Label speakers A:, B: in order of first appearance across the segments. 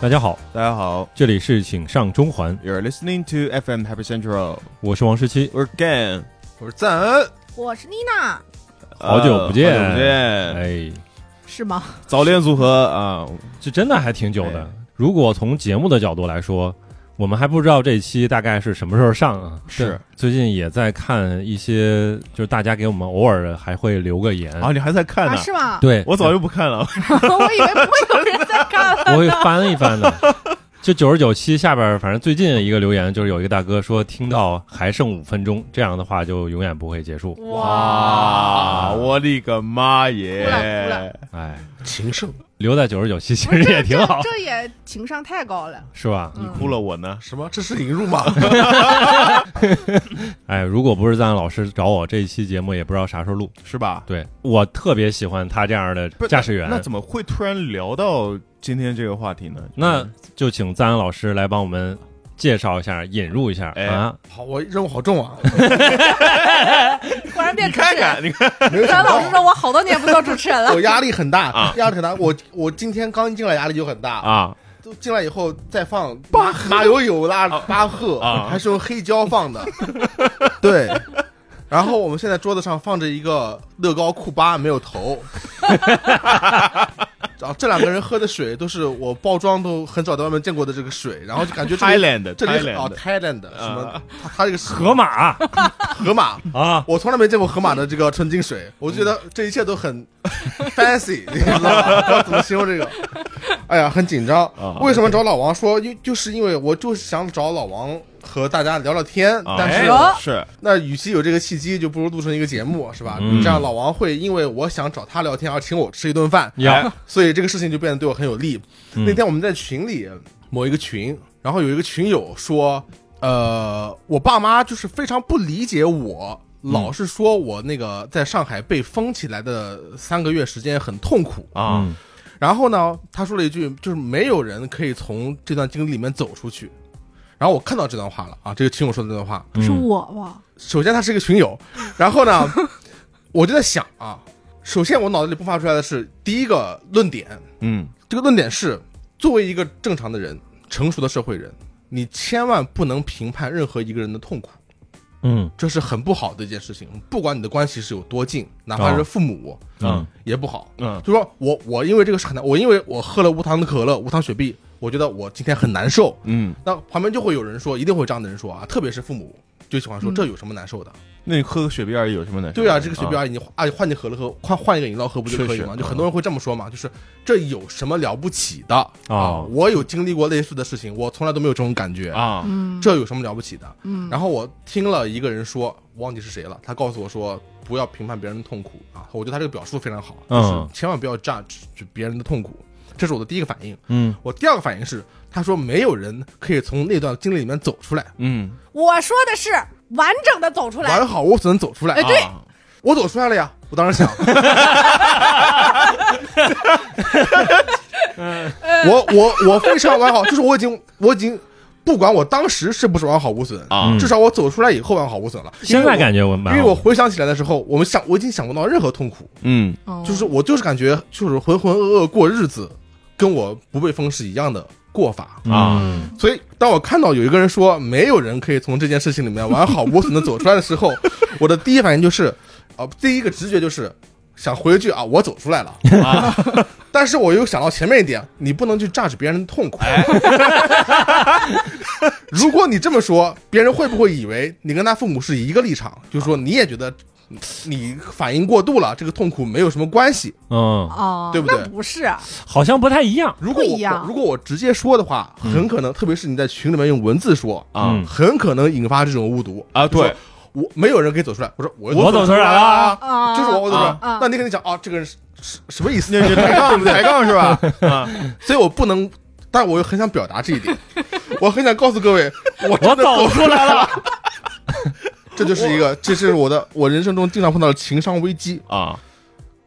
A: 大家好，
B: 大家好
A: 这里是请上中环，
B: ，You're listening to FM Happy Central。
A: 我是王十七。
B: We're again，我是赞恩，
C: 我是妮娜，
A: 好久不见
B: 呃好久不见，
A: 哎，
C: 是吗？
B: 早恋组合啊，
A: 这真的还挺久的
B: 哎。
A: 如果从节目的角度来说，我们还不知道这期大概是什么时候上啊。
B: 是
A: 对最近也在看一些，就是大家给我们偶尔还会留个言。
B: 啊，你还在看
C: 啊，
B: 呢？
C: 是吗？
A: 对，
B: 我早就不看了，
C: 我以为不会有人在看了。
A: 我会翻一翻的。 就九十九期下边儿，反正最近一个留言就是有一个大哥说听到还剩五分钟，这样的话就永远不会结束。
B: 哇，我的个妈
C: 哭了哭了
B: 耶！
A: 哎，
D: 情圣
A: 留在九十九期其
C: 不是
A: 实
C: 这
A: 也挺好，
C: 这这也情商太高了。
A: 是吧？
B: 你
C: 嗯
B: 哭了，我呢？
D: 什么？这是引入吗？
A: 哎，如果不是赞恩老师找我，这一期节目也不知道啥时候录。
B: 是吧？
A: 对我特别喜欢他这样的
B: 不是
A: 驾驶员，
B: 那怎么会突然聊到今天这个话题呢？
A: 那就请赞恩老师来帮我们介绍一下、引入一下、
B: 哎
A: 啊。
D: 好，我任务好重啊！
C: 突然变
B: 你
C: 主持
B: 看
C: 人，
B: 看，你看，
D: 没有
C: 张
D: 想
C: 老师
D: 到，
C: 说：“我好多年不做主持人了。
D: 我压力很
B: 啊
D: 大，压力很大。我我今天刚一进来压力就很大，
B: 啊
D: 就进来以后再放巴马友友拉巴赫
B: 啊，
D: 还是用黑胶放 的，对。然后我们现在桌子上放着一个乐高库巴，没有头。然后这两个人喝的水都是我包装都很少在外面见过的这个水，然后就感觉这里
B: ，Thailand，
D: 这里啊
B: Thailand，
D: Thailand 什么
B: 啊，
D: 他他这个是
A: 河马
D: 河马
A: 啊，
D: 我从来没见过河马的这个纯净水，我觉得这一切都很 fancy，你知道吗？不知道怎么形容这个？哎呀，很紧张
B: 啊。
D: 为什么找老王说？因就是因为我就是想找老王和大家聊聊天，
B: 啊
D: 但是
C: 哎
B: 是
D: 那与其有这个契机，就不如录成一个节目，是吧？
A: 嗯
D: 这样老王会因为我想找他聊天而请我吃一顿饭，
B: 哎
A: 呀，
D: 所以这个事情就变得对我很有利。
A: 嗯
D: 那天我们在群里某一个群，然后有一个群友说，呃，我爸妈就是非常不理解我，老是说我那个在上海被封起来的三个月时间很痛苦。
B: 啊，
A: 嗯
D: 然后呢，他说了一句，就是没有人可以从这段经历里面走出去。然后我看到这段话了啊，这个群友说的这段话，
A: 嗯
C: 是我吧？
D: 首先他是一个群友，然后 呢，我就在想啊，首先我脑子里迸发出来的是第一个论点，
B: 嗯
D: 这个论点是，作为一个正常的人，成熟的社会人，你千万不能评判任何一个人的痛苦，
A: 嗯
D: 这是很不好的一件事情。不管你的关系是有多近，哪怕是父母，
A: 嗯
D: 也不好。
B: 啊嗯
D: 就说我我因为这个是很难，我因为我喝了无糖的可乐、无糖雪碧，我觉得我今天很难受。
B: 嗯，
D: 那旁边就会有人说，一定会有这样的人说啊，特别是父母就喜欢说、
C: 嗯
D: 这有什么难受的？
B: 那你喝个雪碧而已有什么难受的？
D: 对啊，这个雪碧而已，你啊换你可乐喝，换换一个饮料喝不就可以
B: 嗯确实嗯
D: 吗？就很多人会这么说嘛，就是这有什么了不起的啊？
A: 哦
D: 我有经历过类似的事情，我从来都没有这种感觉，
B: 啊，
C: 嗯，
D: 这有什么了不起的？
C: 嗯，
D: 然后我听了一个人说，我忘记是谁了，他告诉我说不要评判别人的痛苦啊，我觉得他这个表述非常好，就是
A: 嗯
D: 千万不要 judge 就别人的痛苦，这是我的第一个反应。
A: 嗯，
D: 我第二个反应是，他说没有人可以从那段经历里面走出来，
B: 嗯，
C: 我说的是完整的走出来
D: 完。好我只能走出来
C: 哎，对
B: 啊
D: 我走出来了呀！我当时想，我我我非常完好，就是我已经我已经不管我当时是不是完好无损
B: 啊
D: 至少我走出来以后完好无损了。
A: 现在感
D: 觉，
A: 觉我
D: 因
A: 蛮
D: 为
A: 好
D: 我回想起来的时候，我们想我已经想不到任何痛苦，
B: 嗯
C: 哦
D: 啊就是我就是感觉就是浑浑噩噩过日子，跟我不被封是一样的过法。
B: 啊
A: 嗯
D: 所以，当我看到有一个人说没有人可以从这件事情里面完好无损的走出来的时候，我的第一反应就是，啊、第一个直觉就是想回一句啊，我走出来了。
B: 啊，
D: 但是我又想到前面一点，你不能去榨取别人的痛苦。 如果你这么说，别人会不会以为你跟他父母是一个立场？就是说你也觉得你你反应过度了，这个痛苦没有什么关系。
A: 嗯，
C: 哦，
D: 对不对
C: 那不是，
A: 好像不太一样。
D: 如果
C: 不
D: 我
C: 一样
D: 如果我直接说的话，很可能，特别是你在群里面用文字说
B: 啊
A: 嗯
D: 很可能引发这种误读
B: 啊
D: 就说
B: 对
D: 我没有人可以走出来。我说我
A: 我走
D: 走
A: 出来了
D: 啊
C: 啊
D: 就是我我走出来
B: 啊
C: 啊。
D: 那你肯定讲啊，这个人是是什么意思？
B: 那 是抬杠，抬杠是吧？啊，
D: 所以我不能，但我又很想表达这一 点，我很想告诉各位，我真
A: 我
D: 的
A: 走出来了，
D: 这就是一个，这是我的我人生中经常碰到的情商危机。
B: 啊，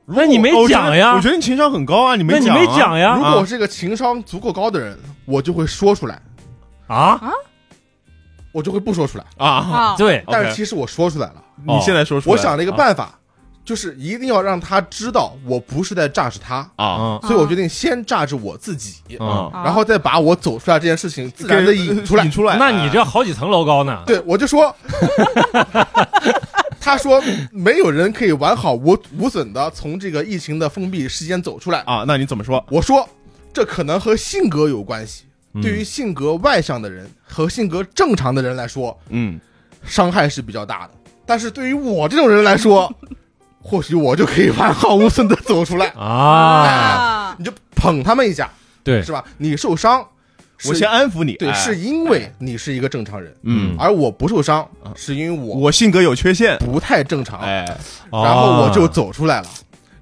A: 那你没讲呀
B: 哦我觉得我觉得你情商很高啊，你没
A: 那你
B: 讲、啊，
A: 没讲呀
D: 如果我是一个情商足够高的人，我就会说出来，
A: 啊？
D: 我就会不说出来。
B: 啊，
C: 啊，
A: 对，
B: OK 哦
D: 但是其实我说出来了，
B: 你现在说出来，啊
D: 我想了一个办法，就是一定要让他知道我不是在榨制他，
B: 啊
A: 嗯
D: 所以我决定先榨制我自己，
A: 嗯，
C: 啊
D: 然后再把我走出来这件事情自然的引出来。
B: 引出来。啊
A: 那你这好几层楼高呢？
D: 对，我 就说，他说没有人可以完好无无损的从这个疫情的封闭时间走出来。
B: 啊，那你怎么说？
D: 我说，这可能和性格有关系。
A: 嗯
D: 对于性格外向的人和性格正常的人来说，
B: 嗯，
D: 伤害是比较大的。但是对于我这种人 来说，或许我就可以完好无损的走 出来。
A: 啊，
C: 啊
D: 你就捧他们一下，
A: 对
D: 是吧？你受伤，
B: 我
D: 是
B: 先安抚你。
D: 对，
B: 哎
D: 是因为你是一个正常人，
B: 嗯，
D: 而我不受伤，是因为我
B: 我性格有缺陷。
D: 不太正常，
B: 哎，
D: 然后我就
A: 哦
D: 走出来了。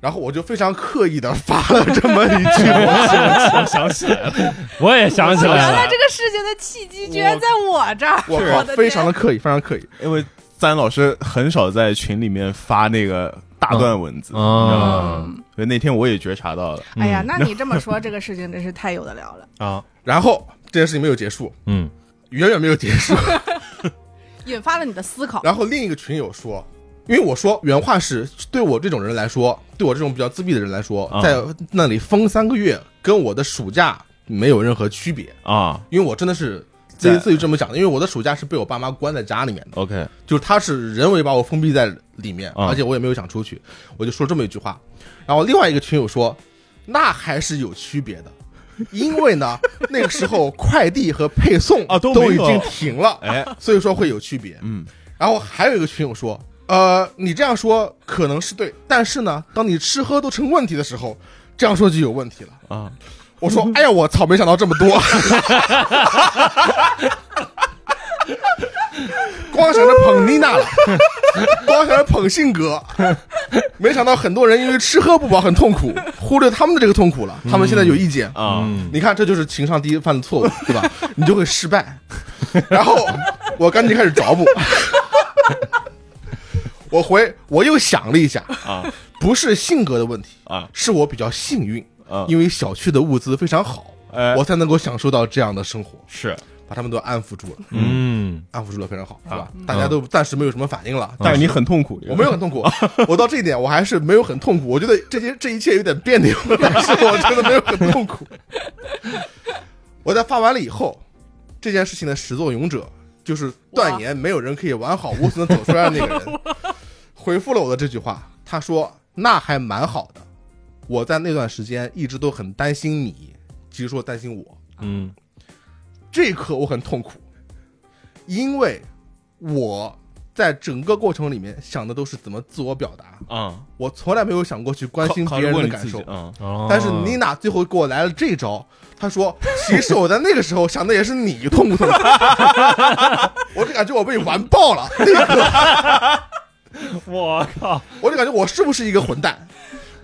D: 然后我就非常刻意的发了这么一句
B: 我想起来了，
A: 我也想起
C: 我
A: 来
C: 哦原来
A: 了，
C: 这个事情的契机居然在我这儿，
D: 我
C: 我
D: 靠
C: 的，天
D: 非常的刻意，非常刻意。
B: 因为赞老师很少在群里面发那个大段文字，
A: 嗯
B: 所以那天我也觉察到了。
C: 哎呀，那你这么说，这个事情真是太有的聊了。
A: 啊，
D: 然后这件事情没有结束，
A: 嗯
D: 远远没有结束。
C: 引发了你的思考。
D: 然后另一个群友说，因为我说原话是对我这种人来说，对我这种比较自闭的人来说
B: 啊，
D: 在那里封三个月，跟我的暑假没有任何区别。
B: 啊
D: 因为我真的是自
B: 在
D: 己自己这么讲的，因为我的暑假是被我爸妈关在家里面的，
B: ，OK，
D: 就是他是人为把我封闭在里面，
B: 啊
D: 而且我也没有想出去，我就说这么一句话。然后另外一个群友说，那还是有区别的。因 为呢，那个时候快递和配送
B: 啊都
D: 都
B: 没有
D: 已经停了，
B: 哎，
D: 所以说会有区别。
B: 嗯，
D: 然后还有一个群友说，呃，你这样说可能是对，但是呢，当你吃喝都成问题的时候，这样说就有问题了。
B: 啊，
D: 我说，哎呀，我操，没想到这么多，光想着捧妮娜了，光想着捧性格，没想到很多人因为吃喝不饱很痛苦，忽略他们的这个痛苦了，他们现在有意见。
B: 啊，
A: 嗯
D: 你看，这就是情商低犯的错误，对吧？你就会失败。然后我赶紧开始找补，我回我又想了一下，
B: 啊
D: 不是性格的问题，
B: 啊
D: 是我比较幸运，
B: 啊，
D: 因为小区的物资非常好，
B: 哎
D: 我才嗯能够享受到这样的生活，
B: 是，
D: 把他们都安抚住了，
A: 嗯
D: 安抚住了非常好，是吧？大家都暂时没有什么反应了，
B: 但是
D: 是
B: 你很痛苦，
D: 我没有很痛苦，我到这一点我还是没有很痛苦，我觉得这些这一切有点别扭，但是我真的没有很痛苦。我在发完了以后，这件事情的始作俑者就是断言没有人可以完好无损的走出来的那个人，回复了我的这句话，他说那还蛮好的，我在那段时间一直都很担心你，其实说担心我，
A: 嗯
D: 这一刻我很痛苦，因为我在整个过程里面想的都是怎么自我表达，
B: 啊，
D: 我从来没有想过去关心别人的感受。
B: 啊，
A: 哦
D: 但是妮娜最后给我来了这一招，她说：“其实我在那个时候想的也是你痛不 痛苦。”我就感觉我被完爆了，那一刻
A: 我靠，
D: 我就感觉我是不是一个混蛋？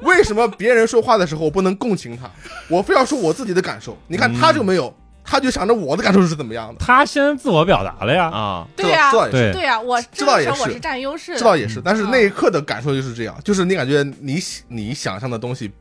D: 为什么别人说话的时候我不能共情他，我非要说我自己的感受？你看他就没有，他就想着我的感受是怎么样的。
A: 他先自我表达了呀，
B: 啊，
C: 对呀
D: 知道知道也
A: 对
D: 是
C: 对呀，我
D: 知道也
C: 这
D: 是
C: 个时候我是占优势的，
D: 知道也是，但是那一刻的感受就是这样，就是你感觉你你想象的东西，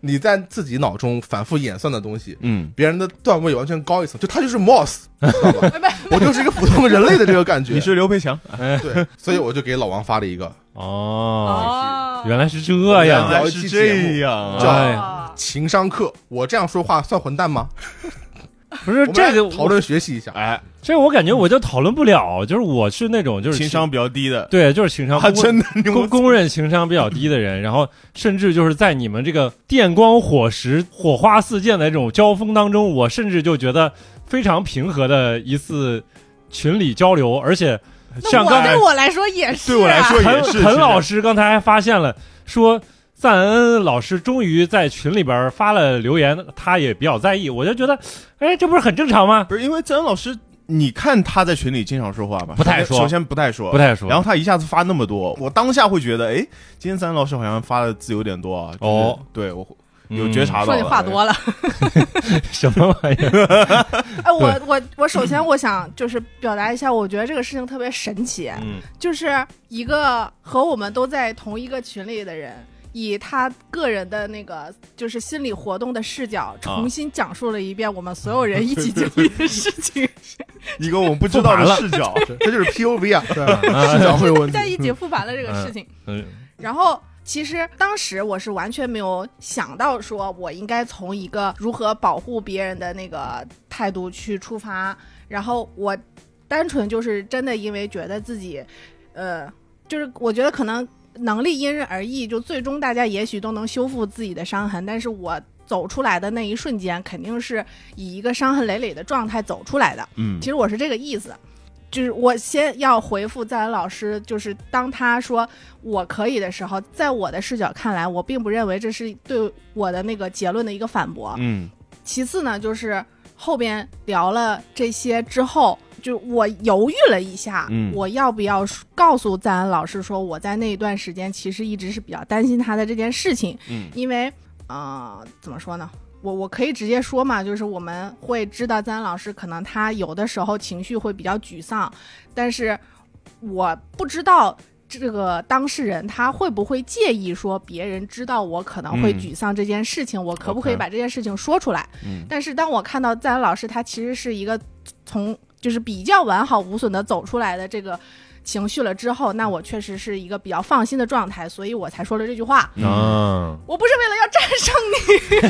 D: 你在自己脑中反复演算的东西，
B: 嗯
D: 别人的段位完全高一层，就他就是 Moss，知道吧？
C: 没没
D: 我就是一个普通人类的这个感 觉。
B: 你是刘培强，
D: 对，所以我就给老王发了一个
A: 哦，
C: 哦，
A: 原来是这
D: 原
A: 样
D: 来
B: 是这样
A: 这
B: 啊，
A: 哎
C: 哦
D: 情商课，我这样说话算混蛋吗？
A: 不是
D: 我们
A: 这个
D: 来讨论学习一下。
B: 哎，
A: 这我感觉我就讨论不了，就是我是那种就是
B: 情商比较低 的，
A: 对，就是情商
B: 他真的
A: 公公认情商比较低的人，然后甚至就是在你们这个电光火石、火花四溅的这种交锋当中，我甚至就觉得非常平和的一次群里交流，而且
C: 那
A: 像
C: 我
A: 刚才
C: 对我来说也是啊，
B: 对我来 说也
A: 陈
B: 是
A: 陈老
B: 师
A: 师刚才还发现了说。赞恩老师终于在群里边发了留言，他也比较在意，我就觉得，哎，这不是很正常吗？
B: 不是因为曾老师，你看他在群里经常说话吧，
A: 不太说
B: 首先不太说，
A: 不太说
B: 然后他一下子发那么多，我当下会觉得，哎，今天三老师好像发的字有点多啊。就是
A: 哦，
B: 对我有觉察到
C: 说
B: 了，
C: 你话多了。
A: 嗯什么玩意儿？
C: 哎，我我我首先我想就是表达一下，我觉得这个事情特别神奇，
A: 嗯
C: 就是一个和我们都在同一个群里的人。以他个人的那个就是心理活动的视角，重新讲述了一遍我们所有人一起经历的事情，
B: 一个我们不 知道的视角，
D: 这就是 POV 啊，
A: 啊
D: 视角会有问题嗯哎
C: 在。一起复盘了这个事情。
A: 嗯，
C: 然后其实当时我是完全没有想到，说我应该从一个如何保护别人的那个态度去出发，然后我单纯就是真的因为觉得自己，呃，就是我觉得可能能力因人而异，就最终大家也许都能修复自己的伤痕，但是我。走出来的那一瞬间，肯定是以一个伤痕累累的状态走出来的。
B: 嗯
C: 其，实我是这个意思，就是我先要回复赞恩老师，就是当他说我可以的时候，在我的视角看来，我并不认为这是对我的那个结论的一个反驳。
B: 嗯
C: 其次呢，就是后边聊了这些之后，就我犹豫了一下，
B: 嗯
C: 我要不要告诉赞恩老师说，我在那一段时间其实一直是比较担心他的这件事情，
B: 嗯
C: 因为呃，怎么说呢？我我可以直接说嘛，就是我们会知道赞恩老师可能他有的时候情绪会比较沮丧，但是我不知道这个当事人他会不会介意说别人知道我可能会
B: 嗯
C: 沮丧这件事情，我可不可以
B: OK
C: 把这件事情说出来？
B: 嗯
C: 但是当我看到赞恩老师他其实是一个从就是比较完好无损的走出来的这个情绪了之后，那我确实是一个比较放心的状态，所以我才说了这句话。
B: 嗯
A: 啊，
C: 我不是为了要战胜你，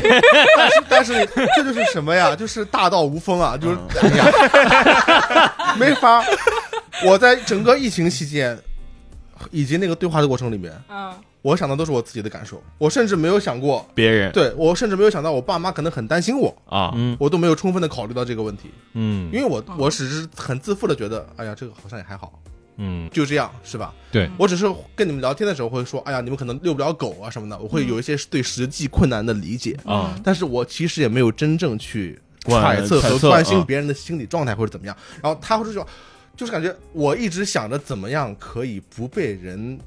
D: 但是 但是这就是什么呀？就是大道无风啊，就是、哎呀， 没法。我在整个疫情期间，以及那个对话的过程里面，
C: 嗯，
D: 我想的都是我自己的感受，我甚至没有想过，
B: 别人
D: 对我甚至没有想到我爸妈可能很担心我，
B: 啊，
A: 嗯
D: 我都没有充分的考虑到这个问题，
A: 嗯
D: 因为我
C: 嗯
D: 我只是很自负的觉得，哎呀，这个好像也还好，
A: 嗯，
D: 就这样是吧？
A: 对
D: 我只是跟你们聊天的时候会说，哎呀，你们可能遛不了狗啊什么的，我会有一些对实际困难的理解，
B: 啊
C: 嗯
D: 但是我其实也没有真正去
B: 关
D: 揣测
B: 揣
D: 和
B: 测
D: 关心
B: 啊
D: 别人的心理状态或者怎么样。然后他会说，就是感觉我一直想着怎么样可以不被人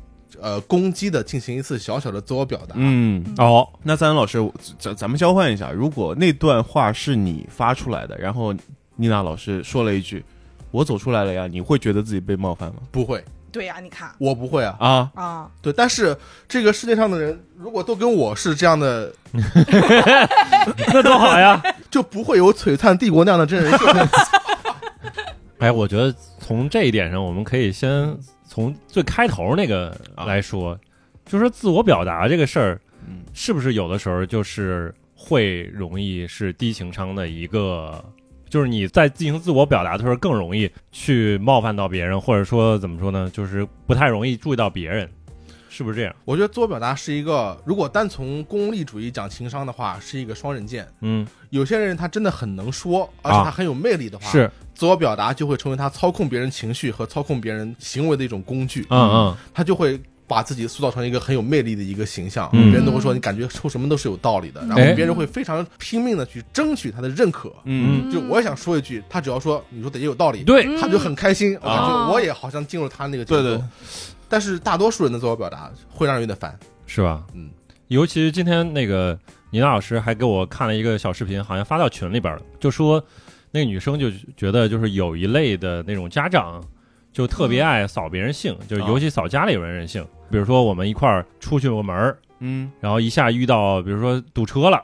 D: 呃攻击的进行一次小小的自我表达。
B: 嗯，
A: 哦，
B: 那赞恩老师，我咱咱们交换一下，如果那段话是你发出来的，然后妮娜老师说了一句“我走出来了呀”，你会觉得自己被冒犯吗？
D: 不会，
C: 对呀、你看
D: 我不会啊。
B: 啊，
C: 啊，
D: 对，但是这个世界上的人如果都跟我是这样的，
A: 那多好呀！
D: 就不会有《璀璨帝国》那样的真人秀。
A: 哎，我觉得从这一点上，我们可以先从最开头那个来说，就说自我表达这个事儿，
B: 嗯
A: 是不是有的时候就是会容易是低情商的一个，就是你在进行自我表达的时候更容易去冒犯到别人，或者说怎么说呢，就是不太容易注意到别人，是不是这样？
D: 我觉得自我表达是一个，如果单从功利主义讲情商的话，是一个双刃剑。
A: 嗯，
D: 有些人他真的很能说，而且他很有魅力的话，
A: 啊是，
D: 自我表达就会成为他操控别人情绪和操控别人行为的一种工具，
A: 嗯嗯
D: 他就会把自己塑造成一个很有魅力的一个形象，
A: 嗯
D: 别人都会说你感觉说什么都是有道理的，然后
A: 哎
D: 别人会非常拼命的去争取他的认可。
B: 嗯
D: 就我也想说一句，他只要说你说的也有道理，
A: 对，
C: 嗯
D: 他就很开心，我感
C: 啊
D: 觉我也好像进入他那个节奏。
B: 对对
D: 但是大多数人的自我表达会让人有点烦。
A: 是吧？
D: 嗯，
A: 尤其今天那个倪娜老师还给我看了一个小视频，好像发到群里边了，就说那个女生就觉得就是有一类的那种家长就特别爱扫别人兴，就是尤其扫家里人人兴。比如说我们一块儿出去个门儿，
B: 嗯
A: 然后一下遇到比如说堵车了，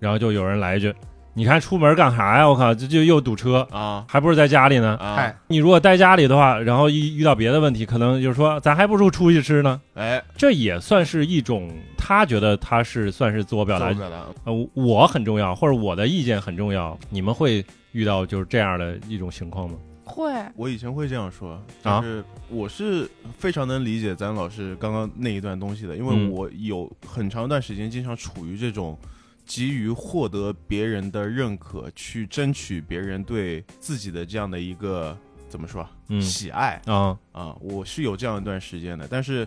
A: 然后就有人来一句：“你看出门干啥呀？我靠，这就又堵车，
B: 啊
A: 还不如在家里呢。”
B: 啊
D: 嗨，，
A: 你如果待家里的话，然后一遇到别的问题，可能就是说咱还不如出去吃呢。
B: 哎，
A: 这也算是一种他觉得他是算是自我表达
B: 自，我表达，
A: 呃，我很重要，或者我的意见很重要。你们会遇到就是这样的一种情况吗？
C: 会，
B: 我以前会这样说，
A: 啊
B: 就是我是非常能理解咱老师刚刚那一段东西的，因为
A: 嗯
B: 我有很长一段时间经常处于这种急于获得别人的认可，去争取别人对自己的这样的一个怎么说啊
A: 嗯
B: 喜爱
A: 啊，
B: 啊，我是有这样一段时间的，但是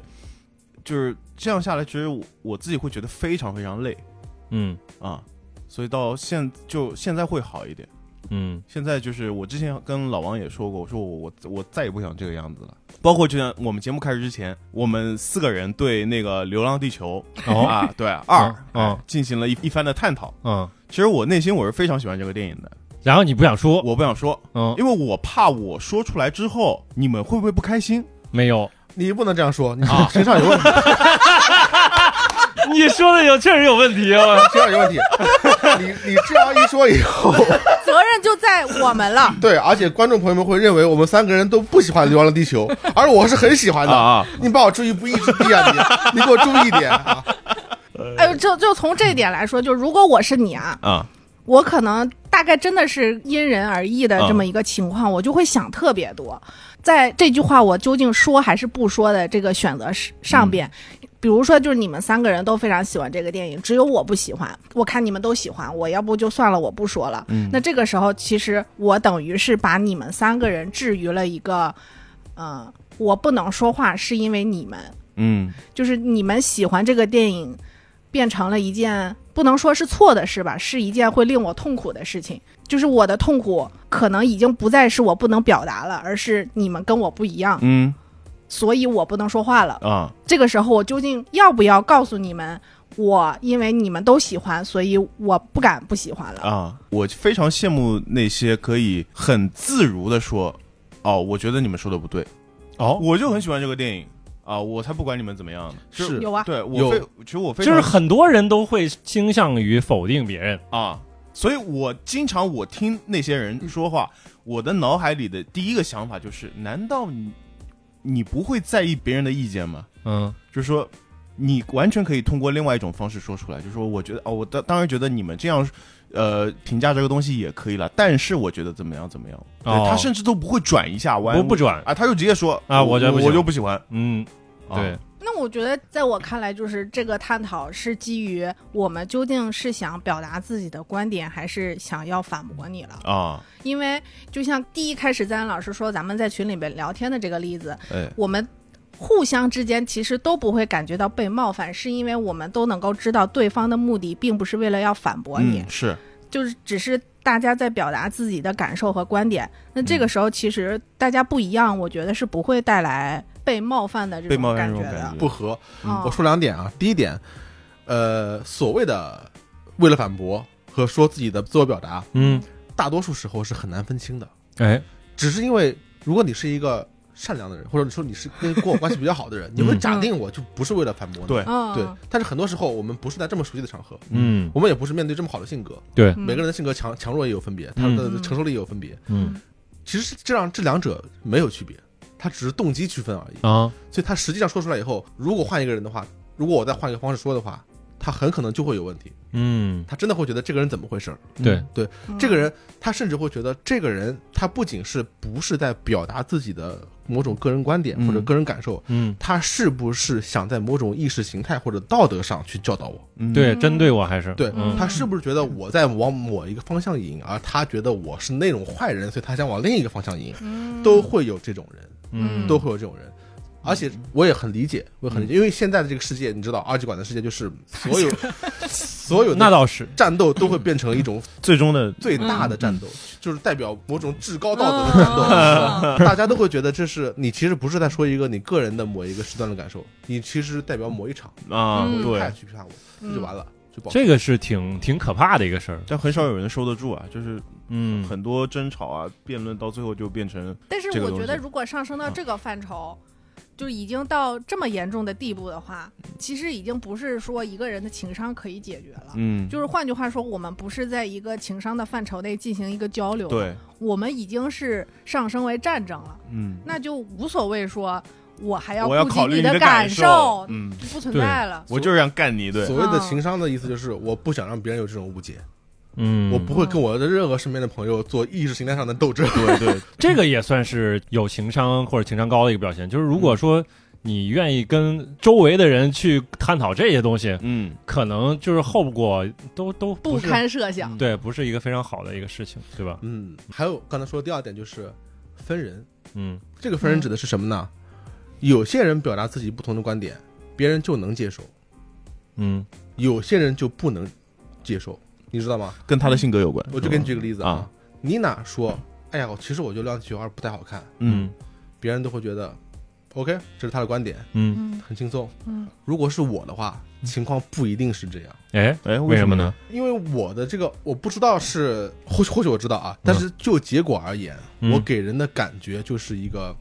B: 就是这样下来，其实我我自己会觉得非常非常累
A: 嗯
B: 啊，所以到现就现在会好一点。
A: 嗯
B: 现在就是我之前跟老王也说过，我说我我我再也不想这个样子了。包括就像我们节目开始之前，我们四个人对那个《流浪地球》
A: 哦
B: 啊，对二
A: 哦
B: 进行了一一番的探讨。
A: 嗯，
B: 其实我内心我是非常喜欢这个电影的，
A: 然后你不想说，
B: 我不想说，
A: 嗯，
B: 因为我怕我说出来之后你们会不会不开心。
A: 没有，
D: 你不能这样说，你情商有问题，
A: 你说的有确实有问题啊，
D: 情商有问题。你你这样一说以后，。
C: 自责任就在我们了
D: 对，而且观众朋友们会认为我们三个人都不喜欢《流浪地球》，而我是很喜欢的。
B: 啊啊
D: 你把我注意不一直低啊你，你给 我注意一点啊！
C: 哎呦，就就从这一点来说，就如果我是你啊，
B: 啊
C: 我可能大概真的是因人而异的
B: 嗯
C: 这么一个情况，我就会想特别多，在这句话我究竟说还是不说的这个选择是上边。比如说，就是你们三个人都非常喜欢这个电影，只有我不喜欢。我看你们都喜欢，我要不就算了，我不说了。
B: 嗯
C: 那这个时候，其实我等于是把你们三个人置于了一个，嗯、我不能说话是因为你们，
B: 嗯
C: 就是你们喜欢这个电影，变成了一件不能说是错的事吧，是一件会令我痛苦的事情。就是我的痛苦可能已经不再是我不能表达了，而是你们跟我不一样，
B: 嗯
C: 所以我不能说话了。
B: 啊
C: 这个时候，我究竟要不要告诉你们，我因为你们都喜欢，所以我不敢不喜欢了。
B: 啊！我非常羡慕那些可以很自如的说，哦，我觉得你们说的不对，
A: 哦，
B: 我就很喜欢这个电影啊，我才不管你们怎么样呢。就是
C: 有啊，
B: 对我
D: 有
B: 非其实我非
A: 就
B: 常
A: 是很多人都会倾向于否定别人，
B: 啊，所以我经常我听那些人说话，我的脑海里的第一个想法就是：难道你你不会在意别人的意见吗？
A: 嗯
B: 就是说，你完全可以通过另外一种方式说出来，就是说，我觉得哦，我当当然觉得你们这样，呃，评价这个东西也可以了，但是我觉得怎么样怎么样，对
A: 哦
B: 他甚至都不会转一下弯，
A: 不不转，
B: 啊，他就直接说
A: 啊
B: 我
A: 我觉得不
B: 我
A: 行
B: 就不喜欢，
A: 嗯，
B: 啊
A: 对，
C: 那我觉得，在我看来，就是这个探讨是基于我们究竟是想表达自己的观点，还是想要反驳你了。
B: 啊，
C: 因为就像第一开始赞恩老师说，咱们在群里面聊天的这个例子，
B: 哎，
C: 我们互相之间其实都不会感觉到被冒犯，是因为我们都能够知道对方的目的并不是为了要反驳你，
B: 嗯，是
C: 就是只是大家在表达自己的感受和观点。那这个时候，其实大家不一样，我觉得是不会带来被冒犯的这
B: 被
C: 种
B: 冒犯这
C: 觉
B: 种
C: 的。
B: 感觉，
D: 不合，
C: 嗯
D: 我说两点啊。第一点，呃，所谓的为了反驳和说自己的自我表达，
A: 嗯，
D: 大多数时候是很难分清的。
A: 哎，
D: 只是因为如果你是一个善良的人，或者你说你是跟跟我关系比较好的人，你会假定我就不是为了反驳你。
B: 对
C: 嗯，
D: 对，但是很多时候我们不是在这么熟悉的场合，
A: 嗯，
D: 我们也不是面对这么好的性格，
A: 对，
C: 嗯
D: 每个人的性格强强弱也有分别，他的
C: 嗯
D: 承受力也有分别。
A: 嗯
D: 其实是这样，这两者没有区别，它只是动机区分而已。
A: 啊，
D: 所以他实际上说出来以后，如果换一个人的话，如果我再换一个方式说的话，他很可能就会有问题。
A: 嗯，
D: 他真的会觉得这个人怎么回事儿？
A: 对，
C: 嗯
D: 这个人他甚至会觉得这个人他不仅是不是在表达自己的某种个人观点
B: 嗯
D: 或者个人感受，
A: 嗯，
D: 他是不是想在某种意识形态或者道德上去教导我？
B: 嗯
A: 对，
C: 嗯
A: 针对我还是
D: 对、
A: 嗯
D: 他是不是觉得我在往某一个方向引，而他觉得我是那种坏人，所以他想往另一个方向引，
C: 嗯
D: 都会有这种人。
A: 嗯
D: 都会有这种人。而且我也很理解，我也很理解，因为现在的这个世界，你知道，二极管的世界就是所有所有
A: 那
D: 的
A: 倒是，
D: 战斗都会变成一种
B: 最终的
D: 最大
B: 嗯
D: 的战斗，就是代表某种至高道
C: 嗯
D: 德的战斗。 大家都会觉得这是你其实不是在说一个你个人的某一个时段的感受，你其实代表某一场
B: 啊，
C: 嗯
D: 派
B: 对，嗯
D: 去批判我， 这就完了，就不好。
A: 这个是挺挺可怕的一个事儿，
B: 但很少有人收得住啊，就是
A: 嗯，
B: 很多争吵啊、辩论到最后就变成
C: 但是
B: 这个
C: 我
B: 东
C: 觉得，
B: 西
C: 如果上升到
B: 嗯
C: 这个范畴，就已经到这么严重的地步的话，其实已经不是说一个人的情商可以解决了。
B: 嗯，
C: 就是换句话说，我们不是在一个情商的范畴内进行一个交流，，
B: 对，
C: 我们已经是上升为战争了，
B: 嗯，
C: 那就无所谓说我还
B: 我要
C: 顾
B: 考
C: 及
B: 虑
C: 的
B: 的
C: 感
B: 受，嗯，
C: 不存
A: 对
C: 在了。
B: 我就是想干你，对，
D: 所谓的情商的意思就是，我不想让别人有这种误解，
A: 嗯，
D: 我不会跟我的任何身边的朋友做意识形态上的斗争。
B: 对 对，
A: 这个也算是有情商或者情商高的一个表现，就是如果说你愿意跟周围的人去探讨这些东西，
B: 嗯，
A: 可能就是后果都都
C: 不
A: 不是
C: 堪设想，
A: 对，不是一个非常好的一个事情，对吧？
D: 嗯，还有刚才说的第二点就是分人，
A: 嗯
D: 这个分人指的是什么呢？
B: 嗯
D: 有些人表达自己不同的观点，别人就能接受；
A: 嗯
D: 有些人就不能接受，你知道吗？
B: 跟他的性格有关，
D: 我就给你举个例子
B: 啊
D: 啊，妮娜说：“哎呀，我其实我觉得《亮地球二》不太好看。
B: 嗯，”
D: 别人都会觉得，OK，这是他的观点，
A: 嗯，
C: 嗯
D: 很轻松。
C: 嗯，
D: 如果是我的话，情况不一定是这样，
A: 哎，
B: 哎，
A: 为什么？呢？
D: 因为我的这个我不知道是，或许或许我知道啊，但是就结果而言，
A: 嗯
D: 我给人的感觉就是一个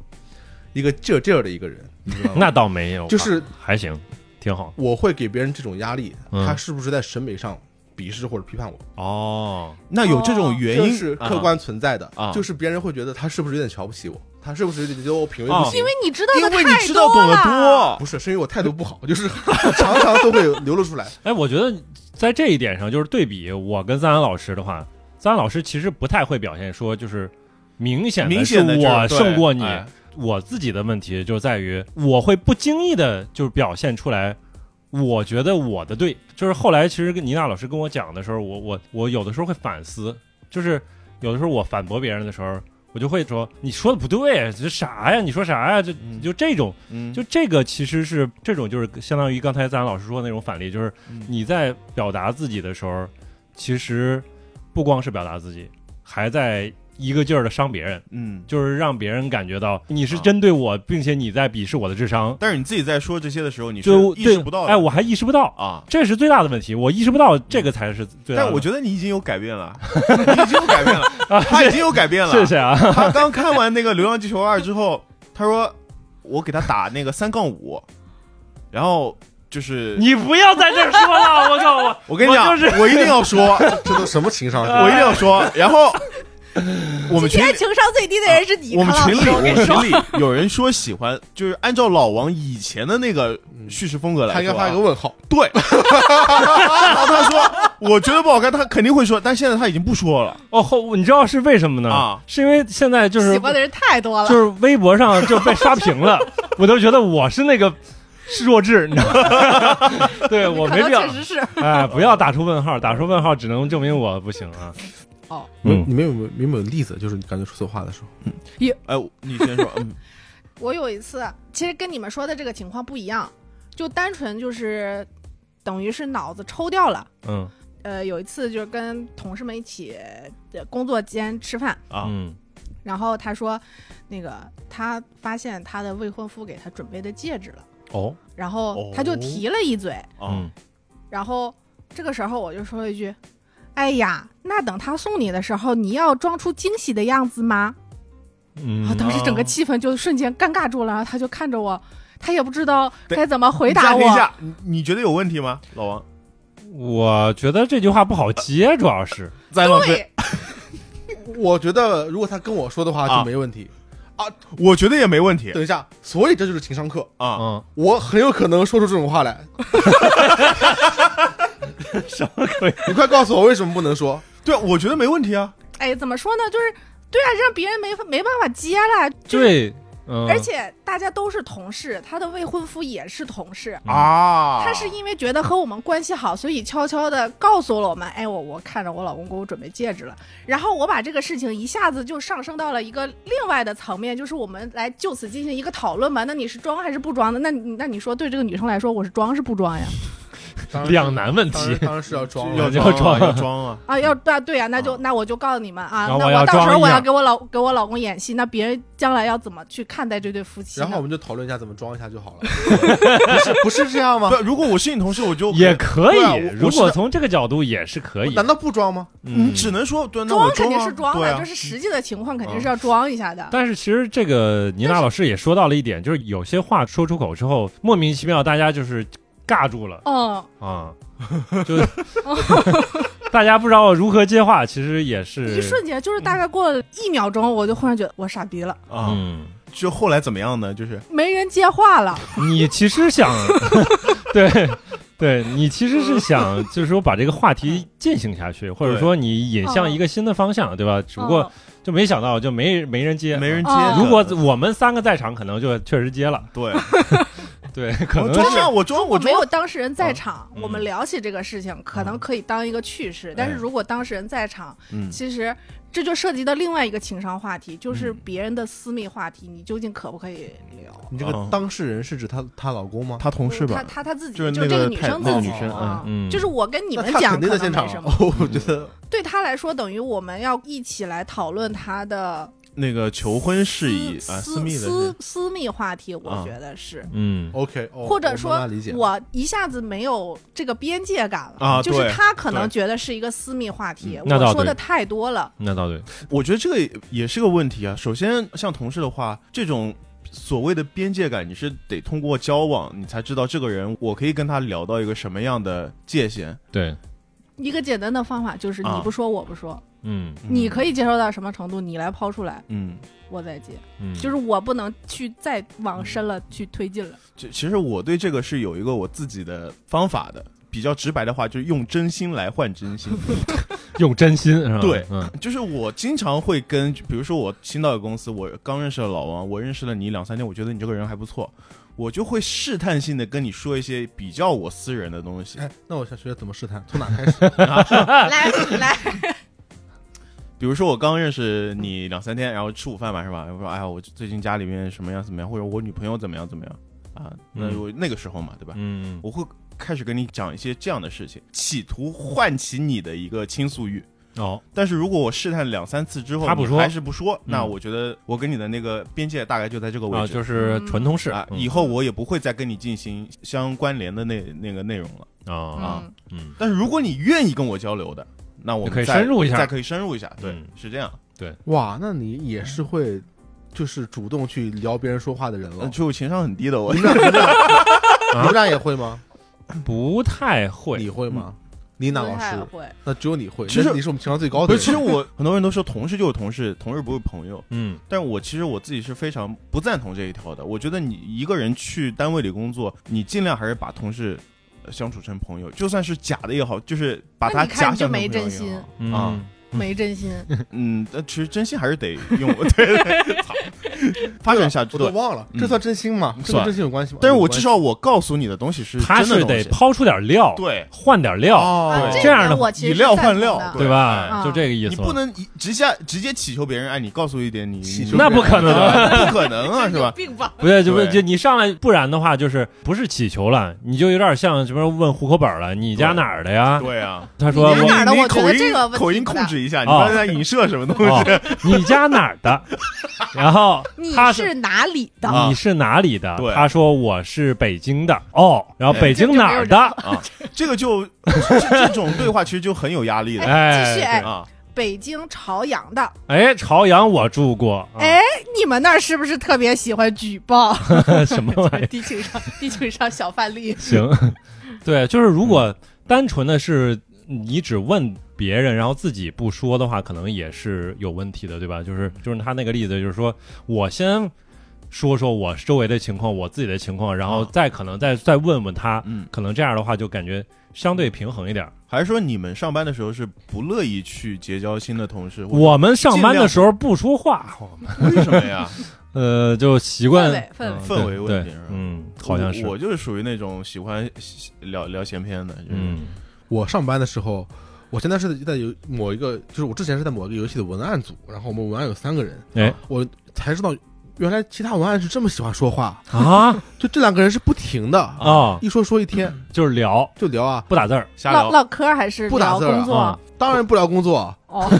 D: 一个劲儿劲儿的一个人，你知道吗？
A: 那倒没有吧，
D: 就是
A: 还行，挺好。
D: 我会给别人这种压力，
A: 嗯
D: 他是不是在审美上鄙视或者批判我，
A: 哦，
B: 那有这种原
D: 这
B: 因
D: 是客观存在的
B: 啊，
D: 就是别人会觉得他是不是有点瞧不起我，他是不是觉得我品味不
B: 啊
D: 行
C: 因为你知道
B: 因
C: 的
B: 为你
C: 太
B: 知道懂得
C: 了。
B: 多，
D: 不是，是因为我态度不好， 就是常常都会流露出来。
A: 哎，我觉得在这一点上，就是对比我跟赞恩老师的话，赞恩老师其实不太会表现说就是明显
B: 明
A: 是
B: 显的
A: 我胜过你。
B: 哎
A: 我自己的问题就在于，我会不经意的就是表现出来，我觉得我的对。就是后来其实跟妮娜老师跟我讲的时候，我我我有的时候会反思，就是有的时候我反驳别人的时候，我就会说你说的不对，这啥呀？你说啥呀？这
B: 嗯
A: 就这种。
B: 嗯，
A: 就这个其实是这种，就是相当于刚才咱老师说的那种反例，就是
B: 嗯
A: 你在表达自己的时候，其实不光是表达自己，还在一个劲儿的伤别人，
B: 嗯。
A: 就是让别人感觉到你是
B: 啊
A: 针对我，并且你在鄙视我的智商，
B: 但是你自己在说这些的时候，你是
A: 就
B: 意识
A: 对
B: 不到，的。
A: 哎，我还意识不到，
B: 啊，
A: 这是最大的问题，我意识不到，这个才是最大的
B: 但
A: 问
B: 我
A: 题。
B: 觉得你已经有改变了，你已经有改变了， 他已经有改变了。
A: 谢谢啊，
B: 他刚看完那个《流浪地球二》之后，他说我给他打那个三杠五，然后就是
A: 你不要在这儿说了，我靠，我
B: 我跟你讲，
A: 我就是
B: 我一定要 说，
D: 这都什么情商？
B: 我一定要说。然后我们
C: 今
B: 群
C: 天
B: 里
C: 情商最低的人是你，
B: 我们
C: 康
B: 群
C: 老
B: 里
C: 师
B: 我们群里有人说喜欢，就是按照老王以前的那个
A: 嗯
B: 叙事风格来
D: 他应该
B: 说啊、
D: 发一个问号。
B: 对，然后他说我觉得不好看，他肯定会说，但现在他已经不说 了。
A: 哦，后你知道是为什么呢？
B: 啊
A: 是因为现在就是
C: 喜欢的人太多了。
A: 就是微博上就被刷屏了，我都觉得我是那个是弱智，你知道 吗？对
C: 你
A: 我
C: 可
A: 哦没
C: 能
A: 必要
C: 确，实是，
A: 哎，不要打出问号，打出问号只能证明我不行啊。
C: 哦，
A: 嗯
D: 你们有没有有没有例子？就是你感觉说错话的时候，
B: 哎，你先说，嗯
C: 我有一次其实跟你们说的这个情况不一样，就单纯就是等于是脑子抽掉了。
A: 嗯
C: 呃，有一次就是跟同事们一起呃工作间吃饭，
B: 啊，
A: 嗯
C: 然后他说，那个他发现他的未婚夫给他准备的戒指了，
A: 哦
C: 然后他就
B: 哦
C: 提了一嘴，
A: 嗯
B: 啊，
C: 然后这个时候我就说了一句：“哎呀，那等他送你的时候，你要装出惊喜的样子吗？”
A: 嗯
C: 然啊后当时整个气氛就瞬间尴尬住了，然后他就看着我，他也不知道该怎么回答
B: 你暂
C: 我
B: 停一。下，你你觉得有问题吗，老王？
A: 我觉得这句话不好接，主要是
B: 在老师，
C: 对，
D: 我觉得如果他跟我说的话
B: 啊
D: 就没问题。
B: 我觉得也没问题
D: 等一下，所以这就是情商课，
B: 啊。
A: 嗯，
D: 我很有可能说出这种话来。
A: 什么可以？
D: 你快告诉我为什么不能说？
B: 对，我觉得没问题啊。
C: 哎，怎么说呢？就是对啊，让别人没法没办法接了。就是
A: 对，嗯，
C: 而且大家都是同事，他的未婚夫也是同事。
A: 嗯
B: 啊，
C: 他是因为觉得和我们关系好，所以悄悄的告诉了我们，哎，我我看着我老公给我准备戒指了，然后我把这个事情一下子就上升到了一个另外的层面，就是我们来就此进行一个讨论嘛，那你是装还是不装的？那你那你说对这个女生来说，我是装是不装呀？
D: 当然是
A: 两难问
D: 当然
A: 题，
D: 当然是要装
B: 要
D: 了。
A: 要装
B: 啊要装啊。
C: 啊，要对啊对啊，那就、
B: 啊
C: 那我就告诉你们啊，
A: 然后
C: 那
A: 我要
C: 到时
A: 装
C: 候
A: 一
C: 我
A: 下
C: 要给我老给我老公演戏，那别人将来要怎么去看待这对夫妻呢？
D: 然后我们就讨论一下怎么装一下就 好了。不是不是这样吗？
B: 对，如果我是你同事，我就
A: 也可
B: 对啊我
A: 以。
B: 我
A: 如果
B: 是
A: 从这个角度也是可以
D: 难，道不装吗？
B: 你
A: 嗯，
B: 只能说对，那
C: 装
B: 我
C: 肯定
B: 啊
C: 是装
B: 对
C: 的，
B: 啊
C: 就是实际的情况肯定是要装一下的。
A: 但是其实这个妮娜老师也说到了一点，就是有些话说出口之后，莫名其妙大家就是尬住了
C: 嗯，
A: 啊， 就 大家不知道如何接话，其实也
C: 一
A: 是
C: 瞬间就是大概过了一秒钟，我就忽然觉得我傻逼了。
B: 啊。
A: 嗯，
B: 就后来怎么样呢？就是
C: 没人接话了。
A: 你其实想 对。对你其实是 想，就是说把这个话题进行下去，或者说你引向一个新的方向，对吧？只不过
C: 嗯
A: 就没想到，就没没人接，
B: 嗯没人接
C: 啊
B: 的。
A: 如果我们三个在场，可能就确实接了。
B: 对，
A: 对，可
B: 我
A: 能
B: 装
A: 是
B: 啊，我装，我
C: 我没
B: 装
C: 有。当事人在场，
A: 嗯
C: 我们聊起这个事情，可能可以当一个趣事。但是如果当事人在场，
B: 嗯
C: 其实这就涉及到另外一个情商话题，就是别人的私密话题，你究竟可不可以聊？
D: 你
A: 嗯
D: 这个当事人是指她她老公吗？
B: 他同事
C: 她
B: 吧，
C: 她她自己
B: 就是
C: 就
B: 那
C: 这
B: 个
C: 个女
B: 太
C: 生
B: 那
C: 自
B: 个
C: 己
B: 女生
C: 啊
A: 嗯嗯
C: 就是我跟你
D: 那
C: 们
D: 她
C: 讲
D: 肯定
C: 可
D: 在
C: 能
D: 现
C: 没
D: 场
C: 什么，
D: 啊。哦，我觉得
C: 对她来说等于我们要一起来讨论她的
B: 那个求婚事宜
C: 私
B: 啊，
C: 私
B: 私密的
C: 私
B: 事。
C: 私密话题，
B: 啊
C: 我觉得是。
A: 嗯
D: OK，哦
C: 或者
D: 我
C: 说
D: 慢慢理解，
C: 我一下子没有这个边界感了，
B: 啊
C: 就是
B: 对
C: 他可能觉得是一个私密话题，
A: 那倒
C: 我说
A: 对
C: 的太多了，
A: 那倒对，
B: 我觉得这个也也是个问题啊。首先，像同事的话，这种所谓的边界感，你是得通过交往，你才知道这个人，我可以跟他聊到一个什么样的界限。
A: 对，
C: 一个简单的方法就是你
B: 啊
C: 不说我不说，
A: 嗯
C: 你可以接受到什么程度，你来抛出来，
B: 嗯，
C: 我再接，
A: 嗯，
C: 就是我不能去再往深了去推进了。
B: 其其实我对这个是有一个我自己的方法的。比较直白的话，就是用真心来换真心。
A: 用真心是吧？
B: 对
A: 嗯
B: 就是我经常会跟，比如说我新到一个公司，我刚认识了老王，我认识了你两三天，我觉得你这个人还不错，我就会试探性的跟你说一些比较我私人的东西。
D: 哎，那我想学怎么试探，从哪开始？
C: 来来，
B: 比如说我刚认识你两三天，然后吃午饭嘛，是吧？我说哎呀，我最近家里面什么样怎么样，或者我女朋友怎么样怎么样啊？那
A: 嗯
B: 我那个时候嘛，对吧？
A: 嗯
B: 我会开始跟你讲一些这样的事情，企图唤起你的一个倾诉欲。
A: 哦，
B: 但是如果我试探两三次之后，
A: 他不
B: 你
A: 说
B: 还是不说，那
A: 嗯
B: 我觉得我跟你的那个边界大概就在这个位
A: 啊，
B: 置。
A: 就是纯同事
B: 啊，
A: 嗯
B: 以后我也不会再跟你进行相关联的那那个内容了。
A: 啊
C: 嗯，
A: 嗯
B: 但是如果你愿意跟我交流的，那我们
A: 可以
B: 再
A: 深入一下
B: 再可以深入一下。对，
A: 嗯
B: 是这样。
D: 哇，那你也是会，就是主动去聊别人说话的人了
B: 呃。就情商很低的我
D: 你，们俩， 你们俩也会吗？
A: 不太会
D: 你啊会嗯吗？妮娜
C: 不
D: 老
C: 太
D: 师，
C: 会，啊
D: 那只有你会。
B: 其实
D: 那你是我们情商最 高
B: 不
D: 的
B: 是，其实
D: 人。
B: 我很多人都说同事就是同事，同事不是朋友。
A: 嗯
B: 但我其实我自己是非常不赞同这一条的。我觉得你一个人去单位里工作，你尽量还是把同事呃相处成朋友，就算是假的也好，就是把
C: 那
B: 他
C: 你
B: 假
C: 看
B: 想
C: 你就
B: 成朋友
C: 没真
B: 也
C: 心
B: 好。
A: 嗯
B: 啊
C: 没真心，
B: 嗯，但其实真心还是得用， 对对对，操发展一下
D: 我都
B: 对。
D: 忘了，
B: 嗯
D: 这算真心吗？这跟
B: 算
D: 真心有关系吗？
B: 但是我
D: 有关
B: 至
D: 系
B: 少我告诉你的东西是
A: 他
B: 真的
A: 是
B: 东
A: 得
B: 西，
A: 抛出点料，
B: 对，
A: 换点料，
D: 哦，
C: 啊
B: 对
C: 这
A: 这样的
C: 点我其实
B: 以
C: 是
B: 料
C: 赞
B: 换
C: 同
B: 料
C: 的
A: 对吧？
C: 啊
A: 就这个意
B: 哎你
A: 思
B: 不
A: 嘛。
B: 能一直下直接祈求别人，哎，你告诉一点你，
D: 祈
B: 你
D: 求
A: 那不可 能
B: 能，不可能啊，
C: 真
B: 是
C: 有
B: 吧？
C: 病吧？
A: 不对，就不
B: 对
A: 就你上来，不然的话就是不是乞求了，你就有点像什么问户口本了，你家哪儿的呀？
B: 对啊，
A: 他说
C: 你家哪
A: 我
C: 儿的
B: 你口
C: 我觉得
B: 音
C: 这个问题
B: 口音
C: 不
B: 控
C: 大
B: 制一下，你
A: 哦
B: 刚才在影射什么东西？
A: 哦，你家哪儿 的？然后
C: 你
A: 他嗯
C: 是哪里的？
B: 啊
A: 你是哪里的？
B: 对
A: 他说我是北京的哦，然后
B: 哎
A: 北京哪儿的？
B: 这个就这这种对话其实就很有压力的
A: 哎
C: 继续哎，
B: 啊。
C: 北京朝阳的，
A: 哎，朝阳我住过，啊
C: 哎，你们那儿是不是特别喜欢举报？
A: 啊 什么玩意儿？
C: 低情商，低情商小范例。
A: 行， 对，就是如果单纯的是你只问别人，然后自己不说的话，可能也是有问题的，对吧？就是就是他那个例子，就是说我先说说我周围的情况，我自己的情况，然后
B: 啊
A: 再可能再再问问他，
B: 嗯，
A: 可能这样的话就感觉相对平衡一点。
B: 还是说你们上班的时候是不乐意去结交新的同事？
A: 我们上班的时候不说话，我们
B: 为什么呀？
A: 呃，就习惯
C: 氛围氛围
A: 嗯
B: 氛围
A: 对
B: 问题
A: 对
B: 是吧
A: 嗯，好像是
B: 我，我就是属于那种喜欢聊聊闲篇的，就是
A: 嗯
D: 我上班的时候，我现在是在有某一个，就是我之前是在某一个游戏的文案组，然后我们文案有三个人，
B: 嗯
A: 哎
D: 我才知道原来其他文案是这么喜欢说话，
A: 啊
D: 就这两个人是不停的
A: 啊、
D: 啊，一说说一天
A: 就是聊
D: 就聊啊，
A: 不打字儿，
B: 瞎聊。
C: 唠唠嗑还是
D: 不打
C: 聊
D: 字儿啊
C: 工作
A: 啊？
D: 当然不聊工作，
C: 哦，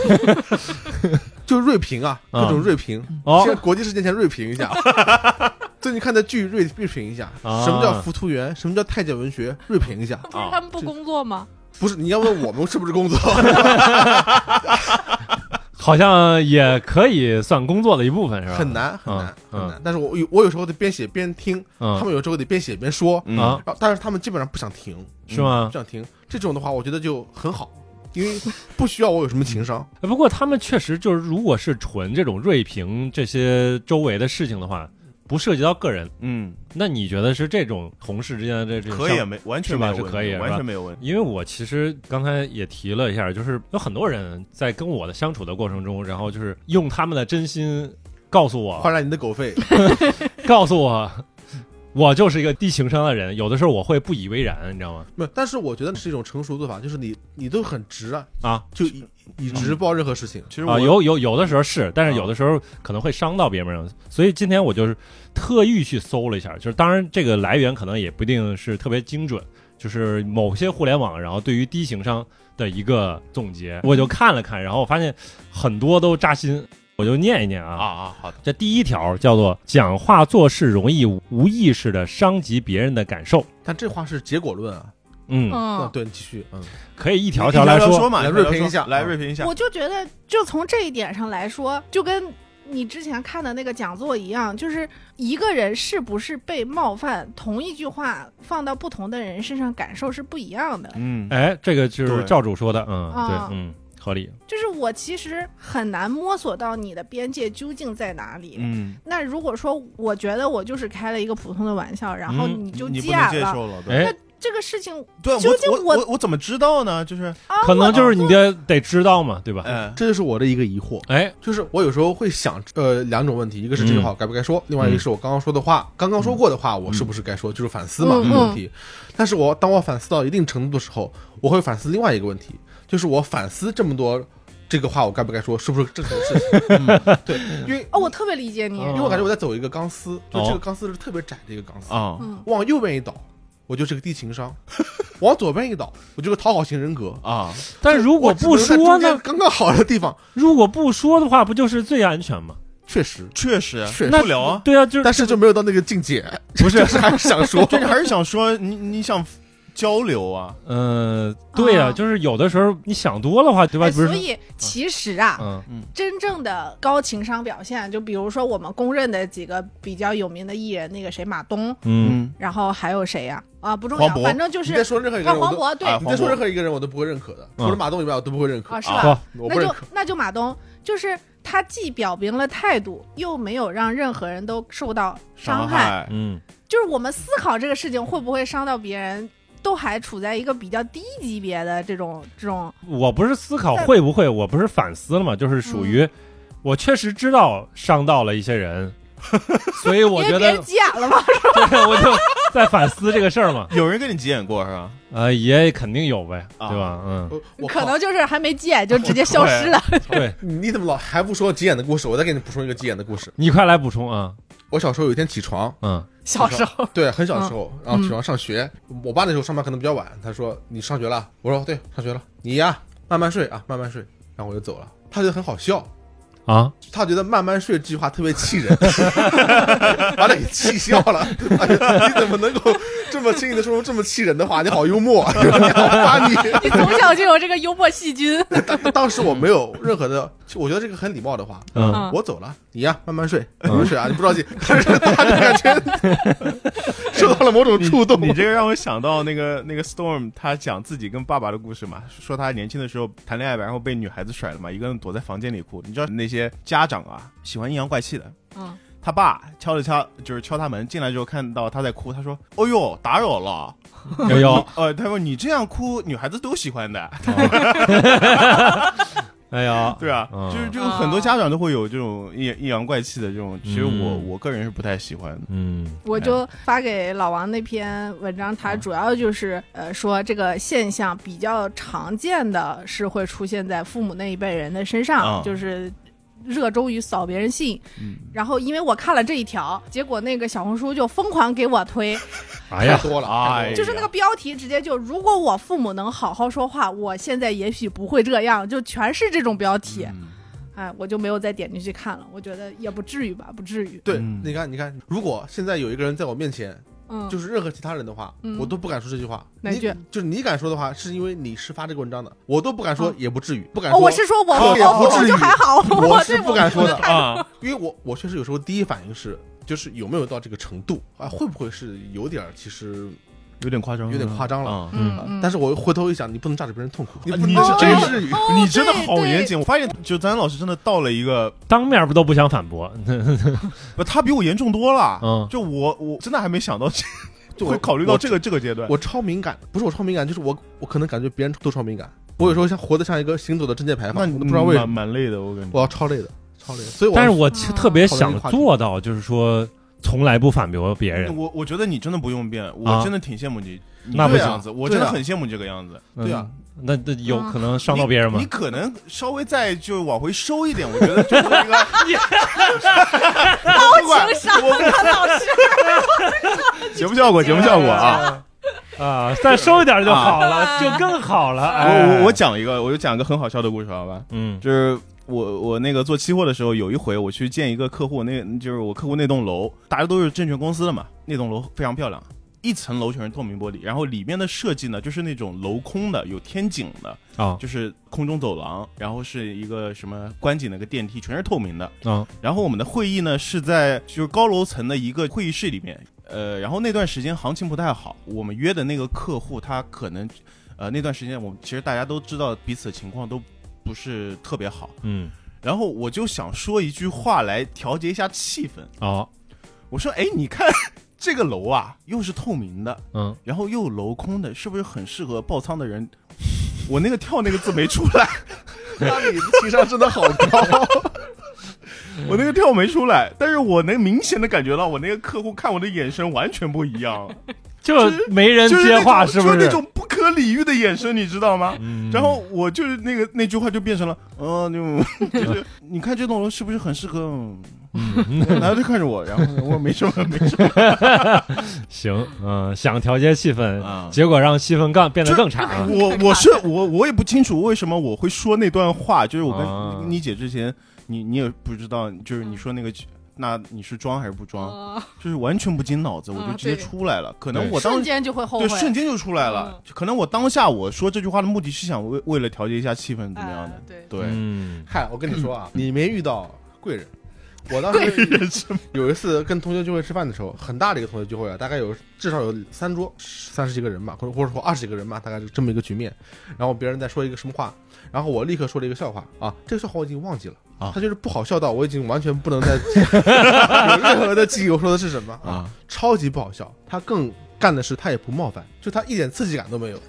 D: 就锐评啊，
A: 啊
D: 各种锐评，
A: 哦
D: 现在国际事件前锐评一下。 最近看的剧锐锐评一下，
A: 啊
D: 什么叫浮屠缘，什么叫太监文学，锐评一下。
C: 不是他们不工作吗？
D: 不是你要问我们是不是 工作，
A: 好像也可以算工作的一部分，是吧？
D: 很难很难
A: 啊嗯
D: 很难。但是我有我有时候得边写边听，
A: 嗯
D: 他们有时候得边写边说，
B: 嗯
A: 啊，
D: 然后但是他们基本上不想停，
A: 是吗
D: 不？想停。这种的话，我觉得就很好，因为不需要我有什么情商。
A: 哎不过他们确实就是，如果是纯这种锐评这些周围的事情的话，不涉及到个人，
B: 嗯，
A: 那你觉得是这种同事之间的这这种
B: 可以，啊
D: 啊
A: 像
B: 没完全没有
A: 是吧是
B: 问
A: 可以
B: 题，
A: 是吧
B: 完全没有问题。
A: 因为我其实刚才也提了一下，就是有很多人在跟我的相处的过程中，然后就是用他们的真心告诉我，
D: 换来你的狗肺，
A: 告诉我，我就是一个低情商的人。有的时候我会不以为然，你知道吗？
D: 不，但是我觉得是一种成熟做法，就是你你都很直啊，
A: 啊
D: 就以以直报任何事情。
B: 其实我
A: 啊，有有有的时候是，但是
B: 啊
A: 有的时候可能会伤到别人，所以今天我就是特意去搜了一下，就是当然这个来源可能也不一定是特别精准，就是某些互联网然后对于低情商的一个总结，我就看了看，然后我发现很多都扎心，我就念一念
B: 啊
A: 啊。
B: 啊，好的，
A: 这第一条叫做讲话做事容易无意识的伤及别人的感受，
D: 但这话是结果论啊，
A: 嗯，
D: 那
C: 嗯，
D: 对，你继续，嗯，
A: 可以一条
B: 一
A: 条
B: 条
A: 来
B: 说
A: 说，
B: 嘛，
D: 来
B: 一条条
D: 锐评一下
B: 说来
D: 嗯
B: 锐评一下。
C: 我就觉得，就从这一点上来说，就跟你之前看的那个讲座一样，就是一个人是不是被冒犯，同一句话放到不同的人身上，感受是不一样的。
B: 嗯，
A: 哎，这个就是
B: 对
A: 教主说的，嗯，
C: 啊
A: 对，嗯，合理，
C: 就是我其实很难摸索到你的边界究竟在哪里。
B: 嗯，
C: 那如果说我觉得我就是开了一个普通的玩笑，然后
A: 嗯
C: 你就
B: 你
C: 急
B: 不能
C: 眼
B: 接
C: 了，
B: 受了，对，
A: 哎，
C: 这个事情
B: 对啊
C: 究竟
B: 我
C: 我
B: 我我我怎么知道呢？ 就是，
C: 啊，
A: 可能
C: 我
A: 就是你得得知道嘛，对吧？
B: 哎，
D: 这就是我的一个疑惑。
A: 哎，
D: 就是我有时候会想，呃，两种问题，一个是这句
A: 嗯
D: 话该不该说，另外一个是我刚刚说的话，刚刚说过的话，我是不是该说，就是反思嘛
C: 嗯
D: 这个问题。但是我当我反思到一定程度的时候，我会反思另外一个问题，就是我反思这么多这个话我该不该说，是不是正确的事情？
B: 嗯
D: 对，因为
C: 哦，我特别理解你，
A: 嗯
D: 因为我感觉我在走一个钢丝，就
A: 哦
D: 这个钢丝是特别窄的一个钢丝，
B: 啊，
C: 嗯，
D: 往右边一倒，我就是个低情商； 往左边一倒，我就是个讨好型人格。
B: 啊，
A: 但如果
D: 我只
A: 不
D: 能在
A: 说
D: 中间
A: 呢？
D: 刚刚好的地方，
A: 如果不说的话，不就是最安全吗？
D: 确实，
B: 确实
D: 确实
B: 不聊 啊。
A: 对啊，就是
D: 但是就没有到那个境界，不是，还是想说，
B: 对，还是想说你你想交流啊，
A: 呃，对呀、
C: 啊
A: 就是有的时候你想多了话，对吧？
C: 哎，
A: 比如
C: 所
A: 说，
C: 以其实啊，
A: 嗯
C: 真正的高情商表现，就比如说我们公认的几个比较有名的艺人，那个谁马东，
A: 嗯，
C: 然后还有谁呀、啊？不重
B: 黄
C: 要，
B: 渤
C: 反正就
D: 你在
C: 是
D: 说任何一个
C: 啊，
D: 人，我
C: 黄
D: 都
C: 渤对
B: 哎
D: 你
B: 黄
D: 在
B: 渤
D: 说任何一个人，我都不会认可的，
A: 嗯
D: 除了马东以外，我都不会认可
C: 啊，，是
A: 好
C: 吧？
D: 我不
C: 那
D: 认
C: 就
D: 可。
C: 那就马东，就是他既表明了态度，又没有让任何人都受到伤
B: 伤
C: 害。
B: 害，
A: 嗯，
C: 就是我们思考这个事情会不会伤到别人，都还处在一个比较低级别的这种这种，
A: 我不是思考会不会，我不是反思了嘛，就是
C: 嗯
A: 属于、我确实知道伤到了一些 人，所以我
C: 因
A: 觉得
C: 为别人急眼了嘛。
A: 对，啊我就在反思这个事儿嘛。
B: 有人跟你急眼过是 吧？
A: 呃，也肯定有呗，
B: 啊
A: 对吧？嗯，
D: 我呃我
C: 可
D: 靠
C: 能就是还没急眼就直接消失了。
A: 对，
D: 你怎么老还不说急眼的故事？我再给你补充一个急眼的故事。
A: 你快来补充啊，
D: 我小时候有一天起床，
A: 嗯
C: 小时候，
D: 对，很
C: 嗯
D: 小的时候，然后起床上学。我爸那时候上班可能比较晚，他说你上学了，我说对，上学了。你呀，慢慢睡啊，慢慢睡。然后我就走了。他觉得很好笑，
A: 啊，
D: 他觉得慢慢睡这句话特别气人， 把他给气笑了。 他觉得你怎么能够这么轻易的说出这么气人的话？你好幽默，你好 把你。
C: 你从小就有这个幽默细菌。
D: 当当时我没有任何的，我觉得这个很礼貌的话。
A: 嗯
C: 嗯
D: 我走了，你呀、慢慢睡，你们睡啊，你不着急。 但是他就感觉 受到了某种触动。
B: 你这个让我想到那个那个 Storm，他讲自己跟爸爸的故事嘛，说他年轻的时候谈恋爱吧，然后被女孩子甩了嘛，一个人躲在房间里哭。你知道那些家长啊，喜欢阴阳怪气的。
C: 嗯，
B: 他爸敲了敲，就是敲他门，进来之后看到他在哭，他说：“哦呦，打扰了。
C: 嗯
A: 悠悠，”
B: 呃，他说：“你这样哭，女孩子都喜欢的，
D: 啊
A: 哎呀，
B: 对啊，
A: 嗯
B: 就是就是很多家长都会有这种
D: 嗯
B: 阴阴阳怪气的这种。其实我我个人是不太喜欢的。
A: 嗯
C: 我就发给老王那篇文章，它主要就是呃说这个现象比较常见的是会出现在父母那一辈人的身上，
A: 哦
B: 啊
C: 就是。热衷于扫别人兴，
B: 嗯
C: 然后因为我看了这一条，结果那个小红书就疯狂给我推，
A: 哎
D: 太
A: 呀，
D: 多了，
B: 哎
D: 太多了
B: 呀
C: 就是那个标题直接就“如果我父母能好好说话，我现在也许不会这样”，就全是这种标题，
A: 嗯
C: 哎，我就没有再点进去看了。我觉得也不至于吧，不至于。
D: 对，
B: 嗯
D: 你看，你看，如果现在有一个人在我面前，
C: 嗯，
D: 就是任何其他人的话，
C: 嗯
D: 我都不敢说这句话。
C: 哪
D: 你
C: 句？
D: 就是你敢说的话，是因为你是发这个文章的，我都不敢说
C: 嗯，
D: 也不至于，不敢
C: 哦，
D: 说。
C: 我是说我
D: 哦也
C: 我父
D: 不
C: 母
D: 至于
C: 就还好，
D: 我
C: 对
D: 是不敢说的，
B: 啊，
D: 因为我我确实有时候第一反应是，就是有没有到这个程度啊？会不会是有点儿其实
B: 有点夸张，
D: 有点夸张了？
B: 嗯
A: 嗯
C: 嗯嗯
D: 但是我回头一想，你不能榨取别人痛苦，你
B: 啊
D: 不
B: 你
D: 能
B: 是
D: 这
B: 真
D: 个
B: 是
D: 是语。
C: 哦
B: 你真的好
C: 对
B: 严
C: 对
B: 谨，我发现就咱老师真的到了一个，
A: 当面不都不想反驳，
B: 不，他比我严重多了。
A: 嗯
B: 就我我真的还没想到这
D: 就
B: 会
D: 我
B: 考虑到
D: 我
B: 这个这个阶段。
D: 我超敏感，不是我超敏感，就是我我可能感觉别人都超敏感，我有时候像活得像一个行走的证件牌坊，
B: 那
D: 我
B: 你嗯
D: 都不知道为什
B: 蛮
D: 么，
B: 蛮累的，我感觉。
D: 我要超累的，超累的。所以我
A: 但是
D: 是
A: 我其实特别想做到，就是说从来不反驳别人。
B: 我我觉得你真的不用变，
A: 啊
B: 我真的挺羡慕你，你
A: 那
B: 这
A: 不
B: 个
A: 行
B: 样子，我真的
D: 对啊
B: 很羡慕你这个样子。
A: 嗯
D: 对啊，
A: 那那有可能伤到别人吗
B: 你？？你 可能稍微再就往回收一点，我觉得就是一 个
C: 高情商的啊老师，
B: 节目效果，节目效果啊！
A: 啊，再收一点就好了，
C: 啊
A: 就更好了。
B: 我
A: 哎
B: 我我讲一个，我就讲一个很好笑的故事，好吧？
A: 嗯
B: 就是我我那个做期货的时候，有一回我去见一个客户，那就是我客户那栋楼，大家都是证券公司的嘛，那栋楼非常漂亮。一层楼全是透明玻璃，然后里面的设计呢，就是那种镂空的，有天井的，
A: 啊
B: 就是空中走廊，然后是一个什么观景的一个电梯，全是透明的。
A: 啊
B: 然后我们的会议呢是在就是高楼层的一个会议室里面，呃，然后那段时间行情不太好，我们约的那个客户他可能，呃，那段时间我们其实大家都知道彼此情况都不是特别好，
A: 嗯
B: 然后我就想说一句话来调节一下气氛，
A: 啊
B: 我说，哎，你看这个楼啊，又是透明的，
A: 嗯
B: 然后又镂空的，是不是很适合爆仓的人？ 我那个跳那个字没出来，
D: 那你情商真的好高。
B: 我那个跳没出来，但是我能明显的感觉到，我那个客户看我的眼神完全不一样，
A: 就没人
B: 就是
A: 接
B: 那
A: 话，
B: 种
A: 是不
B: 就是那？种不可理喻的眼神，你知道吗？
A: 嗯
B: 然后我就是那个那句话就变成了，呃，就就是你看这栋楼是不是很适合？嗯然后就看着我，然后我没什么，没 什么，
A: 行，嗯、想调节气氛，
B: 啊
A: 结果让气氛更变得
B: 这
A: 更差啊
B: 我我是我我也不清楚为什么我会说那段话，就是我
A: 啊
B: 跟妮姐之前，你你也不知道，就是你说那个，那你是装还是不装，
C: 嗯
B: 就是完全不经脑子，我就
C: 啊
B: 直接
C: 对
B: 出来了。可能
A: 对
B: 我当
C: 瞬间就会后悔，嗯
B: 对瞬间就出来了，可能我当下我说这句话的目的是想为为了调节一下气氛，怎么样的
C: 哎？对，
B: 对，
A: 嗯
D: 嗨，我跟你说啊，你没遇到贵人。我当时有一次跟同学聚会吃饭的时候，很大的一个同学聚会啊，大概有至少有三桌，三十几个人吧，或者或者说二十几个人吧，大概就这么一个局面。然后别人在说一个什么话，然后我立刻说了一个笑话啊，这个笑话我已经忘记了
B: 啊
D: 他就是不好笑到我已经完全不能再 有任何的记忆，我说的是什么啊
B: 啊，
D: 超级不好笑。他更干的是他也不冒犯，就他一点刺激感都没有。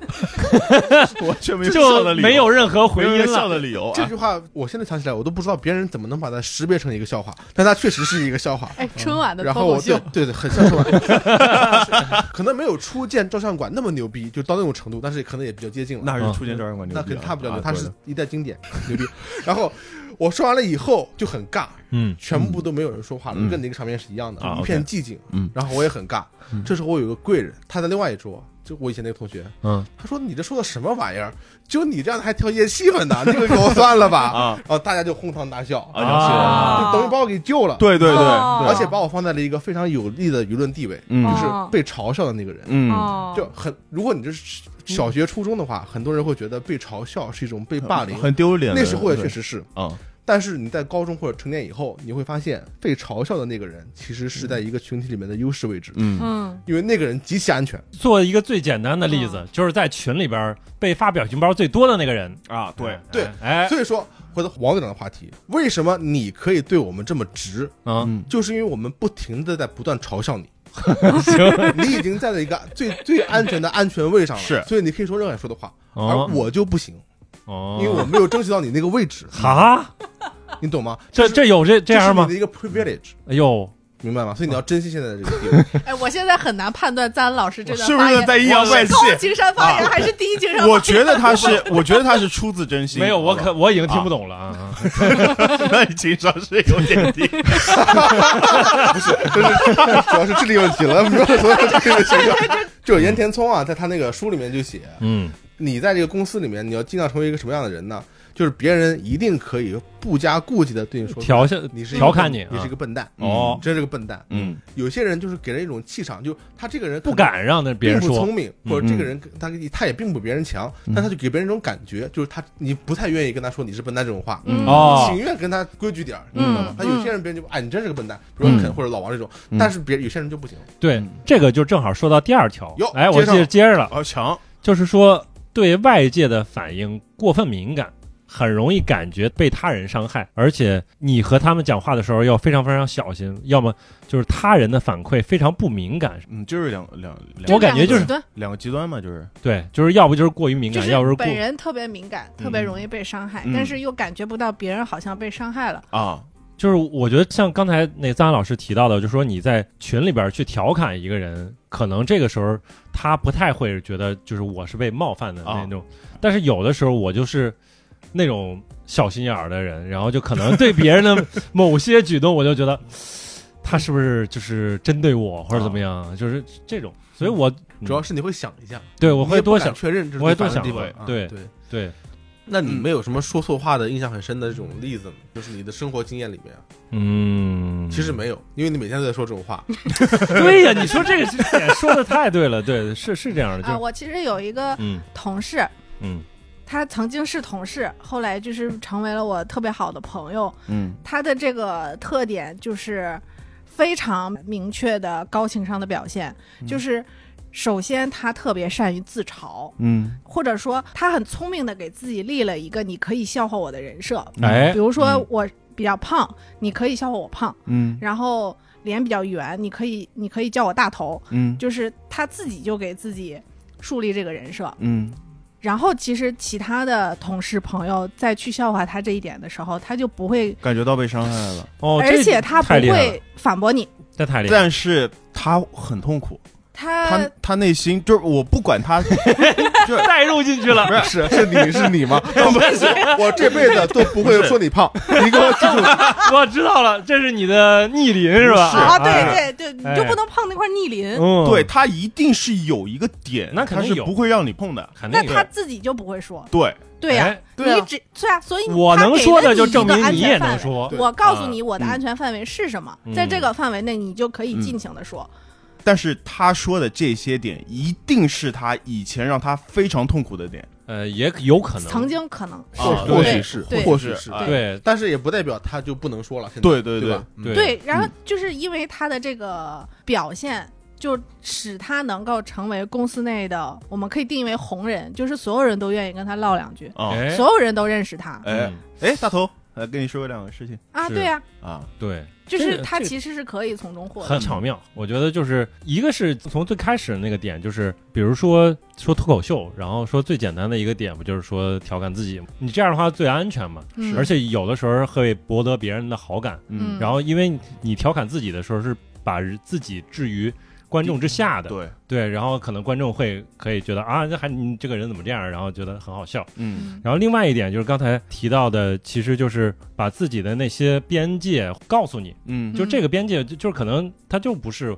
B: 完全没有笑
A: 就
B: 的理由
A: 没有任何回
B: 没有
A: 音
B: 笑
A: 了。
B: 的理由
D: 这
B: 啊。
D: 句话我现在想起来，我都不知道别人怎么能把它识别成一个笑话，但它确实是一个笑话。
C: 哎，春晚的
D: 然后
C: 脱口
D: 我对
C: 秀，
D: 对对，很像春晚， 可能没有初见照相馆那么牛逼，就到那种程度，但是可能也比较接近了。
B: 那还
A: 嗯
B: 是初见照相馆牛逼
D: 那
B: 啊，
D: 肯定他比较牛，
B: 啊
D: 他
B: 对
D: 是
B: 的
D: 一代经典，牛逼。然后我说完了以后就很尬，
A: 嗯
D: 全部都没有人说话了，
B: 嗯
D: 跟那个场面是一样的，
A: 啊
D: 一片寂静。
B: 嗯
D: 然后我也很尬。这时候我有个贵人，他在另外一桌，就我以前那个同学，
A: 嗯，
D: 他说：“你这说的什么玩意儿？就你这样的还调节气氛呢？这个给我算了吧。”
B: 啊
D: 然后哦大家就哄堂大笑，
B: 啊，了解了
C: 啊
D: 就等于把我给救了。
B: 对对对
C: 哦
B: 对
D: 而且把我放在了一个非常有利的舆论地位，
B: 嗯
D: 就是
C: 哦
D: 被嘲笑的那个人。
B: 嗯，
C: 哦，
D: 就很，如果你这是小学、初中的话，很多人会觉得被嘲笑是一种被霸凌。
B: 很丢脸的。
D: 那时候也确实是，
B: 对啊，
D: 但是你在高中或者成年以后，你会发现被嘲笑的那个人其实是在一个群体里面的优势位置，
B: 嗯
C: 嗯，
D: 因为那个人极其安全。
A: 做一个最简单的例子，就是在群里边儿被发表情包最多的那个人。
B: 啊，对，
D: 对
A: 哎，
D: 所以说，回到王队长的话题，为什么你可以对我们这么直？
A: 嗯，
D: 就是因为我们不停的在不断嘲笑你，
A: 行，
D: 你已经在了一个最最安全的安全位上了，
B: 是
D: 所以你可以说任何人说的话，而
A: 哦
D: 我就不行，
A: 哦，
D: 因为我没有争取到你那个位置，
A: 哈，
D: 你懂吗？
A: 这这有这这
D: 这是
A: 样吗
D: 你的？一个 privilege，
A: 哎呦，
D: 明白吗？所以你要珍惜现在的这个地位。
C: 哎，我现在很难判断赞恩老师这段
B: 是不
C: 发言
B: 是在阴阳怪气？
C: 高情商发言
B: 啊
C: 还是低情商发言？
B: 我觉得他是，我觉得他是出自真心。
A: 没有，我
B: 好
A: 可
B: 吧
A: 我已经听不懂了啊！
B: 那你情商是有 点低。
D: 主要是智力问题了，不是所有的这个情况。就是盐田聪啊，在他那个书里面就写，
A: 嗯
D: 你在这个公司里面，你要尽量成为一个什么样的人呢？就是别人一定可以不加顾忌的对你说，
A: 调笑
D: 你是一个
A: 调侃
D: 笨你是一个笨蛋，
B: 嗯
A: 哦
D: 你，真是个笨蛋。
B: 嗯，
D: 有些人就是给人一种气场，就他这个人可嗯
A: 不
D: 能
A: 敢让那别人
D: 并不
A: 说
D: 聪明，或者这个人他他也并不比别人强，但他就给别人一种感觉，就是他你不太愿意跟他说你是笨蛋这种话，
C: 嗯
A: 哦
D: 情，愿跟他规矩点儿，
C: 嗯
D: 你知道吗？他有些人别人就哎你真是个笨蛋，比如说
B: 嗯
D: 肯或者老王这种，
B: 嗯
D: 但是别有些人就不行，
A: 对
B: 嗯，
A: 这个就正好说到第二条
D: 哟。
A: 哎，我
D: 接上
A: 接
D: 了
A: 接着了，
B: 好强，
A: 就是说对外界的反应过分敏感，很容易感觉被他人伤害，而且你和他们讲话的时候要非常非常小心，要么就是他人的反馈非常不敏感，
B: 嗯，就是两两两
A: 我感觉就是
C: 两个极端
B: 两个极端嘛，就是
A: 对，就是要不就是过于敏
C: 就
A: 感，要不
C: 是
A: 过
C: 本人特别敏感，特别容易被伤害
B: 嗯，
C: 但是又感觉不到别人好像被伤害了。
B: 啊，
A: 就是我觉得像刚才那个张老师提到的，就说你在群里边去调侃一个人，可能这个时候他不太会觉得就是我是被冒犯的那种，但是有的时候我就是那种小心眼儿的人，然后就可能对别人 的某些举动，我就觉得他是不是就是针对我或者怎么样，就是这种，所以我
D: 主要是你会想一下，
A: 对我
D: 我
A: 会多想，
D: 确认，这是
A: 我会
D: 最烦
A: 多
D: 的地
A: 想
D: 方啊
A: 对
D: 对。
A: 对，
D: 那你
B: 嗯
D: 们有什么说错话的印象很深的这种例子吗？就是你的生活经验里面，啊
A: 嗯，
D: 其 实没有，因为你每天都在说这种话。
A: 对呀，你说这个点说的太对了，对，是是这样的，
C: 啊，
A: 就
C: 我其实有一个
A: 嗯
C: 同事，
A: 嗯
C: 他曾经是同事，后来就是成为了我特别好的朋友。
B: 嗯
C: 他的这个特点就是非常明确的高情商的表现，
B: 嗯
C: 就是首先他特别善于自嘲，
B: 嗯，
C: 或者说他很聪明的给自己立了一个你可以笑话我的人设，
A: 哎
C: 比，如说
B: 嗯
C: 我比较胖，你可以笑话我胖，
B: 嗯
C: 然后脸比较圆，你可以你可以叫我大头，
B: 嗯
C: 就是他自己就给自己树立这个人设。
B: 嗯
C: 然后其实其他的同事朋友再去笑话他这一点的时候，他就不会，
B: 感觉到被伤害了，
A: 哦，
C: 而
A: 这
C: 且他不
A: 太厉害了，
C: 会反驳你。
A: 这太厉害了，
B: 但是他很痛苦，
C: 他
B: 他他内心就是我不管他，就是
A: 带入进去了，
D: 不是，嗯是你是你吗？ 不是，我这辈子都 不会说你胖。你给我记住，
A: 我知道了，这是你的逆鳞是吧？
B: 是
C: 啊，
A: 哎，
C: 对对对，你就不能碰那块逆鳞。
A: 嗯，
B: 对，他一定是有一个点，
A: 那肯
B: 他
A: 定
B: 是
A: 有
B: 不会让你碰的，
A: 肯定
C: 那
A: 有
C: 他自己就不会说，
B: 对，
C: 对呀、
A: 哎
B: 对啊
C: 你只对啊，所以
A: 我
C: 他
A: 能
C: 给了
A: 说的就
C: 一
A: 证
C: 个
A: 明
C: 安
A: 你
C: 全
A: 也
C: 范
A: 能
C: 围。
A: 说，
D: 对
C: 我告诉
A: 啊
C: 你我的安全范围是什么，
A: 嗯
C: 在这个范围内你就可以尽情的说。
B: 但是他说的这些点，一定是他以前让他非常痛苦的点。
A: 呃，也有可能
C: 曾经可能是
B: 啊
D: 或
C: 对
D: 许是，
C: 对
D: 或许是，
B: 对
A: 对
D: 但是也不代表他就不能说了。现在
B: 对对
D: 对吧？嗯
A: 对嗯
C: 对，然后就是因为他的这个表现，就使他能够成为公司内的，我们可以定义为红人，就是所有人都愿意跟他唠两句，
B: 啊，
A: 哎
C: 所有人都认识他
B: 哎
A: 嗯
B: 哎，大头，来跟你说两个事情
C: 啊，
A: 是
C: 对啊，
B: 啊，
A: 对，
C: 就
A: 这
C: 是
A: 个
C: 他
A: 这个
C: 其实是可以从中获
A: 很
C: 得。
A: 巧妙。我觉得就是一个是从最开始的那个点，就是比如说说脱口秀，然后说最简单的一个点，不就是说调侃自己吗？你这样的话最安全嘛，
C: 嗯
A: 而且有的时候会博得别人的好感。
C: 嗯
A: 然后因为你调侃自己的时候是把自己置于观众之下的，
B: 对，
A: 对，然后可能观众会可以觉得啊，这还你这个人怎么这样，然后觉得很好笑。
B: 嗯
C: 嗯
A: 然后另外一点就是刚才提到的，其实就是把自己的那些边界告诉你，
B: 嗯
A: 就这个边界就就是可能它就不是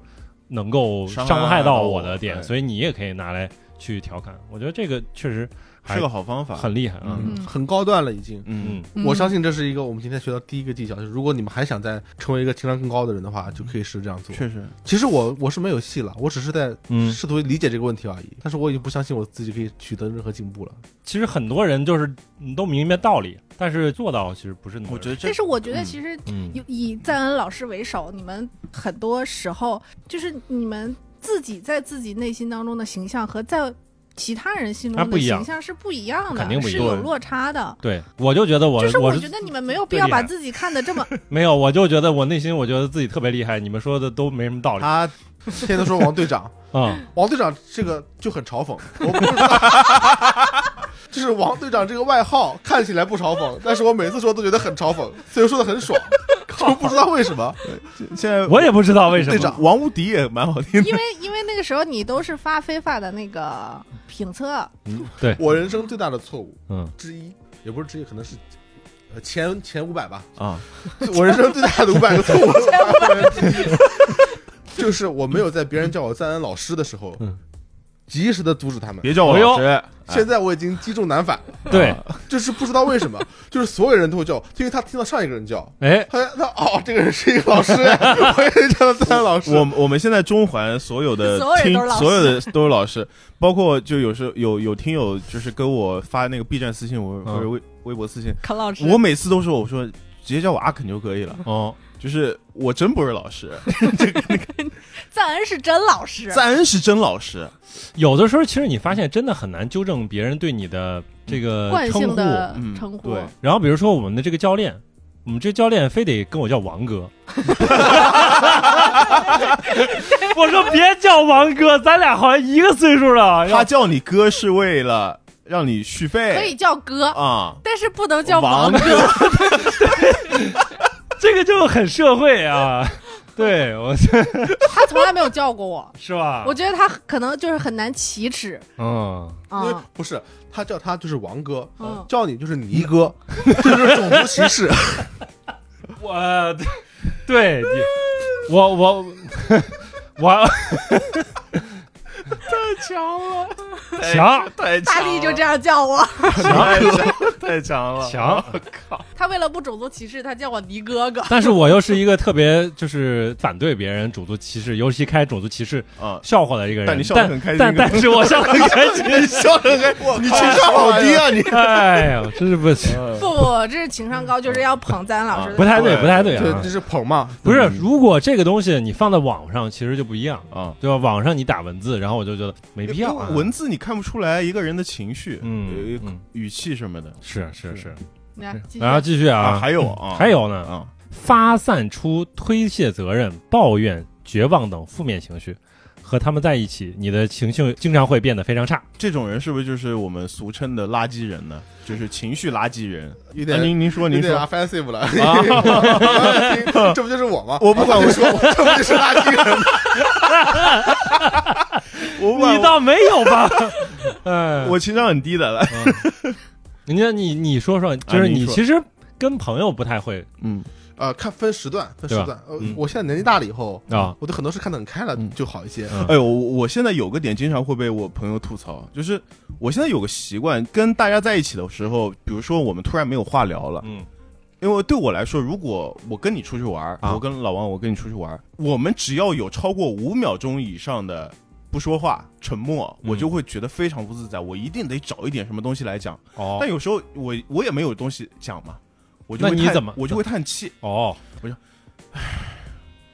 A: 能够
B: 伤害
A: 伤害到
B: 到
A: 我
B: 我
A: 的点，
B: 对
A: 所以你也可以拿来去调侃。我觉得这个确实还
B: 是个好方法。
A: 很厉害啊，
C: 嗯
D: 很高段了已经。
B: 嗯
A: 嗯，
C: 嗯
D: 我相信这是一个我们今天学到第一个技巧，就是如果你们还想再成为一个情商更高的人的话，就可以试着这样做。
B: 确实，
D: 其实我我是没有戏了，我只是在
A: 嗯
D: 试图理解这个问题而已。但是我已经不相信我自己可以取得任何进步了。
A: 其实很多人就是嗯都明白道理，但是做到其实不是那么。
B: 我觉得这
C: 但是我觉得
B: 嗯
C: 其实
A: 嗯
C: 以以赞恩老师为首，你们很多时候就是你们自己在自己内心当中的形象和在其他人心
A: 啊
C: 中
A: 不
C: 的
A: 一样
C: 形象是不一样的，
A: 肯定不一
C: 是
A: 样
C: 有落差的。
A: 对，我就觉得我
C: 就是
A: 我
C: 我
A: 是
C: 觉得你们没有必
A: 最
C: 要
A: 厉
C: 把
A: 害
C: 自己看得 这么
A: 没有，我就觉得我内心我觉得自己特别厉害，你们说的都没什么道理啊、
D: 他现在都说王队长，
A: 嗯
D: 王队长这个就很嘲讽， 我不知道。就是王队长这个外号看起来不嘲讽，但是我每次说都觉得很嘲讽，所以说的很爽，就不知道为什么。
B: 现在
A: 我也不知道为什
D: 队
A: 么。
D: 长
B: 王无敌也蛮好听的。
C: 因为因为那个时候你都是发非法的那个评测，
D: 我人生最大的错误
A: 嗯，
D: 之一，也不是之一，可能是呃前前五百 吧，
B: 啊，
D: 我人生最大的五百个错误 就是我没有在别人叫我赞恩老师的时候
A: 嗯，
D: 及时的阻止他们。
B: 别叫我老师，哎
D: 现在我已经积重难返，
A: 对，
D: 就是不知道为什么，就是所有人都会叫，因为他听到上一个人叫，
A: 哎，
D: 他他哦，这个人是一个老 师，我也叫他赞恩老师。
B: 我我们现在中环所有的
C: 所有人
B: 听
C: 都是老师
B: 所有的都是老师，包括就有时候有有听友就是跟我发那个 B 站私信，我
A: 嗯
B: 或者微微博私信，
C: 康老师
B: 我每次都说我说直接叫我阿肯就可以了，
A: 哦，
B: 就是我真不是老师，
C: 赞恩是啊真老师，
B: 赞恩是真老师，
A: 有的时候其实你发现真的很难纠正别人对你的这个
C: 惯
A: 称
C: 性
A: 呼。
C: 的
B: 嗯
C: 称呼，
B: 对
A: 然后比如说我们的这个教练，我们这教练非得跟我叫王 哥。我说别叫王哥，咱俩好像一个岁数了。
B: 他叫你哥是为了让你续
C: 可以
B: 费
C: 叫哥，
A: 哎
B: 啊，
C: 但是不能叫
B: 王
C: 哥。
A: 这个就很社会啊。对，我
C: 他从来没有叫
A: ，
C: 过我
A: 是吧？
C: 我觉得他可能就是很难启齿
A: 嗯，
C: 啊
D: 因为。不是他叫他就是王哥，
C: 嗯
D: 叫你就是尼哥，就是种族歧视。
A: 我 对啊你，我我我，
B: 强了，
A: 强
B: 太
C: 嗯 大力就这样叫我，
B: 太强，太强了，
A: 强，
C: 他为了不种族歧视，他叫我尼哥哥。
A: 啊但是我又是一个特别就是反对别人种族歧视，尤其开种族歧视
B: 啊！
A: 笑话的一个人。
B: 但你笑得很开心
A: 但但但是我笑得很 开心。
D: 笑得开， 你情商好低啊！你
A: 哎呀，真是不
C: 不不不，这是情商高，就是要捧咱老师的。
A: 不太对，
B: 对
A: 不太对
D: 对，
A: 啊
D: 这！是捧嘛？
A: 不是，如果这个东西你放在网上，其实就不一样，
B: 啊，
A: 对吧？网上你打文字，然后我就觉得没必要啊。
B: 文字你看不出来一个人的情绪，
A: 嗯
B: 呃，
A: 嗯，
B: 语气什么的
A: 是是是。
C: 来继续
A: 然后继续啊，
B: 还有啊，
A: 还有呢，
B: 啊，
A: 发散出推卸责任、抱怨、绝望等负面情绪，和他们在一起，你的情绪经常会变得非常差。
B: 这种人是不是就是我们俗称的垃圾人呢？就是情绪垃圾人。
D: 有
B: 啊
D: 点
B: 您您说
D: 有
B: 您
D: 点
B: 说，
D: offensive 了，这不就是我吗？啊我不管我说，这不就是垃圾人吗？
B: 我
A: 你倒没有 吧？哎，
B: 我情商很低的了，
A: 人家你你说说，就是
B: 您
A: 你
B: 说
A: 其实跟朋友不太会
B: 嗯，
D: 呃，看分时段，分时
A: 对吧
D: 段。呃
A: 嗯，
D: 我现在年纪大了以后，
A: 啊，
D: 我对很多事看得很开了，
B: 嗯
D: 就好一些。
A: 嗯
B: 哎呦，我我现在有个点经常会被我朋友吐槽，就是我现在有个习惯，跟大家在一起的时候，比如说我们突然没有话聊了，
A: 嗯
B: 因为对我来说，如果我跟你出去玩儿，
A: 啊
B: 我跟老王，我跟你出去玩儿，我们只要有超过五秒钟以上的不说话、沉默，
A: 嗯
B: 我就会觉得非常不自在，我一定得找一点什么东西来讲。
A: 哦
B: 但有时候我我也没有东西讲嘛，我就
A: 那
B: 会
A: 你
B: 叹
A: 怎么
B: 我就会叹气。
A: 哦，
B: 我就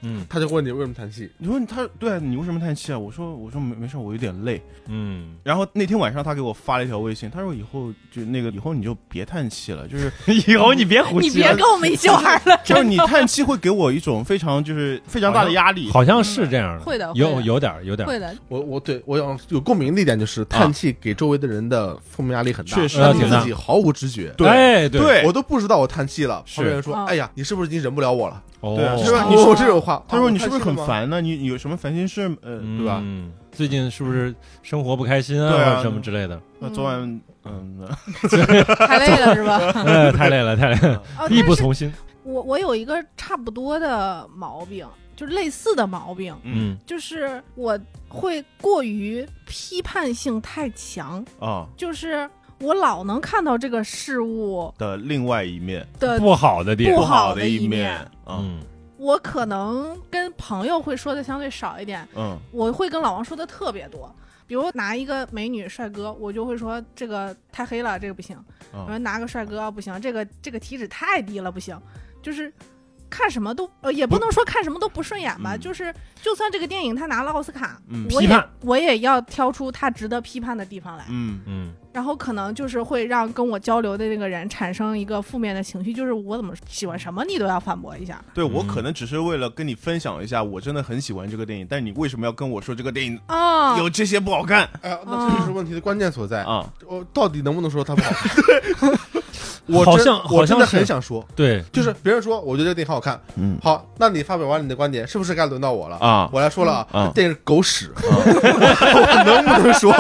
A: 嗯
D: 他就问你为什么叹气，
B: 你说他对啊，你为什么叹气啊？我说我说没没事，我有点累。
A: 嗯，
B: 然后那天晚上他给我发了一条微信，他说以后就那个以后你就别叹气 了，就是
A: 以后你别胡
C: 你
A: 气
C: 别
A: 啊，
C: 跟我们一起玩了，
B: 就是你叹气会给我一种非常就是非常大的压力。
A: 好像是这样的，
C: 会的
A: 有
C: 会的
A: 有点儿有点儿，
C: 会的，
D: 我我对我想有共鸣的一点就是叹气给周围的人的负面压力很大，
B: 确实
D: 让
A: 挺大
D: 自己毫无知觉。
B: 对
A: 哎对
B: 对
D: 我都不知道我叹气了，
A: 是
D: 旁边人说
C: 哦：“
D: 哎呀，你是不是已经忍不了我了
A: 哦
B: 对啊？”
D: 是
B: 是
D: 吧？
B: 吧
D: 你说这种话，
B: 他说
D: 啊
B: 你是不是很？
D: 我叹气了吗
B: 烦呢？你你有什么烦心事？呃，
A: 嗯
B: 对吧？？
A: 最近是不是生活不开心
B: 对
A: 啊，
B: 啊
A: 什么之类的？
B: 那昨晚嗯，
C: 太累了 是吧？
A: 哎，太累了，太累了，
C: 哦，
A: 力不
C: 但是
A: 从心。
C: 我我有一个差不多的毛病，就是类似的毛病，
A: 嗯
C: 就是我会过于批判性太强，
B: 啊
C: 就是我老能看到这个事物
B: 的另外一面，
A: 嗯
C: 的
A: 不好的点
C: 不，
B: 不
C: 好的
B: 的
C: 一
B: 面
C: 面
B: 啊，
A: 嗯
C: 我可能跟朋友会说的相对少一点，
B: 嗯
C: 我会跟老王说的特别多。比如拿一个美女帅哥，我就会说这个太黑了，这个不行；
B: 嗯
C: 然后拿个帅哥不行，这个这个体脂太低了不行。就是看什么都呃也不能说看什么都不顺眼吧，
B: 嗯
C: 就是就算这个电影他拿了奥斯卡，
B: 嗯
C: 我
A: 批
C: 也
A: 判
C: 我也要挑出他值得批判的地方来。
B: 嗯
A: 嗯，
C: 然后可能就是会让跟我交流的那个人产生一个负面的情绪，就是我怎么喜欢什么你都要反驳一下。
B: 对我
A: 嗯
B: 可能只是为了跟你分享一下，我真的很喜欢这个电影，但你为什么要跟我说这个电影
C: 啊，
B: 有这些不好看
D: 哎呀，那这就是问题的关键所在。
B: 啊？
D: 我到底能不能说他不好看？我
A: 好
D: 真
A: 像
D: 我
A: 好
D: 真
A: 像
D: 的
A: 是嗯
D: 很想说，
A: 对，
D: 就是别人说我觉得这个电影好看，
B: 嗯
D: 好，那你发表完你的观点，是不是该轮到我了？
B: 啊
D: 我来说了
B: 嗯
D: 啊， 这电影狗屎，我能不能说？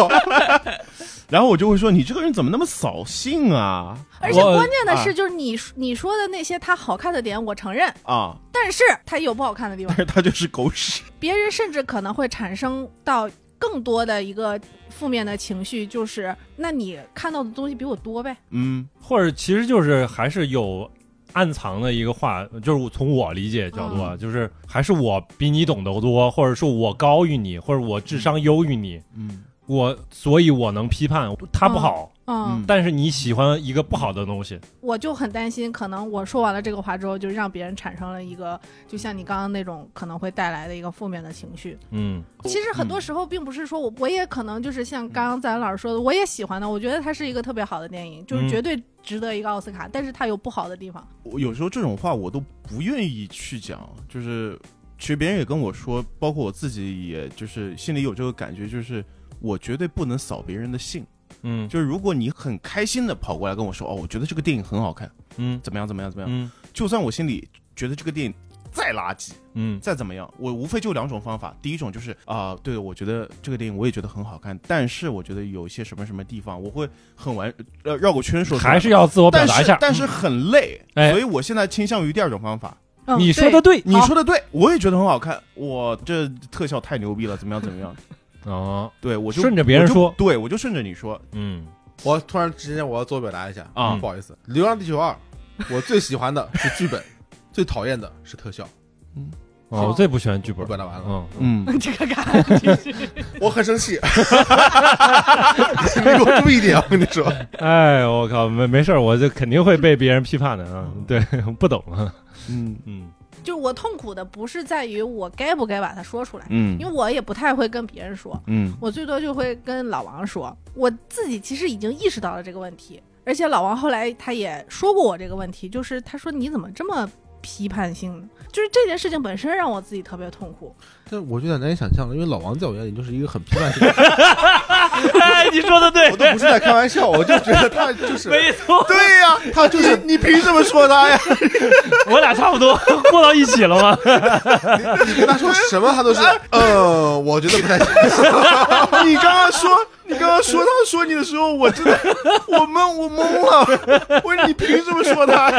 B: 然后我就会说你这个人怎么那么扫兴啊
C: 而且
A: 我
C: 关键的
B: 啊
C: 是，就是你说、你说的那些他好看的点，我承认，
B: 啊！
C: 但是他有不好看的地
B: 但
C: 方，
B: 是他就是狗屎，
C: 别人甚至可能会产生到更多的一个负面的情绪，就是那你看到的东西比我多呗。
B: 嗯
A: 或者其实就是还是有暗藏的一个话，就是从我理解角度啊，就是还是我比你懂得多，或者说我高于你，或者我智商优于你，
B: 嗯
A: 我所以我能批判他不好，
C: 嗯，
B: 嗯
A: 但是你喜欢一个不好的东西，
C: 我就很担心，可能我说完了这个话之后，就让别人产生了一个，就像你刚刚那种可能会带来的一个负面的情绪。
A: 嗯
C: 其实很多时候并不是说我，我也可能就是像刚刚咱老师说的，我也喜欢的，我觉得它是一个特别好的电影，就是
A: 嗯
C: 绝对值得一个奥斯卡，但是它有不好的地方。
B: 我有时候这种话我都不愿意去讲，就是其实别人也跟我说，包括我自己，也就是心里有这个感觉，就是我绝对不能扫别人的兴。
A: 嗯
B: 就是如果你很开心的跑过来跟我说，哦，我觉得这个电影很好看，
A: 嗯
B: 怎么样怎么样怎么样，
A: 嗯
B: 就算我心里觉得这个电影再垃圾，
A: 嗯
B: 再怎么样，我无非就两种方法。第一种就是啊、对我觉得这个电影我也觉得很好看，但是我觉得有一些什么什么地方，我会很完呃绕过圈说
A: 嗯，
B: 出来
A: 还是要自我表
B: 但
A: 达一
B: 是
A: 下。
B: 但是很累，
A: 哎
B: 所以我现在倾向于第二种方法。
C: 嗯，
A: 你说的对，
B: 你说的对，我也觉得很好看，我这特效太牛逼了，怎么样怎么样？
A: 哦，
B: 对我就
A: 顺着别人
B: 我就
A: 说
B: 对我就顺着你说
A: 嗯，
D: 我突然之间我要自我表达一下
A: 啊
D: 不好意思，《流浪地球二》，我最喜欢的是剧本，最讨厌的是特效。
A: 哦，我最不喜欢剧
D: 我
A: 本，
D: 表达完了，
A: 嗯，
B: 嗯，
C: 这个嘎，真是
D: 我很生气， 你给我注意点，我跟你说，
A: 哎，我靠，没没事儿，我就肯定会被别人批判的啊，对，不懂啊，
B: 嗯
A: 嗯
C: 就我痛苦的不是在于我该不该把它说出来，
B: 嗯
C: 因为我也不太会跟别人说，
B: 嗯
C: 我最多就会跟老王说，我自己其实已经意识到了这个问题，而且老王后来他也说过我这个问题，就是他说你怎么这么批判性呢？就是这件事情本身让我自己特别 痛苦。
D: 但我有点难以想象了，因为老王在我眼里就是一个很批判性的人，
A: 哎，你说的
D: 我
A: 对，
D: 都不是在开玩笑，我就觉得他就是，
A: 没 错，
D: 对呀、他就是你凭什么说他呀？
A: 我俩差不多过到一起了吗？
D: 你跟他说什么，他都是，呃，我觉得不太行。
B: 哎 你刚刚说，你刚刚说他说你的时候，我真的，我懵，我懵了。我说你凭什么说 他？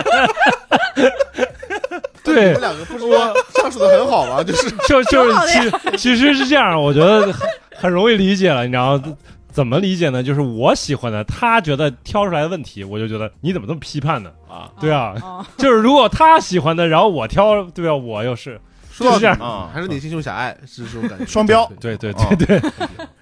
D: 你
A: 对
D: 们，两个不是说相处的很好吗？就是
A: 就就是
C: 挺好的
A: 其其实是这样，我觉得很很容易理解了，你知道吗怎么理解呢？就是我喜欢的，他觉得挑出来的问题，我就觉得你怎么这么批判呢？
B: 啊
A: 对啊，
C: 哦，
A: 就是如果他喜欢的，然后我挑，对吧？我又是，
D: 说到
A: 是这样
B: 啊
D: 底还是你心胸狭隘，是这种感觉。
B: 双标
A: 对对
B: 啊
A: 对对。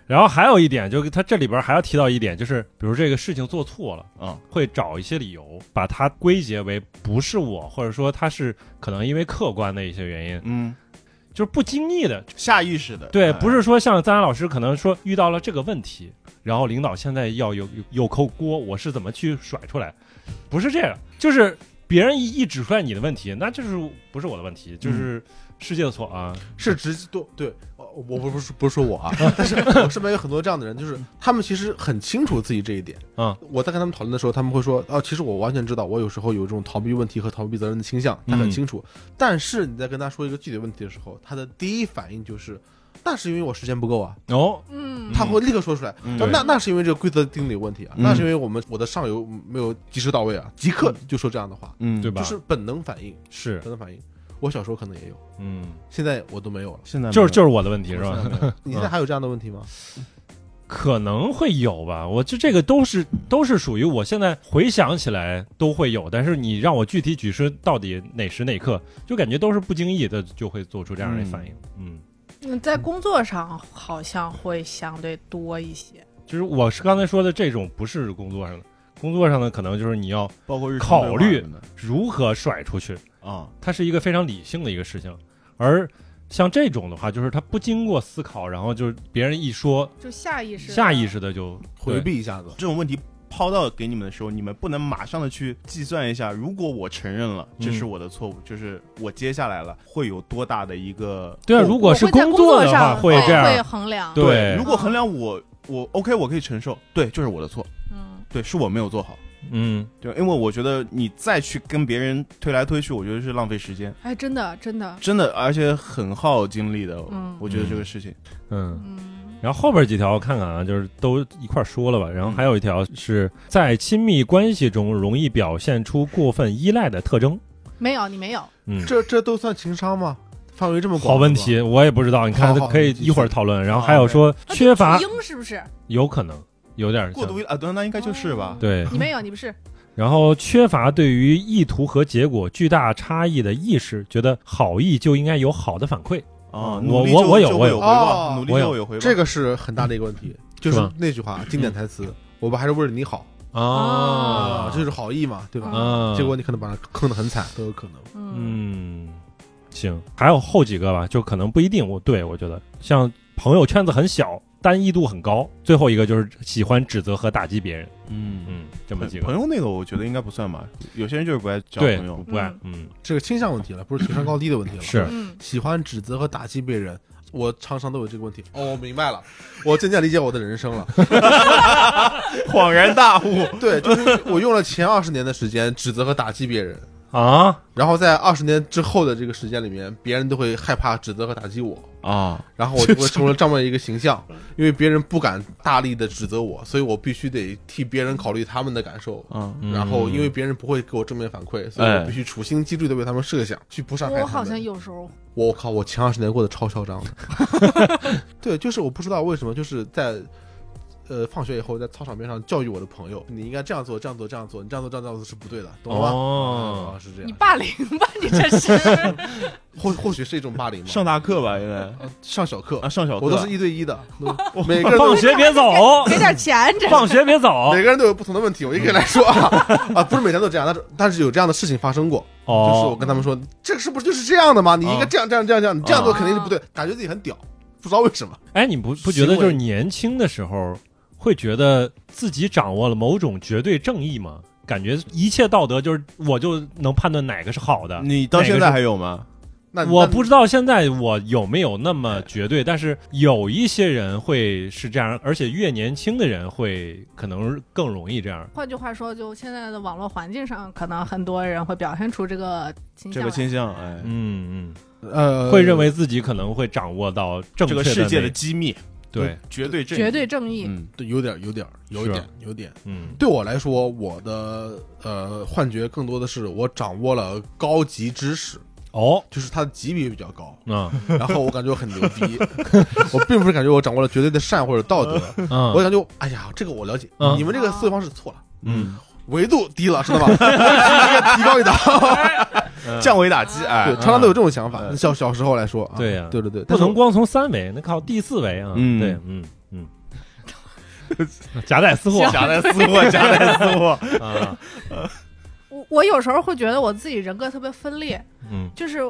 A: 然后还有一点，就是他这里边还要提到一点，就是比如这个事情做错了，
B: 啊
A: 会找一些理由把它归结为不是我，或者说他是可能因为客观的一些原因，
B: 嗯，
A: 就是不经意的，
B: 下意识的，
A: 对，
B: 哎
A: 不是说像张安老师可能说遇到了这个问题，然后领导现在要有有有扣锅，我是怎么去甩出来？不是这样，就是别人一一指出来你的问题，那就是不是我的问题，就是世界的错啊。
D: 是直接对对，呃我不不是不是说我啊，但是我身边有很多这样的人，就是他们其实很清楚自己这一点。
A: 嗯，
D: 我在跟他们讨论的时候，他们会说，哦，其实我完全知道，我有时候有这种逃避问题和逃避责任的倾向，他很
A: 嗯
D: 清楚。但是你在跟他说一个具体问题的时候，他的第一反应就是，那是因为我时间不够啊，
A: 哦，
C: 嗯，
D: 他会立刻说出来。
B: 嗯
D: 那
A: 对
D: 那那是因为这个规则定理有问题啊，
B: 嗯
D: 那是因为我们我的上游没有及时到位啊，即刻就说这样的话，
B: 嗯，
A: 对吧？
D: 就是本能反应，
A: 是
D: 本能反应。我小时候可能也有，
A: 嗯，
D: 现在我都没有了。
B: 现在
A: 就是就是
B: 是
A: 我的问题是吧？ 嗯
D: 你现在还有这样的问题吗？
A: 可能会有吧，我这这个都是都是属于我现在回想起来都会有，但是你让我具体举出到底哪时哪刻，就感觉都是不经意的就会做出这样的反应。嗯，
C: 嗯在工作上好像会相对多一些。
A: 就是我是刚才说的这种，不是工作上的，工作上的可能就是你要
B: 包括日常
A: 考虑
B: 对话什么
A: 如何甩出去，
B: 的啊，
A: 它是一个非常理性的一个事情，而。像这种的话，就是他不经过思考，然后就是别人一说，
C: 就下意识的，
A: 下意识的就
D: 回避一下子，
B: 这种问题。抛到给你们的时候，你们不能马上的去计算一下，如果我承认了这是我的错误，就是我接下来了会有多大的一个
A: 对啊
B: 后果
A: 如果是
C: 我会在
A: 工
C: 工
A: 作的话
C: 上哦
A: 会这样
C: 会衡量。
A: 对
B: 如果衡量我我 OK 我可以承受，对，就是我的错，
C: 嗯，
B: 对，是我没有做好，
A: 嗯，
B: 对，因为我觉得你再去跟别人推来推去，我觉得是浪费时间，
C: 哎，真的真的，
B: 真的，而且很耗精力的。
C: 嗯
B: 我觉得这个事情，
A: 嗯，
C: 嗯，
A: 然后后边几条看看啊，就是都一块儿说了吧。然后还有一条是在亲密关系中容易表现出过分依赖的特征。
C: 没有你没有，
A: 嗯，
D: 这这都算情商吗？范围这么广？
A: 好问。题，我也不知道。你看
D: 好好，
A: 可以
D: 继续
A: 一会儿讨论。然后还有说
C: 啊
A: 缺乏
C: 这，英是不是？
A: 有可能有点
B: 过
A: 像
B: 度依赖啊，对，那应该就是吧。
A: 对。
C: 你没有，你不是。
A: 然后缺乏对于意图和结果巨大差异的意识，觉得好意就应该有好的反馈。
B: 啊，
A: 我
B: 努力
A: 我
B: 就
A: 我有
B: 就
A: 我
B: 会
A: 有
B: 有回报，
D: 哦
B: 努力
A: 我
B: 就
A: 有
B: 会有回报。
D: 这个是很大的一个问题，就
A: 嗯
D: 是
A: 吧嗯
D: 那句话经典台词：“我们还是为了你好
C: 啊
D: 啊，这就是好意嘛，对吧？”
A: 啊，
D: 结果你可能把他坑得很惨，都有可能。
C: 嗯
A: 嗯，行，还有后几个吧，就可能不一定。我对我觉得，像朋友圈子很小，单一度很高。最后一个就是喜欢指责和打击别人。
B: 嗯
A: 嗯，这么几
B: 朋
A: 个。
B: 友那个我觉得应该不算吧，有些人就是不爱交
A: 对
B: 朋友，。
A: 不爱。嗯，
D: 这个倾向问题了，不是情商高低的问题了。
A: 是
C: 嗯，
D: 喜欢指责和打击别人，我常常都有这个问题。哦，我明白了，我渐渐理解我的人生 了。
B: 恍然大悟，
D: 对，就是我用了前二十年的时间指责和打击别人，
A: 啊，
D: 然后在二十年之后的这个时间里面，别人都会害怕指责和打击我。
B: 啊，
D: 然后我就会成为这么一个形象，因为别人不敢大力的指责我，所以我必须得替别人考虑他们的感受。
B: 啊，
A: 嗯哎
D: 然后，因为别人不会给我正面反馈，所以我必须处心积虑的为他们设想，去不伤害他
C: 我
D: 们。
C: 好像有时候
D: 我靠，我前二十年过得超嚣张的。 对，就是我不知道为什么，就是在呃放学以后，在操场边上教育我的朋友，你应该这样做，这样做，这样做，你这样做，这样做这样做是不对的，懂了吗？
A: 哦
D: 啊，是这
C: 你
D: 样，
C: 霸凌吧，你这 是
D: 或或许是一种霸凌吧。呃
B: 上大课吧，应该
D: 上小课
B: 啊，，上小课，
D: 我都是一对一 的，每个人
A: 放
D: 都
A: 学别走，
C: 给点钱这。
A: 放学别 走
D: 每。个人都有不同的问题，我一个人来说啊 啊，不是每天都这样，但是但是有这样的事情发生过，就是我
A: 嗯哦，
D: 跟他们说，这个是不是就是这样的吗？你应该这样这样这样这样，你这样做肯定是不对，
A: 哦
D: 感觉自己很屌，不知道为什么。
A: 哎，你不不觉得就是年轻的时候会觉得自己掌握了某种绝对正义吗？感觉一切道德就是我就能判断哪个是好的。
B: 你到现在还有吗？
D: 那
A: 我
D: 那
A: 不知道现在我有没有那么绝对，但是有一些人会是这样，而且越年轻的人会可能更容易这样。
C: 换句话说，就现在的网络环境上，可能很多人会表现出这个倾
B: 这
C: 向
B: 个
C: 来。
B: 倾向，哎，
A: 嗯
D: 呃
A: 嗯，会认为自己可能会掌握到正
B: 这
A: 确
B: 个世界
A: 那
B: 的机密，
A: 对，
B: 绝对正义，
C: 绝对正义，
B: 嗯，
D: 对有点有点有一
A: 是
D: 点有一点。
A: 嗯
D: 对我来说，我的呃幻觉更多的是我掌握了高级知识，
A: 哦，
D: 就是它的级别比较高，
A: 嗯
D: 然后我感觉我很牛逼，我并不是感觉我掌握了绝对的善或者道德，
A: 嗯，
D: 我感觉哎呀，这个我了解，
A: 嗯
D: 你们这个思维方式错了。
A: 嗯，
D: 维度低了， 知道吧？应该提高一档。
B: 降维打击，哎
D: 对，，常常都有这种想法。
B: 嗯
D: 小小时候来说，啊
A: 对呀
D: 对对对，
A: 不
D: 但是
A: 能光从三维，那靠第四维啊。
B: 嗯
A: 对，嗯嗯，夹带私货
B: 夹带私货，夹带私货，
A: 啊，
C: 我我有时候会觉得我自己人格特别分裂，
A: 嗯，
C: 就是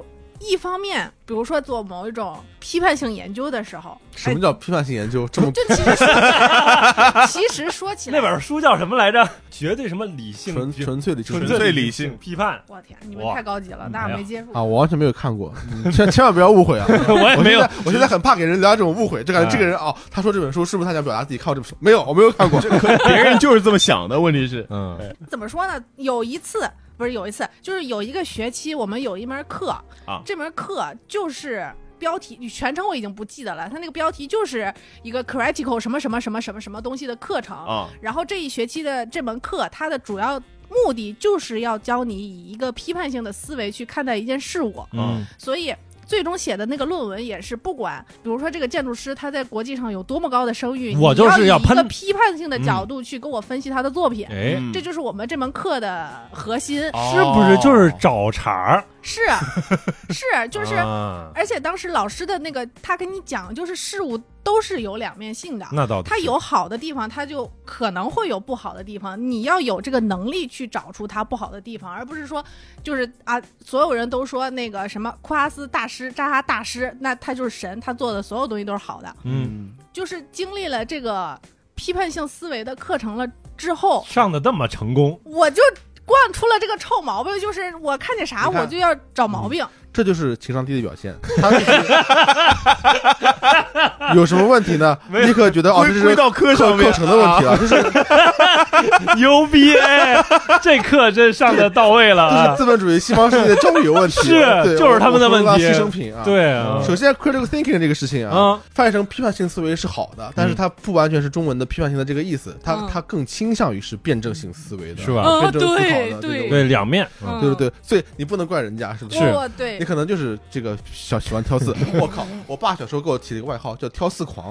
C: 一方面，比如说做某一种批判性研究的时候，
D: 什么
C: 哎
D: 叫批判性研 究？这么
C: 就其实说起来， 其实说起来，，
A: 那本书叫什么来着？绝对什么理性
D: 纯纯粹的
A: 纯
B: 粹理
A: 理
B: 性
A: 批判
C: 我天，你们
A: 哇
C: 太高级了，那
A: 哎呀
C: 我没接触
D: 啊，。我完全没有看过，嗯千千万不要误会 啊！
A: 我也
D: 我
A: 没
D: 现
A: 有
D: 在，我现在很怕给人聊这种误会，就感觉
A: 哎
D: 这个人哦，他说这本书是不是他想表达自己看过这本书？没有，我没有 看过。
B: 别人就是这么想的。问题是，
A: 嗯
C: 怎么说呢？有一次不是有一次，就是有一个学期，我们有一门课
B: 啊
C: 这门课就是。标题全程我已经不记得了，它那个标题就是一个 critical 什么什么什么什么什么东西的课程，
B: 啊，
C: 然后这一学期的这门课，它的主要目的就是要教你以一个批判性的思维去看待一件事物，
A: 嗯
C: 所以。最终写的那个论文也是不管，比如说这个建筑师他在国际上有多么高的声誉，
A: 我
C: 你
A: 就是要
C: 要以一个
A: 喷
C: 批判性的角度去跟我分析他的作品，
A: 哎，
B: 嗯
C: 这就是我们这门课的核心。
A: 是不是就是找茬儿？
C: 是 是，就是，
A: 啊
C: 而且当时老师的那个他跟你讲，就是事物都是有两面性的，
A: 那倒
C: 它有好的地方，它就可能会有不好的地方。你要有这个能力去找出它不好的地方，而不是说就是啊，所有人都说那个什么库哈斯大师、扎哈大师，那他就是神，他做的所有东西都是好的。
A: 嗯，
C: 就是经历了这个批判性思维的课程了之后，
A: 上的那么成功，
C: 我就惯出了这个臭毛病，就是我看见啥
D: 你看
C: 我就要找毛病。
D: 这就是情商低的表现。他就是 有什么问题呢？立刻觉得哦，这
B: 归归
D: 是
B: 到科
D: 课
B: 上面
D: 课程的问
A: 啊
D: 题了，这是
A: 牛逼！哎，这课真上的到位了
D: 这是
A: 啊！
D: 资本主义西方世界的教育有问题，
A: 是
D: 对
A: 就是他们的
D: 我我说
A: 问题
D: 到牺牲品啊。，
A: 对啊，
D: 首先 critical thinking 这个事情啊，
A: 啊，
D: 翻译成批判性思维是好的，
A: 嗯
D: 但是它不完全是中文的批判性的这个意思，它
C: 嗯
D: 它更倾向于是辩证性思维的，
A: 是吧
C: 嗯
D: 辩证思考的
C: 对
D: 这种
C: 对
A: 对两面，嗯
D: 对对对，所以你不能怪人家，是不
A: 是
C: 我嗯对
D: 你可能就是这个小喜欢挑 刺。我靠，我爸小时候给我起了一个外号叫“挑刺狂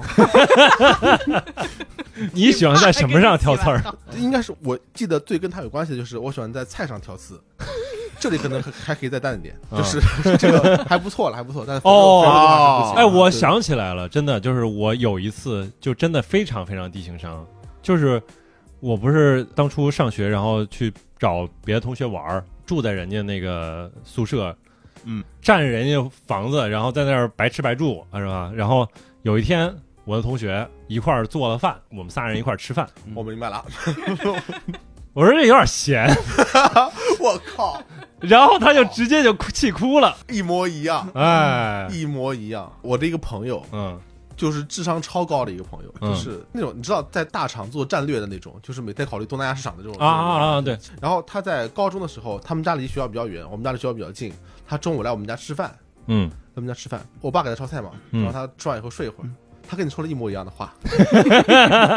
A: 你喜欢在什么上挑刺儿？”，
D: 应该是我记得最跟他有关系的就是我喜欢在菜上挑刺。这里可能还还可以再淡一点，
A: 啊
D: 就是、这个还不错了，还不错，但是
A: 哦
D: 哦
A: 哎，我想起来了，真的就是我有一次就真的非常非常低情商，就是我不是当初上学，然后去找别的同学玩儿，住在人家那个宿舍，
B: 嗯，
A: 占人家房子，然后在那儿白吃白住，是吧？然后有一天我的同学一块儿做了饭，我们仨人一块儿吃饭，
D: 我明白了，
A: 我说这有点咸，
D: 我靠，
A: 然后他就直接就哭气哭了，
D: 一模一样，
A: 哎，
D: 一模一样。我的一个朋友，
A: 嗯
D: 就是智商超高的一个朋友，
A: 嗯
D: 就是那种你知道在大厂做战略的那种，就是每天考虑东南亚市场的这种
A: 啊啊啊，对，
D: 然后他在高中的时候，他们家离学校比较远，我们家离学校比较近。他中午来我们家吃饭，
A: 嗯，
D: 咱们家吃饭，我爸给他烧菜嘛，
A: 嗯
D: 然后他吃完以后睡一会儿，
B: 嗯
D: 他跟你说了一模一样 的话，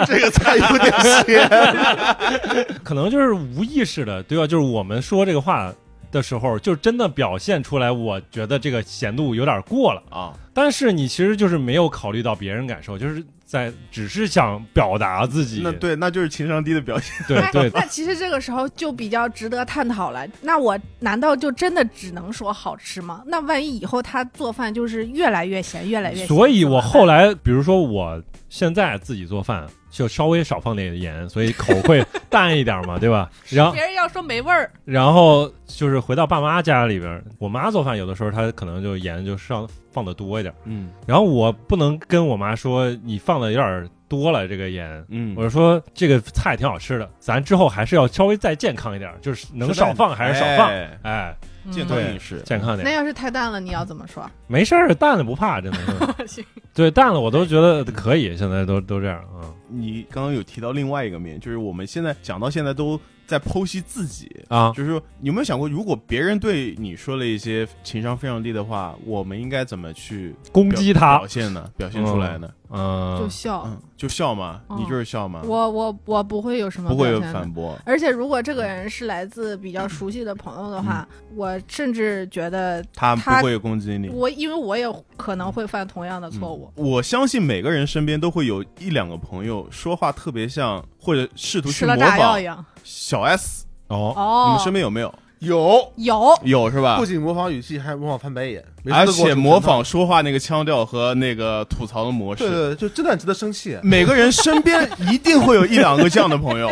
D: 这个菜有点咸。
A: 可能就是无意识的，对吧？就是我们说这个话的时候，就真的表现出来，我觉得这个咸度有点过了。
B: 啊，
A: 但是你其实就是没有考虑到别人感受，就是在只是想表达自己。
B: 那对，那就是情商低的表现。
A: 对对
C: 那其实这个时候就比较值得探讨了。那我难道就真的只能说好吃吗？那万一以后他做饭就是越来越咸，越来越咸，
A: 所以我后
C: 来
A: 来，比如说我现在自己做饭，就稍微少放点盐，所以口会淡一点嘛，对吧？然后
C: 别人要说没味儿，
A: 然后就是回到爸妈家里边儿，我妈做饭有的时候她可能就盐就上放的多一点儿，
B: 嗯
A: 然后我不能跟我妈说你放的有点儿多了这个盐。
B: 嗯
A: 我就说这个菜挺好吃的，咱之后还是要稍微再健康一点儿，就是能少放还是少放，哎，
B: 哎
C: 嗯
B: 健康
A: 对
B: 饮食。
A: 健康
C: 那
A: 点，
C: 要是太淡了，你要怎么说？
A: 没事儿，淡了不怕，真的是。
C: 行
A: 对，淡了我都觉得可以，现在都都这样啊
B: 你刚刚有提到另外一个面，就是我们现在讲到现在都在剖析自己，
A: 啊，
B: 就是说你有没有想过，如果别人对你说了一些情商非常低的话，我们应该怎么去
A: 攻
B: 表
A: 击他
B: 表，现呢？表现出来呢？
C: 就
A: 嗯，
C: 笑。
B: 嗯，就笑嘛，
C: 嗯
B: 你就是笑嘛，
C: 我我我不会有什么
B: 不会有
C: 表现的
B: 反驳。
C: 而且如果这个人是来自比较熟悉的朋友的话，我甚至觉得
B: 他
C: 他
B: 不会攻击你。
C: 我，因为我也可能会犯同样的错误。
B: 我相信每个人身边都会有一两个朋友，说话特别像，或者试
A: 嗯
B: 图去
C: 吃
B: 模
C: 了炸药
B: 仿
C: 一样
B: 小 S。
A: 哦，
B: 你
C: 哦
B: 们，身边有没有？
D: 有，
C: 有
B: 有是吧
D: 不？仅模仿语气，还模仿翻白眼，每次
B: 而
D: 都给我
B: 且
D: 吐
B: 模
D: 槽他。
B: 仿说话那个腔调和那个吐槽的模
D: 对
B: 式。
D: 对，对就真的很值得生气。
B: 每个人身边一定会有一两个这样的朋 友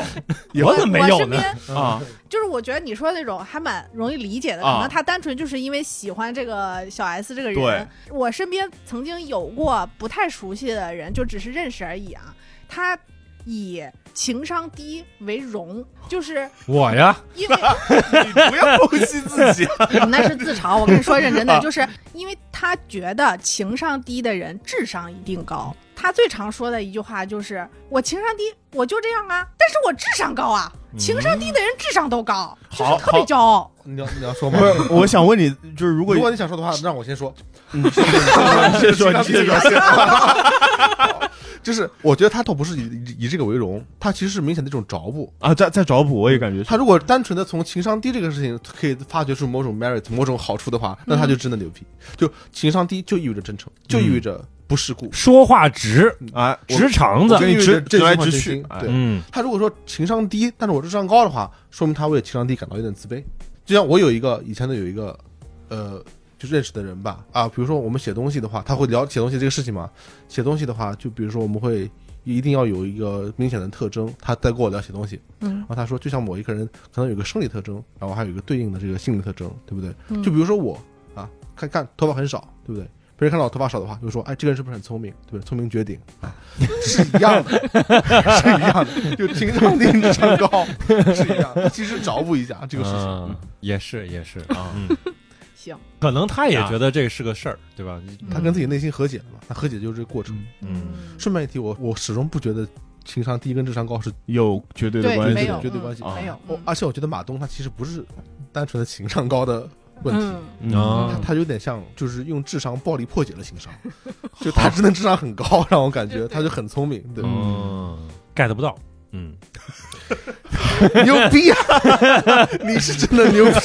A: 我怎么没
C: 我
A: 有
C: 身
A: 呢？
C: 边
B: 啊，
C: 就是我觉得你说那种还蛮容易理解的，
B: 啊
C: 可能他单纯就是因为喜欢这个小 S 这个
B: 对
C: 人。我身边曾经有过不太熟悉的人，就只是认识而已啊。他以情商低为荣，就是
A: 我呀，
C: 因为
B: 你不要剖析自己。
C: 我那是自嘲。我跟你说认真
D: 啊
C: 的，就是因为他觉得情商低的人智商一定高。他最常说的一句话就是：“我情商低，我就这样啊，但是我智商高啊。
D: 嗯
C: 情商低的人智商都高，就是
B: 好
C: 特别
B: 好
C: 骄傲。
D: 你要你要说 吗
B: 不？是，我想问你，就是如
D: 如
B: 果
D: 果你想说的话，让我先说。
B: 你先说，你先说，
D: 就是我觉得他倒不是以以以这个为荣，他其实是明显的一种着步。
B: 啊，在在找补，我也感觉是
D: 他如果单纯的从情商低这个事情可以发掘出某种 merit、某种好处的话，那他就真的牛逼。就情商低就意味着真诚，就意味
B: 嗯
D: 着不世故，
A: 说话直，
B: 啊，我
A: 直肠子
B: 我，跟你
D: 就意味
B: 直直
D: 着
B: 来
D: 这句话
B: 直
D: 真
B: 去
D: 心，
B: 哎
D: 对，
A: 嗯
D: 他如果说情商低，但是我智商高的话，说明他为情商低感到有点自卑。就像我有一个以前的有一个，呃，就认识的人吧，啊，比如说我们写东西的话，他会聊写东西这个事情嘛。写东西的话，就比如说我们会一定要有一个明显的特征。他在跟我聊写东西，
C: 嗯
D: 然，后他说，就像某一个人可能有个生理特征，然后还有一个对应的这个心理特征，对不对？
C: 嗯
D: 就比如说我啊，看看头发很少，对不对？别人看到我头发少的话，就说：“哎，这个人是不是很聪明？对不对？聪明绝顶啊，是一样的，是一样的，就情商低，智商高，是一样的。其实找补一下这个事情，
A: 嗯也是也是，嗯
B: 啊，
C: 行，
A: 可能他也
B: 呀
A: 觉得这是个事儿，对吧？
D: 他跟自己内心和解了嘛？那和解就是这个过程。
A: 嗯，
D: 顺便一提，我我始终不觉得情商低跟智商高是
B: 有绝对的
C: 对
B: 关系，
C: 没有
D: 绝对关系啊哦
C: 嗯没有，
D: 我
C: 嗯，
D: 而且我觉得马东他其实不是单纯的情商高的问题，
C: 嗯
B: 嗯
A: 啊
D: 他他有点像就是用智商暴力破解了情商，就他真的智商很高，让我感觉他就很聪明，对吧？
A: 嗯，get 不到，嗯，
D: 牛逼啊！ 你是真的牛逼，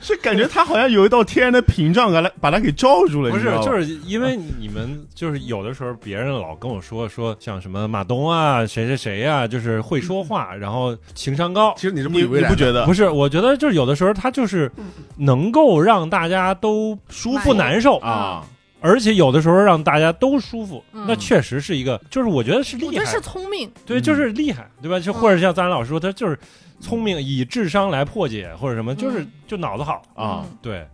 B: 是感觉他好像有一道天然的屏障，把他把他给罩住了，
A: 不
B: 你
A: 是
B: 知道，吧
A: 就是因为你们就是有的时候别人老跟我说说像什么马东啊，谁谁谁啊，就是会说话，然后情商高
D: 其，实你是不
B: 你
D: 以为
B: 你
D: 然
B: 不。觉得
A: 不是，我觉得就是有的时候他就是能够让大家都
B: 舒
A: 不难受，
B: 啊？
A: 而且有的时候让大家都舒服，
C: 嗯
A: 那确实是一个，就是我觉得是
C: 我
A: 厉
C: 觉
A: 害
C: 得，是聪明，
A: 对，
B: 嗯
A: 就是厉害，对吧？就
C: 嗯
A: 或者像张兰老师说，他就是聪明，以智商来破解或者什么，就是
C: 嗯
A: 就脑子好，
B: 啊
C: 嗯
A: 对。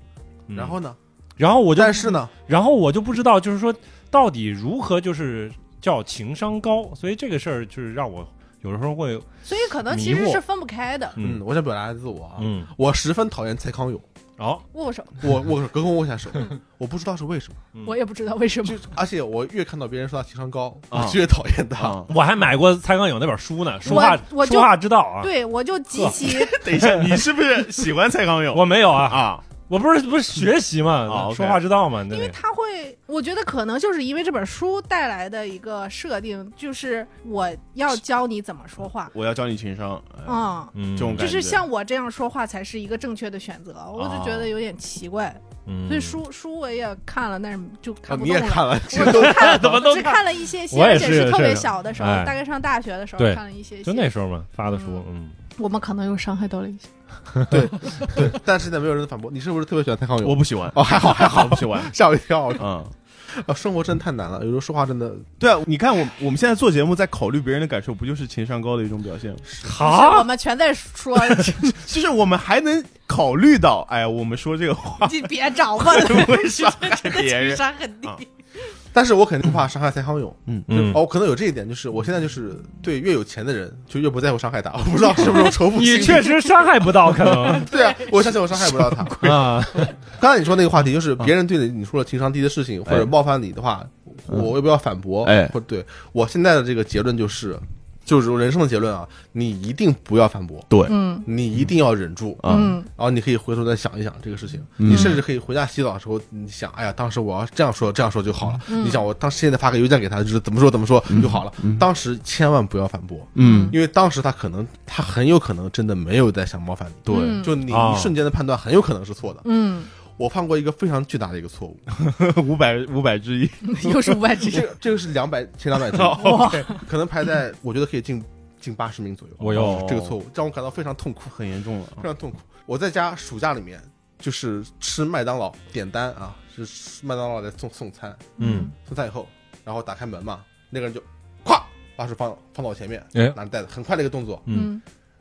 A: 嗯
D: 然后呢？
A: 然后我就
D: 但是呢，
A: 然后我就不知道，就是说到底如何就是叫情商高，所以这个事儿就是让我有的时候会，
C: 所以可能其实
A: 迷惑
C: 是分不开的。
D: 嗯，
A: 嗯
D: 我想表达自我啊，
A: 嗯，
D: 我十分讨厌蔡康永，
A: 哦，
C: 握手，
D: 我我隔空握下手，我不知道是为什么，
A: 嗯
C: 我也不知道为什么。
D: 就而且我越看到别人说他情商高，
B: 啊
D: 我越讨厌他。呃
B: 啊，
A: 我还买过蔡康永那本书呢，《说话
C: 我就
A: 说话之道》啊，
C: 对，我就极其
B: 等一下，你是不是喜欢蔡康永
A: 我没有啊，
B: 啊？
A: 我不是不是学习嘛
B: 哦，，OK
A: 说话之道嘛，对
C: 因
A: 不对？
C: 为他会，我觉得可能就是因为这本书带来的一个设定，就是我要教你怎么说话，
B: 我要教你情商，哎
C: 嗯，
A: 嗯，
B: 这种
C: 就
B: 感觉
C: 是像我这样说话才是一个正确的选择，我就觉得有点奇怪。
A: 哦嗯啊
C: 所以书书我也看了，但是就看不
D: 你
C: 懂
D: 也
C: 了。
D: 看完，
C: 我都看了，
A: 怎么都
C: 只
A: 看
C: 看了一些些，
A: 我也
C: 而
A: 是
C: 且是特别
A: 是
C: 小的时候，
A: 哎
C: 大概上大学的时候
A: 对
C: 看了一些些。
A: 就那时候嘛发的书，嗯，
C: 我们可能又伤害到了一些。
D: 对，但是现在没有人反驳。你是不是特别喜欢蔡康永？
B: 我不喜 欢，
D: 哦，还好还
B: 我
D: 好
B: 哎不，喜欢。
D: 吓我一跳。
B: 嗯，
D: 啊，生活真的太难了，有时候说话真的
B: 对啊，你看我我们现在做节目，在考虑别人的感受，不就是情商高的一种表现吗？
C: 不是我
A: 好，
C: 们全在 说，
B: 就是我们还能考虑到，哎呀，我们说这个话
C: 你别找我了，
B: 会伤害别
C: 情
B: 人。
C: 商很低。
B: 啊
D: 但是我肯定不怕伤害蔡康永。
A: 嗯，
D: 哦，可能有这一点，就是我现在就是对越有钱的人就越不在乎伤害他，我不知道是不是仇富心
A: 你
D: 理。
A: 确实伤害不到，可能
D: 对啊，我相信我伤害不 到他。
A: 啊，
D: 刚才你说那个话题，就是别人对你你说了情商低的事情
B: 嗯
D: 或
B: 哎嗯
D: 者冒犯你的话，我要不要反驳？
B: 哎
D: 或对我现在的这个结论就是，就是人生的结论啊，你一定不要反驳，
C: 嗯
D: 你一定要忍住。
B: 啊
C: 嗯，
D: 然后你可以回头再想一想这个事情，
B: 嗯
D: 你甚至可以回家洗澡的时候，你想，哎呀，当时我要这样说，这样说就好了。
C: 嗯
D: 你想，我当时现在发个邮件给他，就是怎么说怎么说就好了。
B: 嗯
D: 当时千万不要反驳，
B: 嗯，
D: 因为当时他可能他很有可能真的没有在想冒犯你，
B: 对
C: 嗯
D: 就你
A: 啊
D: 一瞬间的判断很有可能是 错的。
C: 嗯，
D: 我犯过一个非常巨大的一个错误，
B: 五百五百之一，
C: 又是五 百之
D: 这
C: 一。
D: 个这个是 两百前两百斤，
C: 哇，
D: 可能排在我觉得可以进进八十名左右。
A: 我哟
D: 这个错误让我感到非常痛苦，
B: 很严重了
D: 非
B: 啊。
D: 常痛苦。我在家暑假里面就是吃麦当劳点单啊，是吃麦当劳来送送餐，
A: 嗯，
D: 送餐以后，然后打开门嘛，那个人就咵把手放放到我前面，
A: 哎
D: 拿着袋子，很快的一个动作，
C: 嗯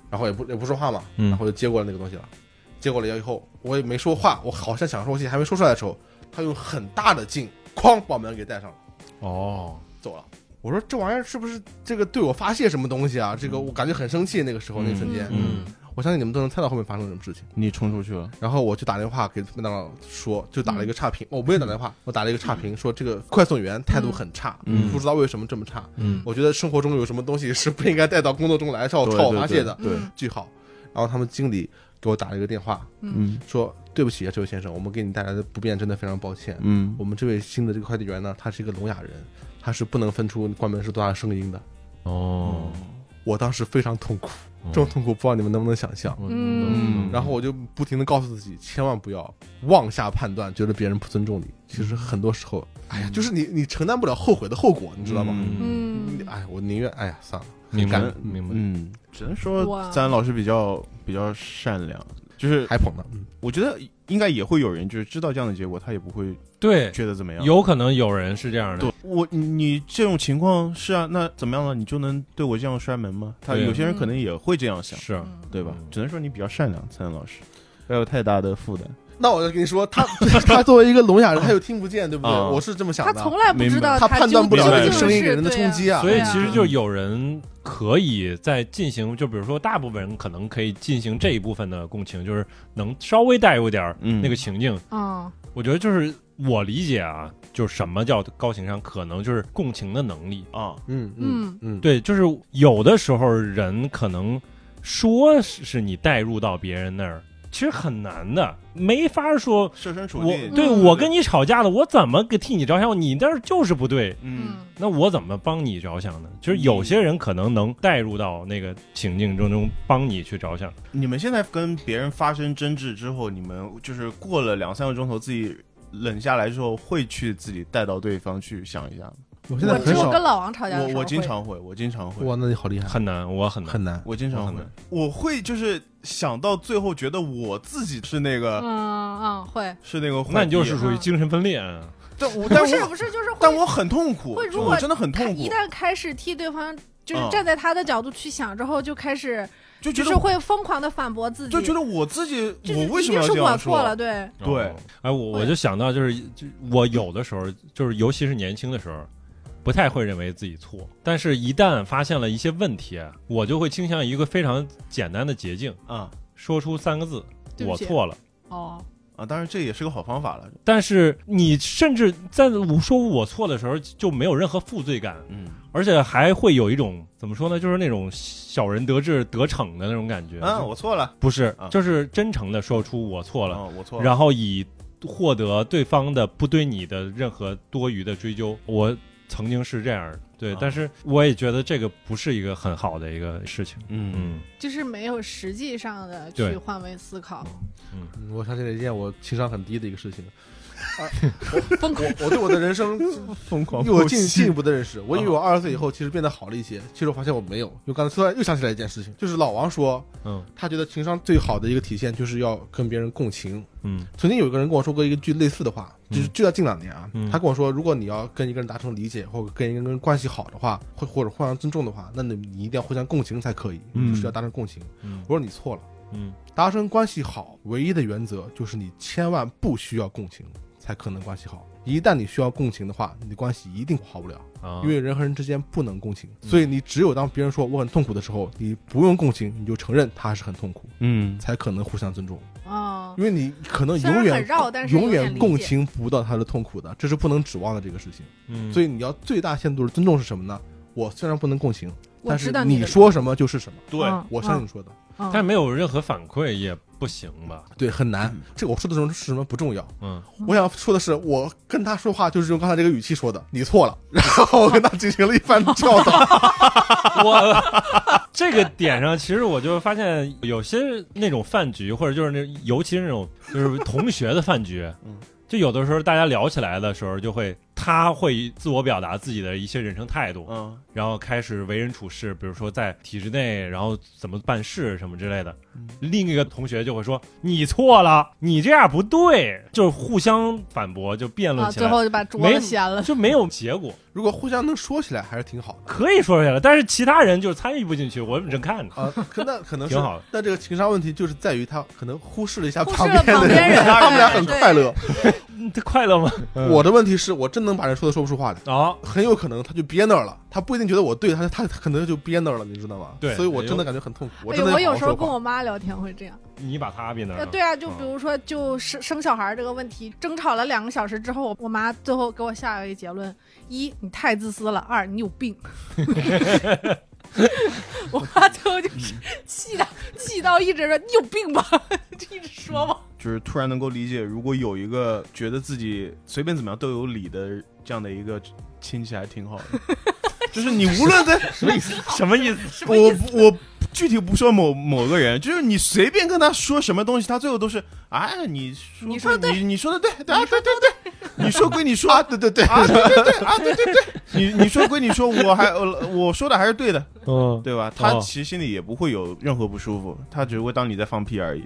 D: 然后也不也不说话嘛，
A: 嗯
D: 然后就接过了那个东西了。接过了以后，我也没说话，我好像想说，我还没说出来的时候，他用很大的劲，哐把门给带上了，
A: 哦，
D: 走了。我说这玩意儿是不是这个对我发泄什么东西啊？这个我感觉很生气，那个时候那一瞬间，
A: 嗯
D: 我相信你们都能猜到后面发生了什么事情。
B: 你冲出去了，
D: 然后我就打电话给麦当劳说，就打了一个差评，哦我没有打
A: 嗯
D: 电话，我打了一个差评，说这个快送员态度很差，
B: 嗯
D: 不知道为什么这么差。
A: 嗯
D: 我觉得生活中有什么东西是不应该带到工作中来，是要朝我发泄的。
B: 对，
D: 句号。然后他们经理给我打了一个电话，
B: 嗯
D: 说对不起啊，这位先生，我们给你带来的不便真的非常抱歉。
B: 嗯
D: 我们这位新的这个快递员呢，他是一个聋哑人，他是不能分出关门是多大的声音的。
A: 哦，
D: 我当时非常痛苦，这种痛苦不知道你们能不能想象。
C: 嗯
D: 然后我就不停的告诉自己，千万不要妄下判断，觉得别人不尊重你。其实很多时候，哎呀，就是你你承担不了后悔的后果，你知道吗？
A: 嗯，
D: 你
C: 嗯，
D: 哎，我宁愿哎呀算了，
A: 明白
D: 感
A: 明白，
B: 嗯，只能
C: 哇
B: 说咱老师比较比较善良，就是
D: 还捧呢。嗯
B: 我觉得应该也会有人就是知道这样的结果，他也不会
A: 对，
B: 觉得怎么样。
A: 有可能有人是这样的
B: 对，我你你这种情况是啊，那怎么样了？你就能对我这样摔门吗？他
A: 对啊
B: 有些人可能也会这样想，
A: 是
B: 对吧
A: 嗯？
B: 只能说你比较善良，蔡恩老师不要有太大的负担。
D: 那我就跟你说， 他他作为一个聋哑人，他又听不见，对不对？
B: 啊
D: 我是这么想
C: 他
D: 的。
C: 从来不知道
D: 他判断不了
B: 究
D: 那
B: 竟
D: 个声音给
C: 是
D: 人的冲击啊，
A: 所以
C: 对啊
A: 其实就是有人可以在进行，就比如说大部分人可能可以进行这一部分的共情，就是能稍微带入点儿
B: 嗯
A: 那个情境。
C: 嗯
A: 我觉得就是我理解啊，就是什么叫高情商，可能就是共情的能力。
B: 啊，
D: 嗯
C: 嗯
D: 嗯，
A: 对，就是有的时候人可能说是你带入到别人那儿，其实很难的，没法说。
B: 设身处
A: 我
B: 地，
A: 对
C: 嗯
A: 我跟你吵架了，我怎么给替你着想？你那儿就是不对，
B: 嗯，
C: 嗯
A: 那我怎么帮你着想呢？就是有些人可能能带入到那个情境中中帮你去着想，
B: 你们现在跟别人发生争执之后，你们就是过了两三个钟头，自己冷下来之后，会去自己带到对方去想一下吗。
D: 我
C: 我
D: 现在
C: 只
D: 很
C: 有
D: 少
C: 跟。老王吵架的时
B: 我
C: 候
B: 我经
C: 会
B: 常会，我经常会，
D: 哇，那你好厉害，
A: 很难，我很难。
D: 很难。
B: 我经
A: 我
B: 常
A: 很
B: 会
A: 难，
B: 我会就是想到最后，觉得我自己是那个
C: 嗯嗯会，
B: 是那个坏
A: 那你就是
B: 弟
C: 嗯
A: 属于精神分裂啊、
B: 但我但
C: 不是
B: 我
C: 不是就是会
B: 但我很痛苦，
C: 会如
B: 就
C: 果
B: 我真的很
C: 看
B: 痛
C: 一
B: 苦，
C: 旦开始替对方。就是
B: 嗯
C: 站在他的角度去想之后，就开始
B: 就
C: 就
B: 觉
C: 是
B: 得
C: 会疯狂的反驳自己，
B: 就觉得我自己
C: 就
B: 我
C: 是
B: 为
C: 一
B: 什
C: 定
B: 么要
C: 是
B: 这
C: 我
B: 样
C: 错
B: 说？
C: 了，对，
B: 对
A: 哦，哎，我我
C: 会
A: 就想到就是，就我有的时候就是，尤其是年轻的时候，不太会认为自己错，但是一旦发现了一些问题，啊我就会倾向于一个非常简单的捷径，
B: 啊，
A: 说出三个字：
C: 对不
A: 我
C: 起
A: 错了。
C: 哦，
B: 啊，当然这也是个好方法了。
A: 但是你甚至在我说我错的时候就没有任何负罪感，
B: 嗯
A: 而且还会有一种怎么说呢，就是那种小人得志得逞的那种感觉。
B: 啊，我错了，
A: 不是
B: 啊，
A: 就是真诚的说出我错了，
B: 啊，我错了。
A: 然后以获得对方的不对你的任何多余的追究。我曾经是这样的，对，
B: 啊
A: 但是我也觉得这个不是一个很好的一个事情。
B: 嗯，
A: 嗯，
C: 就是没有实际上的
A: 对
C: 去换位思 考，
D: 嗯我想起来一件我情商很低的一个事情，
C: 疯狂
D: 我对我的人 生
B: 疯狂
D: 有
B: 剖
D: 进
B: 析
D: 进一步的认识。我以为我二十岁以后其实变得好了一些，其实我发现我没有。就刚才突然又想起来一件事情，就是老王说
A: 嗯
D: 他觉得情商最好的一个体现就是要跟别人共情。
A: 嗯
D: 曾经有一个人跟我说过一个句类似的话，
A: 嗯
D: 就是就在近两年啊，
A: 嗯
D: 他跟我说，如果你要跟一个人达成理解，或者跟一个人关系好的话，或或者互相尊重的话，那你你一定要互相共情才可以，
A: 嗯
D: 就是要达成共情。
A: 嗯
D: 我说你错了，
A: 嗯，
D: 达成关系好唯一的原则就是你千万不需要共情才可能关系好。一旦你需要共情的话，你的关系一定好不了，
A: 啊，嗯
D: 因为人和人之间不能共情，所以你只有当别人说我很痛苦的时候，你不用共情，你就承认他是很痛苦，
B: 嗯，
D: 才可能互相尊重。
C: 啊，
D: 因为你可能
C: 虽然
D: 永远
C: 很绕但是有
D: 永
C: 点
D: 远
C: 理
D: 共
C: 解
D: 情不到他的痛苦的，这是不能指望的这个事情。
A: 嗯
D: 所以你要最大限度的尊重是什么呢？我虽然不能共情，
C: 我
D: 但
C: 知
D: 是
C: 道
D: 你
C: 的
D: 说什么就是什么，
B: 对，
C: 嗯
D: 我相信你说的。
C: 嗯
A: 但没有任何反馈也不行吧？
D: 对，很难
B: 嗯。，
D: 这个我说的什么是什么不重要，
A: 嗯
D: 我想说的是，我跟他说话就是用刚才这个语气说的， 你错了，然后我跟他进行了一番教导。
A: 我这个点上，其实我就发现有些那种饭局，或者就是那，尤其是那种就是同学的饭局
B: 嗯
A: 就有的时候大家聊起来的时候，就会他会自我表达自己的一些人生态度，
B: 嗯
A: 然后开始为人处事，比如说在体制内，然后怎么办事什么之类的。
B: 嗯
A: 另一个同学就会说你错了，你这样不对，就是互相反驳，就辩论
C: 啊，
A: 起
C: 最
A: 来，
C: 后就把桌
A: 没
C: 子掀了，
A: 就没有结果。
D: 如果互相能说起来，还是挺好的
A: 可以说出来了，但是其他人就是参与不进去，我忍看着。
D: 啊。可那可能是
A: 挺好的
D: 但这个情商问题就是在于他可能忽视了一下
C: 忽视
D: 旁
C: 了
D: 边
C: 旁
D: 的
C: 边人
D: 他们俩很
C: 对
D: 快乐。
A: 嗯 他快乐吗？
D: 我的问题是我真能把人说的说不出话来，
A: 啊，
D: 很有可能他就憋那儿了，他不一定觉得我对他，他他可能就憋那儿了，你知道吗？
A: 对
D: 所以我真的感觉很痛苦。我
C: 哎
D: 真的
C: 我有
D: 要好
C: 时
D: 好
C: 候
D: 说
C: 跟
D: 话嗯
C: 我妈聊天会这样，
A: 你把他比那儿了。
C: 呃，对啊，就
A: 嗯
C: 比如说，就生生小孩这个问题，争吵了两个小时之后，我妈最后给我下了一个结论：一，你太自私了；二，你有病。 我妈最后就是
D: 嗯
C: 气的，气到一直说你有病吧， 就一直说嘛。
B: 就是突然能够理解，如果有一个觉得自己随便怎么样都有理的这样的一个亲戚，还挺好的。就是你无论在什么意思，
A: 什么意思？
B: 我不我具体不说某某个人，就是你随便跟他说什么东西，他最后都是啊，你说
C: 你说的对
B: 你你说的对，对啊对对对，你说归你说啊，对对对啊对对对啊对对对，你你说归你说，我还呃我说的还是对的，
A: 嗯，
B: 对吧？他
A: 哦
B: 其实心里也不会有任何不舒服，他只会当你在放屁而已，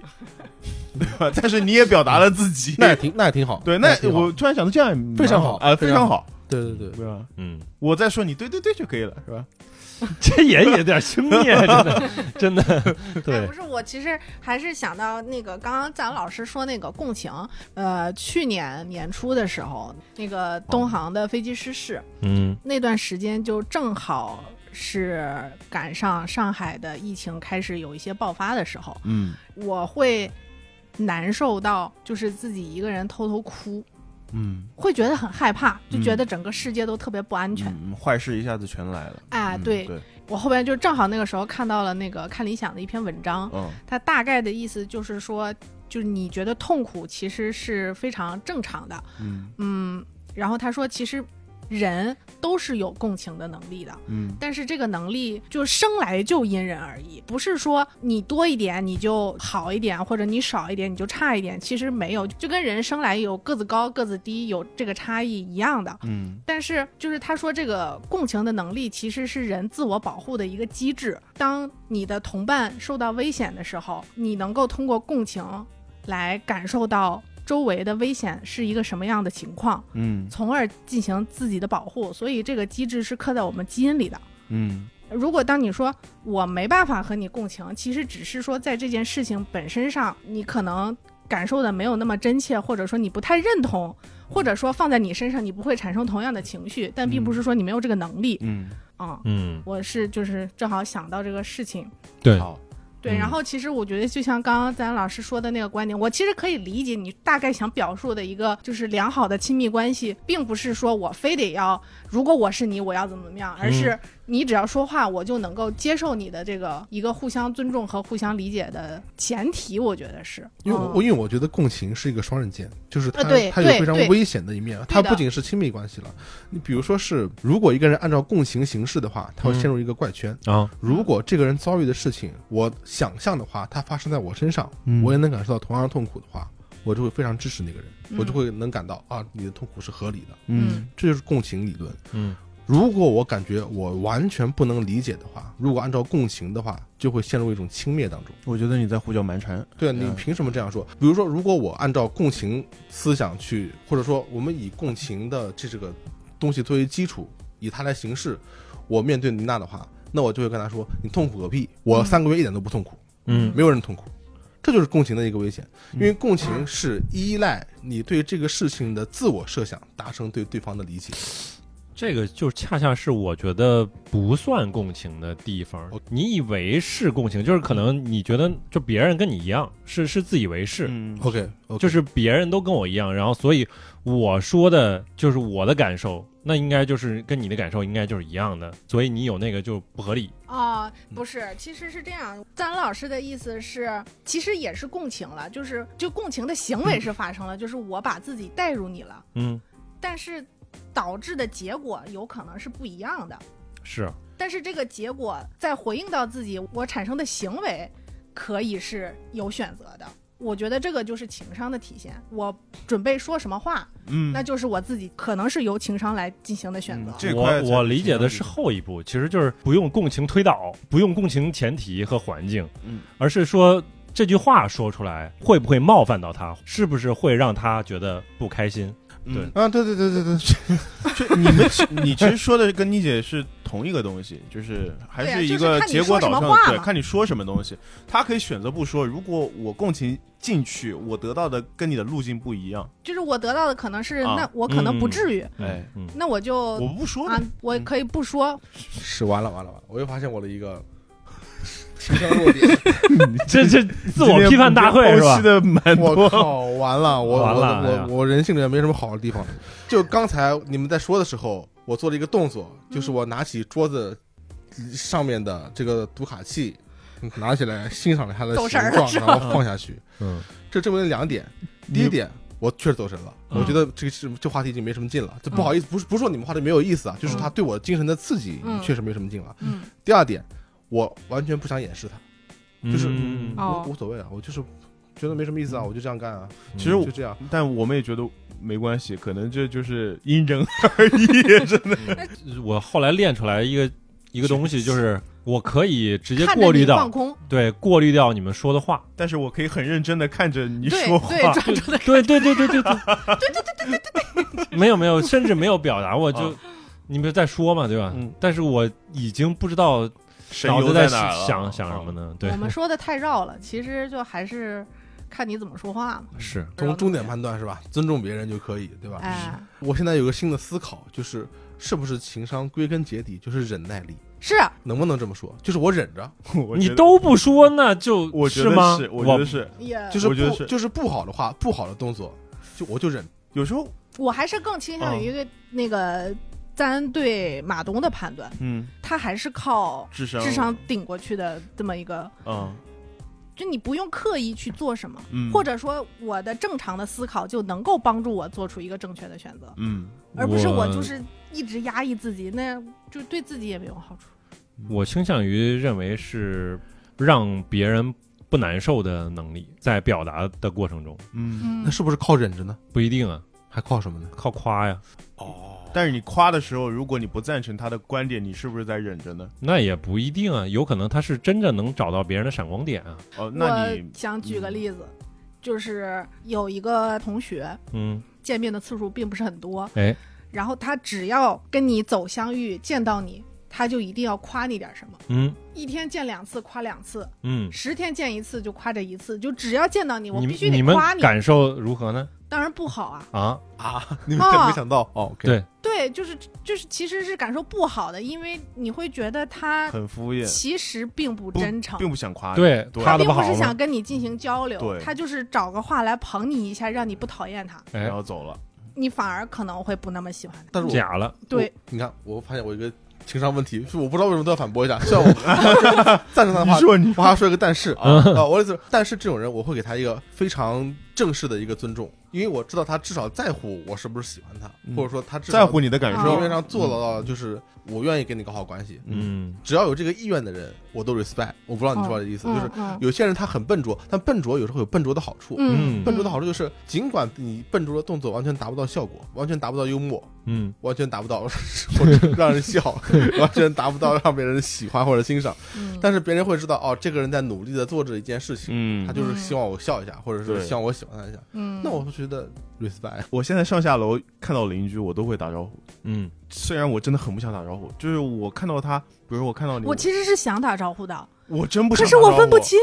B: 对吧？但是你也表达了自己，
D: 那也挺那也挺好。
B: 对，
D: 那
B: 那
D: 也挺好
B: 我突然想到这样也蛮
D: 非常好
B: 啊，非常好，
D: 对对对，
B: 对吧？
A: 嗯，
B: 我再说你对对对就可以了，是吧？
A: 这也有点轻 蔑，真的，真的，
C: 哎，
A: 对
C: 不，是，我其实还是想到那个刚刚咱老师说那个共情，呃，去年年初的时候，那个
B: 哦
C: 东航的飞机失事，
A: 嗯
C: 那段时间就正好是赶上上海的疫情开始有一些爆发的时候，
B: 嗯
C: 我会难受到，就是自己一个人偷偷哭，
B: 嗯，
C: 会觉得很害怕，
B: 嗯
C: 就觉得整个世界都特别不安全。
B: 嗯，坏事一下子全来了。
C: 哎，
B: 嗯
C: 对
B: 对，
C: 我后边就正好那个时候看到了那个看理想的一篇文章，
B: 嗯
C: 它大概的意思就是说，就是你觉得痛苦其实是非常正常的，
B: 嗯
C: 嗯，然后他说其实人都是有共情的能力的，
B: 嗯
C: 但是这个能力就生来就因人而异，不是说你多一点你就好一点，或者你少一点你就差一点。其实没有，就跟人生来有个子高个子低有这个差异一样的。
B: 嗯
C: 但是就是他说这个共情的能力其实是人自我保护的一个机制。当你的同伴受到危险的时候，你能够通过共情来感受到周围的危险是一个什么样的情况，
B: 嗯
C: 从而进行自己的保护。所以这个机制是刻在我们基因里的。
B: 嗯
C: 如果当你说我没办法和你共情，其实只是说在这件事情本身上，你可能感受的没有那么真切，或者说你不太认同，或者说放在你身上你不会产生同样的情绪，但并不是说你没有这个能力
B: 嗯，
C: 啊、
A: 嗯，
C: 我是就是正好想到这个事情，
A: 对
B: 好，
C: 对，
A: 嗯
C: 然后其实我觉得，就像刚刚咱老师说的那个观点，我其实可以理解你大概想表述的一个，就是良好的亲密关系，并不是说我非得要，如果我是你，我要怎么怎么样，
A: 嗯
C: 而是你只要说话，我就能够接受你的这个一个互相尊重和互相理解的前提，我觉得是。
D: 因为我、
C: 嗯
D: 因为我觉得共情是一个双刃剑，就是它、
C: 呃对
D: 它有
C: 对
D: 非常
C: 对
D: 危险的一面，它不仅是亲密关系了，你比如说是如果一个人按照共情行事的话，他会陷入一个怪圈。
A: 啊，
D: 如果这个人遭遇的事情，我想象的话，它发生在我身上，
B: 嗯
D: 我也能感受到同样的痛苦的话，我就会非常支持那个人，
C: 嗯
D: 我就会能感到啊，你的痛苦是合理的，
C: 嗯
D: 这就是共情理论。
A: 嗯
D: 如果我感觉我完全不能理解的话，如果按照共情的话，就会陷入一种轻蔑当中。
B: 我觉得你在胡搅蛮缠。
D: 对啊，你
B: 嗯
D: 凭什么这样说？比如说，如果我按照共情思想去，或者说我们以共情的这这个东西作为基础，以它来行事，我面对妮娜的话，那我就会跟她说：“你痛苦个屁！我
C: 嗯
D: 三个月一点都不痛苦，
A: 嗯
D: 没有人痛苦。”这就是共情的一个危险，因为
B: 嗯
D: 共情是依赖你对这个事情的自我设想，达成对对方的理解。
A: 这个就恰恰是我觉得不算共情的地方
D: 我。
A: 你以为是共情，就是可能你觉得就别人跟你一样，是是自以为是，
B: 嗯
D: OK，, o
A: 就是别人都跟我一样，然后所以我说的就是我的感受，那应该就是跟你的感受应该就是一样的，所以你有那个就不合理。
C: 哦，
B: 嗯
C: 不是，其实是这样。张老师的意思是，其实也是共情了，就是就共情的行
B: 嗯
C: 为是发生了，就是我把自己带入你了，
A: 嗯，
C: 但是导致的结果有可能是不一样的。
A: 是，啊
C: 但是这个结果在回应到自己我产生的行为，可以是有选择的。我觉得这个就是情商的体现。我准备说什么话，
B: 嗯
C: 那就是我自己可能是由情商来进行的选择
B: 嗯。这块
A: 我
B: 才
A: 我
B: 是
A: 理
B: 情
A: 解
B: 商
A: 的
B: 理
A: 是后一步，其实就是不用共情推导，不用共情前提和环境，
B: 嗯
A: 而是说这句话说出来会不会冒犯到他，是不是会让他觉得不开心？对
D: 啊，对对对对对，
B: 就你们其， 你其实说的跟妮姐是同一个东西，就是还
C: 对啊
B: 是
C: 就
B: 一
C: 是
B: 个
C: 看你
B: 结果
C: 说什
B: 导向
C: 么
B: 的
C: 话，
B: 对，
C: 嘛
B: 看你说什么东西。他可以选择不说，如果我共情进去，我得到的跟你的路径不一样，
C: 就是我得到的可能是，
B: 啊
C: 那我可能不至于，
B: 哎
A: 嗯，
C: 那我就
B: 我不说
C: 啊
B: 的。，
C: 我可以不说，
D: 是完了完了完了，我又发现我的一 个情商弱点。
A: 这这嗯自我批判大会是吧？
B: 的蛮
D: 我
B: 多，
D: 靠，完了，我
A: 完了哎
D: 我
A: 呀
D: 我我人性里面没什么好的地方。就刚才你们在说的时候，我做了一个动作，就是我拿起桌子上面的这个读卡器，拿起来欣赏了它的
C: 走
D: 形
C: 神儿了
D: 状，
C: 是吧
D: 然后放下去。
A: 嗯，
D: 这证明了两点，
B: 你
D: 第一点。我确实走神了，
A: 嗯
D: 我觉得这个是这话题已经没什么劲了。这不好意思，不是不是说你们话题没有意思啊，就是它对我精神的刺激
C: 嗯
D: 确实没什么劲了。
C: 嗯，
D: 第二点，我完全不想掩饰它，就是
A: 嗯
C: 哦嗯
D: 我无所谓啊，我就是觉得没什么意思啊，我就这样干啊，
B: 其实我
D: 就这样。
B: 但我们也觉得没关系，可能这就是因人而异， 真的。
A: 我后来练出来一个一个东西，就是我可以直接
C: 看着
A: 过滤
C: 你
A: 掉
C: 放，空，
A: 对，过滤掉你们说的话。
B: 但是我可以很认真的看着你
C: 对
B: 说话
C: 对，，抓住的
A: 对对对对对对对对对对，没有没有，甚至没有表达，我就
B: 啊
A: 你们在说嘛，对吧
B: 嗯？
A: 但是我已经不知道
B: 神
A: 脑
B: 游
A: 子在
B: 哪儿了？啊
A: 想想什么呢？对
C: 我，们说的太绕了，其实就还是看你怎么说话嘛。
A: 是，
D: 从重点判断是吧？尊重别人就可以，对吧？
C: 嗯哎，
D: 我现在有个新的思考，就是是不是情商归根结底就是忍耐力？
C: 是啊
D: 能不能这么说？就是我忍着，
B: 我
A: 你
B: 觉得，
A: 都不说，那就
B: 我觉
A: 是
B: 得
A: 吗
B: 是，？我觉
A: 我
B: 得是，
C: 也，
D: 就是
B: 我觉得
D: 不
B: 是
D: 就是不好的话，不好的动作，就我就忍。
C: 嗯
B: 有时候，
C: 我还是更倾向于对那个咱对马东的判断，
B: 嗯，
C: 他还是靠
B: 智商，
C: 智商，顶过去的这么一个，
B: 嗯
C: 就你不用刻意去做什么，
B: 嗯，
C: 或者说我的正常的思考就能够帮助我做出一个正确的选择，
B: 嗯，
C: 而不是我就是一直压抑自己，那就对自己也没有好处。
A: 我倾向于认为是让别人不难受的能力，在表达的过程中
B: 嗯，
C: 嗯
D: 那，是不是靠忍着呢？
A: 不一定啊，
D: 还靠什么呢？
A: 靠夸呀，
B: 但是你夸的时候，如果你不赞成他的观点，你是不是在忍着呢？
A: 那也不一定啊，有可能他是真正能找到别人的闪光点啊，
B: 哦，那
C: 我
B: 你
C: 想举个
B: 嗯
C: 例子，就是有一个同学
A: 嗯，
C: 见面的次数并不是很多，
A: 哎，
C: 然后他只要跟你走相遇，见到你，他就一定要夸你点什么。
A: 嗯
C: 一天见两次夸两次，
A: 嗯，
C: 十天见一次就夸这一次，就只要见到你，我
A: 你
C: 必
A: 们
C: 须得
A: 们
C: 夸你。
A: 感受如何呢？
C: 当然不好啊，
A: 啊，
D: 啊，你们
C: 啊
D: 真没想到哦，
A: 对
C: 对，就是就是其实是感受不好的，因为你会觉得他
B: 很敷衍，
C: 其实并不真诚。
B: 并不想夸你。
A: 啊对，
B: 对
A: 夸
C: 并
A: 的好
C: 不是想
A: 了，
C: 跟你进行交流，
B: 对
C: 他就是找个话来捧你一下，让你不讨厌他，
A: 哎
B: 然，后走了，
C: 你反而可能会不那么喜欢他。
D: 但是我
A: 假了，
C: 对，
D: 我你看，我发现我有一个情商问题，是我不知道为什么都要反驳一下。虽然我 赞成他的话，
B: 你
D: 我还要说一个但是啊，
A: 嗯
D: 啊我的意思是，但是这种人我会给他一个非常正式的一个尊重，因为我知道他至少在乎我是不是喜欢他，
B: 嗯
D: 或者说他至少
B: 在乎你的感
D: 在行
B: 受
D: 为，
C: 啊
D: 上做到了，就是我愿意跟你搞好关系。
A: 嗯
D: 只要有这个意愿的人，我都 respect。我不知道你说的意思，就是
C: 嗯
D: 有些人他很笨拙，但笨拙有时候有笨拙的好处。
A: 嗯
C: 嗯，
D: 笨拙的好处就是，尽管你笨拙的动作完全达不到效果，完全达不到幽默，
A: 嗯
D: 完全达不到 或者让人笑，完全达不到让别人喜欢或者欣赏。
C: 嗯，
D: 但是别人会知道，哦，这个人在努力的做着一件事情，
B: 嗯
D: 他就是希望我笑一下，或者是希望我喜欢他一下。
C: 嗯，
D: 那我会觉得 respect，
B: 我现在上下楼看到邻居，我都会打招呼。
A: 嗯
B: 虽然我真的很不想打招呼，就是我看到他，比如我看到你，
C: 我
B: 我
C: 其实是想打招呼的，
B: 我真不想打
C: 可是
B: 招呼，
C: 我分不，清，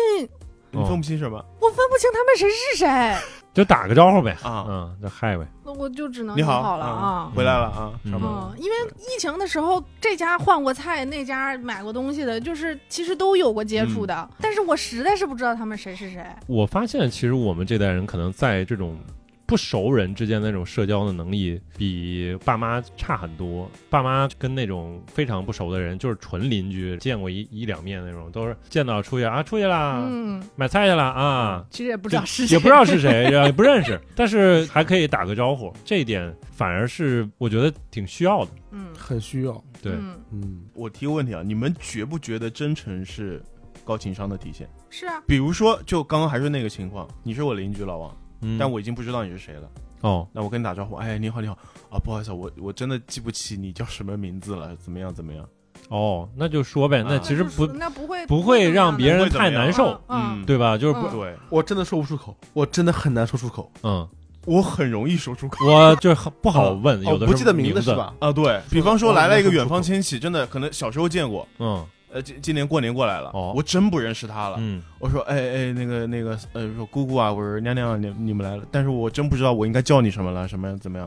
B: 你分不清什么
C: 我分不清他们谁是谁，
A: 就打个招呼呗，
B: 啊？
A: 嗯，就嗨呗，
C: 那我就只能
B: 你好
C: 好了
B: 嗯
C: 啊。
B: 回来了啊，
A: 嗯
B: 上班了
C: 嗯，因为疫情的时候，这家换过菜，那家买过东西的，就是其实都有过接触的，但是我实在是不知道他们谁是谁。
A: 我发现其实我们这代人可能在这种不熟人之间的那种社交的能力比爸妈差很多。爸妈跟那种非常不熟的人，就是纯邻居，见过一一两面那种，都是见到出去啊，出去啦，
C: 嗯，
A: 买菜去了啊。
C: 其实也不知道是谁，
A: 也不知道是谁，也不认识，但是还可以打个招呼，这一点反而是我觉得挺需要的。
C: 嗯，
D: 很需要。
A: 对，
C: 嗯，
D: 嗯，
B: 我提个问题啊，你们觉不觉得真诚是高情商的体现？
C: 是啊，
B: 比如说，就刚刚还是那个情况，你是我邻居老王，
A: 嗯
B: 但我已经不知道你是谁了。
A: 哦，
B: 那我跟你打招呼，哎，你好，你好啊，不好意思，我我真的记不起你叫什么名字了，怎么样，怎么样？
A: 哦，那就说呗，那
B: 啊
A: 其实
C: 那就是
A: 不
C: 那不会
A: 不会让别人太难
C: 不会怎么
A: 受
C: 样，嗯，
A: 对吧？就是不，
C: 嗯
B: 对，
D: 我真的说不出口，我真的很难说出口。
A: 嗯，
B: 我很容易说出口
A: 我就是很不好问，
D: 哦，
A: 有的
D: 不记得
A: 名
D: 名字是？吧？
B: 啊。对比方说
D: 我
B: 来了一个
D: 我
B: 远方亲戚，真的可能小时候见过，
A: 嗯
B: 呃，今今年过年过来了，
A: 哦
B: 我真不认识他了。
A: 嗯
B: 我说，哎哎，那个那个，呃，说姑姑啊，我说娘娘啊，你你们来了，但是我真不知道我应该叫你什么了，什么样怎么样？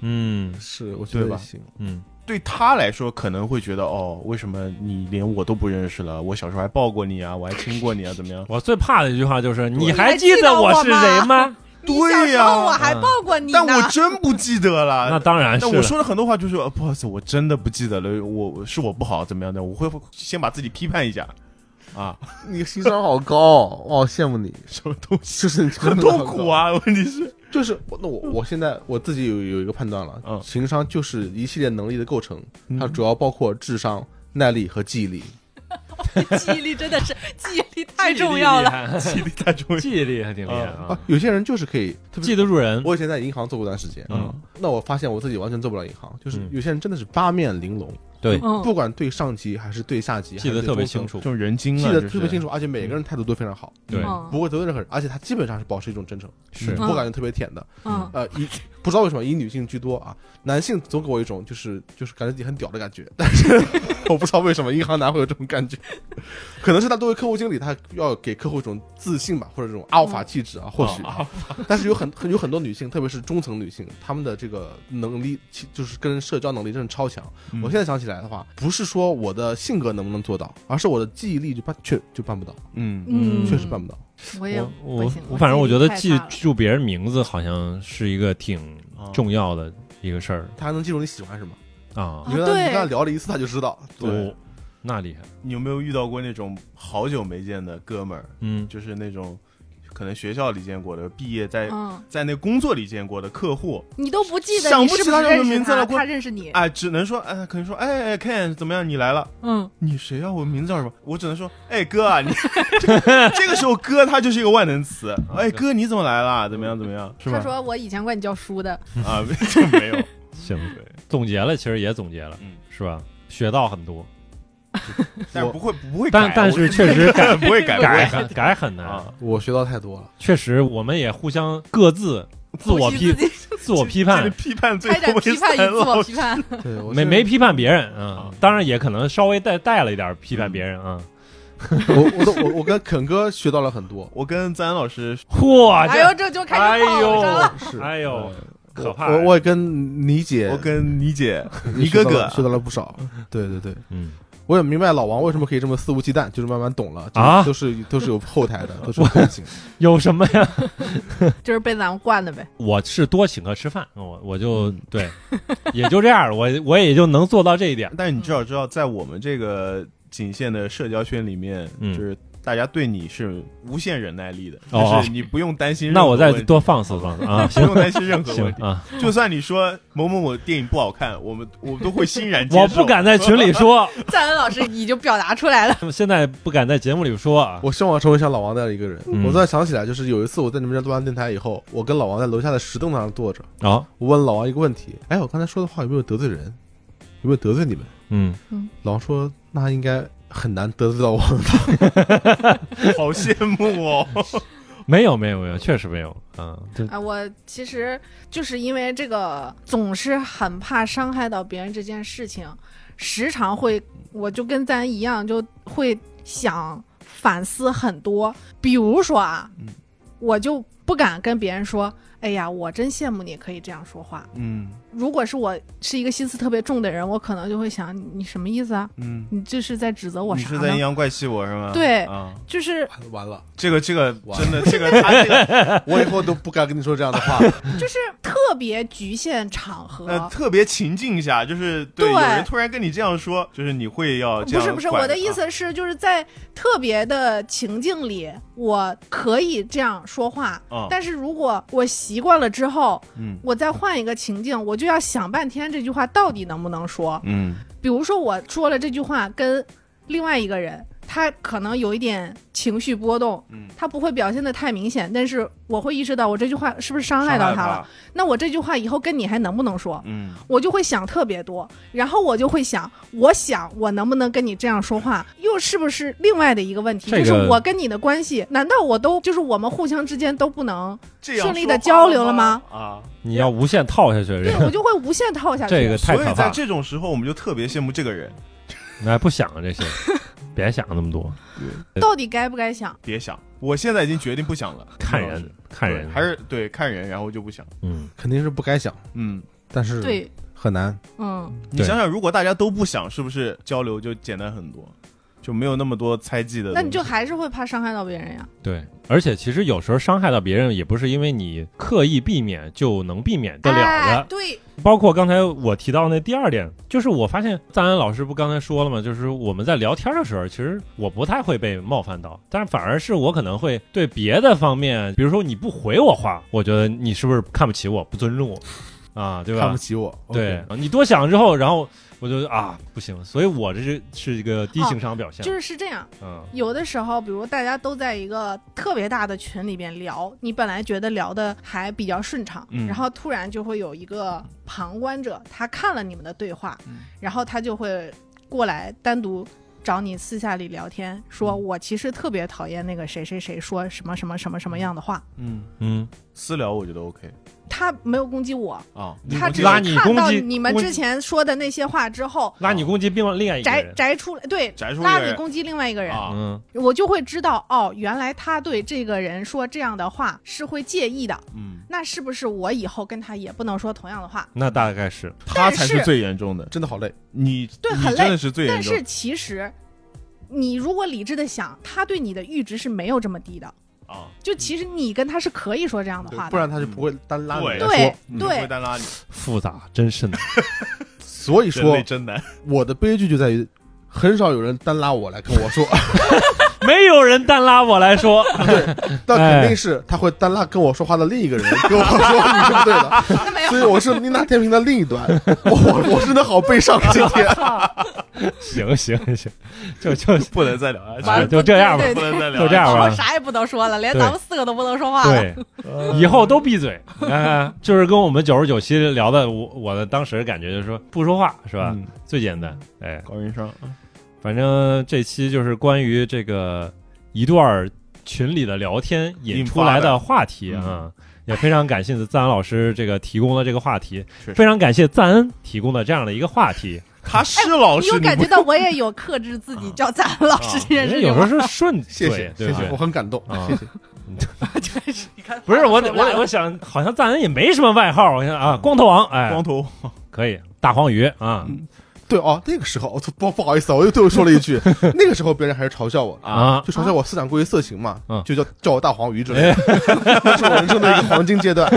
A: 嗯
D: 是，我觉得
B: 对吧
D: 也行。
A: 嗯？
B: 对他来说，可能会觉得哦，为什么你连我都不认识了？我小时候还抱过你啊，我还亲过你啊，怎么样
A: 我最怕的一句话就是你
C: 还
A: 记
C: 记得
A: 我
C: 我
A: 是
C: 吗
A: 谁吗？
B: 对
C: 你小时候
B: 呀
C: 我还抱过你呢，
B: 但 我真不记得了。
A: 啊那当 然是
B: 但我
A: 了，
B: 说了很多话，就是、呃不好意思，我真的不记得了，我是我不好，怎么样的？我会先把自己批判一下， 啊，
D: 你情商好高哦，我好羡慕你。
B: 什么东西，
D: 就是你
B: 很痛苦， 啊。问题是，
D: 就是我那我我现在我自己有有一个判断了，
B: 嗯
D: 情商就是一系列能力的构成，它
B: 嗯
D: 主要包括智商、耐力和记忆力。
C: 记忆力真的是记忆力太重要了。
A: 了，
B: 记忆力太重要。
A: 记忆力还挺厉害啊
B: 嗯
D: 啊，，有些人就是可以，特别
A: 记得住人。
D: 我以前在银行做过段时间，
A: 嗯，
D: 那我发现我自己完全做不了银行，就是
A: 嗯
D: 有些人真的是八面玲珑，
A: 对，
C: 嗯
D: 不管对上级还是对下级，
A: 记得
D: 还是对
A: 特别
D: 中层
A: 清，楚
B: 这。种人精啊，
D: 记得
B: 就是
D: 特别清楚，而且每个
A: 嗯
D: 人态度都非常好，
A: 对，
C: 嗯
D: 不会得罪任何人，而且他基本上是保持一种真诚，
A: 是
D: 我感觉特别舔的。
C: 嗯
D: 呃，以不知道为什么以女性居多啊，男性总给我一种就是就是感觉自己很屌的感觉，但是我不知道为什么银行男会有这种感觉，可能是他作为客户经理，他要给客户一种自信吧，或者这种阿尔
C: 嗯
D: 法气质啊，或
A: 哦
D: 许，但是有很很有很多女性，特别是中层女性，她们的这个能力其就是跟社交能力真的超强。
B: 嗯
D: 我现在想起来的话，不是说我的性格能不能做到，而是我的记忆力就办确就办不到，
B: 嗯，
A: 嗯
D: 确实办不到。
C: 我也
A: 我
C: 不
A: 我
C: 行，
A: 我反正我觉得
C: 记
A: 记
C: 忆力太差了
A: 住别人名字好像是一个挺
D: 嗯
B: 啊
A: 重要的一个事儿
D: 他还能记住你喜欢什么，
A: 啊。
D: 你跟他你
C: 对
D: 跟他聊了一次，他就知道。
B: 对
A: 哦，那厉害，
B: 你有没有遇到过那种好久没见的哥们儿？
A: 嗯
B: 就是那种可能学校里见过的，毕业
D: 啊
B: 在、
C: 嗯，
B: 在那工作里见过的客户，
C: 你都不记得
B: 想
C: 你
B: 不
C: 是
B: 起
C: 不
B: 他
C: 是
B: 什么
C: 认识
B: 名字
C: 他，
B: 了关
C: 他认识你。
B: 哎，只能说，哎，可能说，哎哎，Ken 怎么样？你来了，
C: 嗯，
B: 你谁啊？我名字叫什么？我只能说，哎哥啊，你这个时候哥他就是一个万能词，哎哥你怎么来了？怎么样怎么样？ 是吧
C: 他？说我以前管你叫叔的，
B: 啊， 就没有，
A: 行，
B: 对，
A: 总结了，其实也总结了，
B: 嗯，
A: 是吧？学到很多，
B: 但是不会不会改，
A: 但但是确 实改
B: 哎我不会改，不
A: 改嗯
B: 会
A: 很 改很
B: 改
A: 难。
B: 啊，
D: 我学到太多了，
A: 确实，我们也互相各自自我批
C: 剖析自己
A: 自我批判
B: 这个，批判最
E: 差点
B: 后
E: 批判与自我批判，
D: 对，我
A: 没
D: 是
A: 没批判别人啊，当然也可能稍微带带了一点批判别人啊。
D: 我我都我我跟肯哥学到了很多，
B: 我跟赞恩老师，
A: 嗯嚯，
E: 哎呦，这就开
A: 哎
E: 始跑
A: 呦
E: 上了。
D: 是
A: 哎呦，可怕！
D: 我我也跟你姐，
B: 我跟你姐，你
D: 你
B: 哥
D: 学到
B: 哥
D: 了学到了不少，对对对，
A: 嗯，
D: 我也明白老王为什么可以这么肆无忌惮，就是慢慢懂了就是
A: 啊
D: 都是都是有后台的， 都是有后勤，
A: 有什么呀？
C: 就是被咱们惯的呗。
A: 我是多请客吃饭，我我就对，也就这样，我我也就能做到这一 点。
B: 但是你至少知道，在我们这个仅限的社交圈里面，
A: 嗯
B: 就是大家对你是无限忍耐力的，
A: 哦
B: 就是你不用担心任何
A: 那我再
B: 问题。
A: 多放肆放肆 啊！
B: 不
A: 行
B: 用担心任何
A: 行
B: 问题，
A: 啊，
B: 就算你说某某某电影不好看，我们我们都会欣然接受。
A: 我不敢在群里说，
E: 赞恩老师已经表达出来了，
A: 现在不敢在节目里说啊。
D: 我希望成为像老王那样一个人。
A: 嗯
D: 我突然想起来，就是有一次我在你们这录完电台以后，我跟老王在楼下的石凳上坐着，
A: 哦，
D: 我问老王一个问题：哎，我刚才说的话有没有得罪人？有没有得罪你们？
A: 嗯，
D: 老王说：“那应该很难得罪到我 们吧
B: 好羡慕哦！
A: 没有没有没有，确实没有啊。这
C: 啊，我其实就是因为这个，总是很怕伤害到别人这件事情，时常会，我就跟咱一样，就会想反思很多。比如说啊，
B: 嗯
C: 我就不敢跟别人说，哎呀，我真羡慕你可以这样说话。
B: 嗯
C: 如果是我是一个心思特别重的人，我可能就会想，你你什么意思啊？
B: 嗯，
C: 你这是在指责我
B: 你
C: 啥
B: 是在阴
C: 呢？
B: 阳怪气我是吗？
C: 对
B: 啊，
C: 就是？”
D: 完了，
B: 这个这个
D: 哇
B: 真的这个他这 个
D: 我以后都不敢跟你说这样的话。
C: 就是特别局限场合，
B: 呃特别情境下，就是对
C: 对
B: 有人突然跟你这样说，就是你会要这样
C: 不是不是，
B: 管
C: 我的意
B: 啊
C: 思是，就是在特别的情境里，我可以这样说话。
B: 嗯
C: 但是如果我习惯了之后，
B: 嗯
C: 我再换一个情境，我就要想半天这句话到底能不能说。
B: 嗯
C: 比如说，我说了这句话跟另外一个人，他可能有一点情绪波动，
B: 嗯，
C: 他不会表现的太明显，但是我会意识到我这句话是不是伤害到他了。，那我这句话以后跟你还能不能说？
B: 嗯
C: 我就会想特别多，然后我就会想，我想我能不能跟你这样说话，又是不是另外的一个问题？
A: 这个
C: 就是我跟你的关系，难道我都就是我们互相之间都不能？
B: 这样
C: 顺利地
B: 说话
C: 交流了
B: 吗
C: 吗？
B: 啊，
A: 你要无限套下去，
C: 对
A: 这
C: 我
A: 个
C: 就会无限套下去。啊
A: 这个太可
B: 所以
A: 怕
B: 在
A: 了。
B: 这种时候，我们就特别羡慕这个人，
A: 哎，不想了这 些，别想那么多，
C: 到底该不该想？
B: 别想。我现在已经决定不想了，
A: 看
B: 老
A: 人
B: 师
A: 看
B: 对
A: 人，
B: 还是对看人，然后就不想。
A: 嗯，
D: 肯定是不该想，
B: 嗯，
D: 但是
C: 对，
D: 很难。
C: 嗯，
B: 你
A: 对
B: 想想，如果大家都不想，是不是交流就简单很多，就没有那么多猜忌的东西？
C: 那你就还是会怕伤害到别人呀。
A: 对。而且其实有时候伤害到别人，也不是因为你刻意避免就能避免得了啊的
C: 哎。对，
A: 包括刚才我提到那第二点，就是我发现赞恩老师不刚才说了吗？就是我们在聊天的时候，其实我不太会被冒犯到，但是反而是我可能会对别的方面，比如说你不回我话，我觉得你是不是看不起我，不尊重我啊，对
D: 看
A: 吧
D: 不？起我。
A: 对
D: OK，
A: 你多想之后，然后我就啊不行，所以我这是是一个低
C: 哦
A: 情商表现，
C: 就是是这样。
A: 嗯
C: 有的时候，比如大家都在一个特别大的群里边聊，你本来觉得聊的还比较顺畅，
B: 嗯
C: 然后突然就会有一个旁观者，他看了你们的对话，
B: 嗯
C: 然后他就会过来单独找你私下里聊天，说
A: 嗯
C: 我其实特别讨厌那个谁谁谁说什么什么什么什么样的话，
B: 嗯，
A: 嗯，
B: 私聊我觉得 OK
C: 他没有攻击我，
B: 啊，
C: 他
A: 攻
C: 只
A: 击
C: 是
A: 拉你
C: 看到
A: 攻击
C: 你们
A: 攻击
C: 之前说的那些话之后，
A: 拉你攻击并另外一个
C: 摘
A: 人，
C: 摘出来，对，
B: 摘出一
C: 拉
B: 个
C: 你
B: 人
C: 攻击另外一个人。
B: 啊，
A: 嗯
C: 我就会知道哦，原来他对这个人说这样的话是会介意的。
B: 嗯，
C: 那是不是我以后跟他也不能说同样的话？
A: 那大概是
B: 他才
C: 但是
B: 是最严重的，
D: 真的好累。
B: 你
C: 对
B: 你
C: 很
B: 真
C: 累
B: 的是最严
C: 但
B: 重
C: 是其实，你如果理智的想，他对你的阈值是没有这么低的。
B: 啊，
C: 就其实你跟他是可以说这样的
D: 对
C: 话的，
D: 不然他就不会单拉你来
B: 对
D: 说
C: 对。
B: 你
C: 对
B: 会单拉你，
A: 复杂，真是难，
D: 所以
B: 人
D: 说
B: 类，真难，
D: 我的悲剧就在于，很少有人单拉我来跟我说，
A: 没有人单拉我来说，
D: 但肯定是他会单拉跟我说话的另一个人 跟我说，你是不对的。
C: 那没 有
D: 所以我是妮娜天平的另一端，我我真的好悲伤今天。
A: 行行行， 就就
B: 不能再聊下
A: 哎
B: 去，
A: 就这样吧，
E: 对
B: 不能再聊下去，
A: 就这样
E: 说
A: 吧。
E: 啥也不能说了，连
A: 对
E: 咱们四个都不能说话了。
A: 对，以后都闭嘴。看看，就是跟我们九十九期聊的，我我的当时感觉就是说不说话是吧？
B: 嗯
A: 最简单。哎，
B: 高云商，啊
A: 反正这期就是关于这个一段群里的聊天引
B: 引
A: 出
B: 发
A: 来
B: 的
A: 的话题啊、也非常感谢赞恩老师这个提供的这个话题
B: 是，
A: 非常感谢赞恩提供的这样的一个话题。
B: 他是老
C: 哎你
B: 师，
C: 有
B: 你
C: 感
B: 不
C: 觉到我也有
E: 克制自己叫咱老师这件
A: 因为
E: 事
A: 啊
E: 情
A: 有时候
E: 吗，
A: 是顺
D: 谢
A: 嘴
D: 谢
A: 对
D: 谢
A: 不
D: 谢，
A: 对
D: 我很感动，
A: 啊
D: 谢谢。
E: 你看
A: 不是我得
E: 说不来
A: 我
E: 了
A: 我想好像赞恩也没什么外号，我想啊，光头王哎，
B: 光头
A: 可以大黄鱼啊、
D: 对哦，那个时候我操不不好意思啊，我又对我说了一 句，那个时候别人还是嘲笑我，
A: 啊，
D: 就嘲笑我思想过于色情嘛
A: 嗯，哎
D: 就叫叫我大黄鱼之类的， 那是我人生的一个黄金阶 段。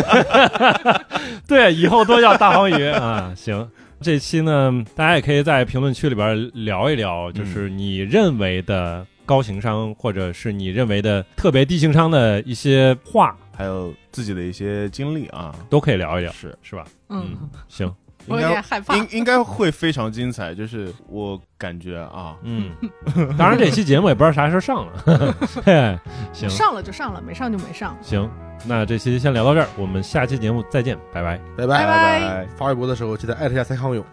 A: 对，以后多叫大黄鱼 啊。行，这期呢，大家也可以在评论区里边聊一聊，就是你认为的高情商，或者是你认为的特别低情商的一些话，
B: 还有自己的一些经历啊，
A: 都可以聊一聊，
B: 是
A: 是吧？
E: 嗯，
A: 行，
E: 我
B: 应
E: 有
B: 该
E: 点害怕。
B: 应应该会非常精彩，就是我感觉啊，
A: 嗯， 当然这期节目也不知道啥时候上了， 嘿，行
C: 上了就上了，没上就没上。
A: 行，那这期先聊到这儿，我们下期节目再见，拜拜。
D: 拜
C: 拜
D: 拜
B: 拜。
D: 发微博的时候记得艾特一下蔡康永。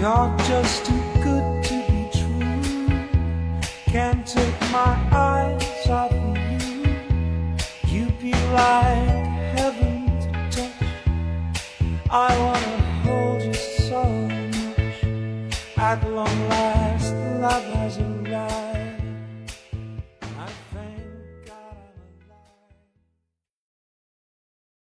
F: You're just too good to be true. Can't take my eyes off of you. You be like heaven to touch. I wanna hold you so much. At long last, love has arrived.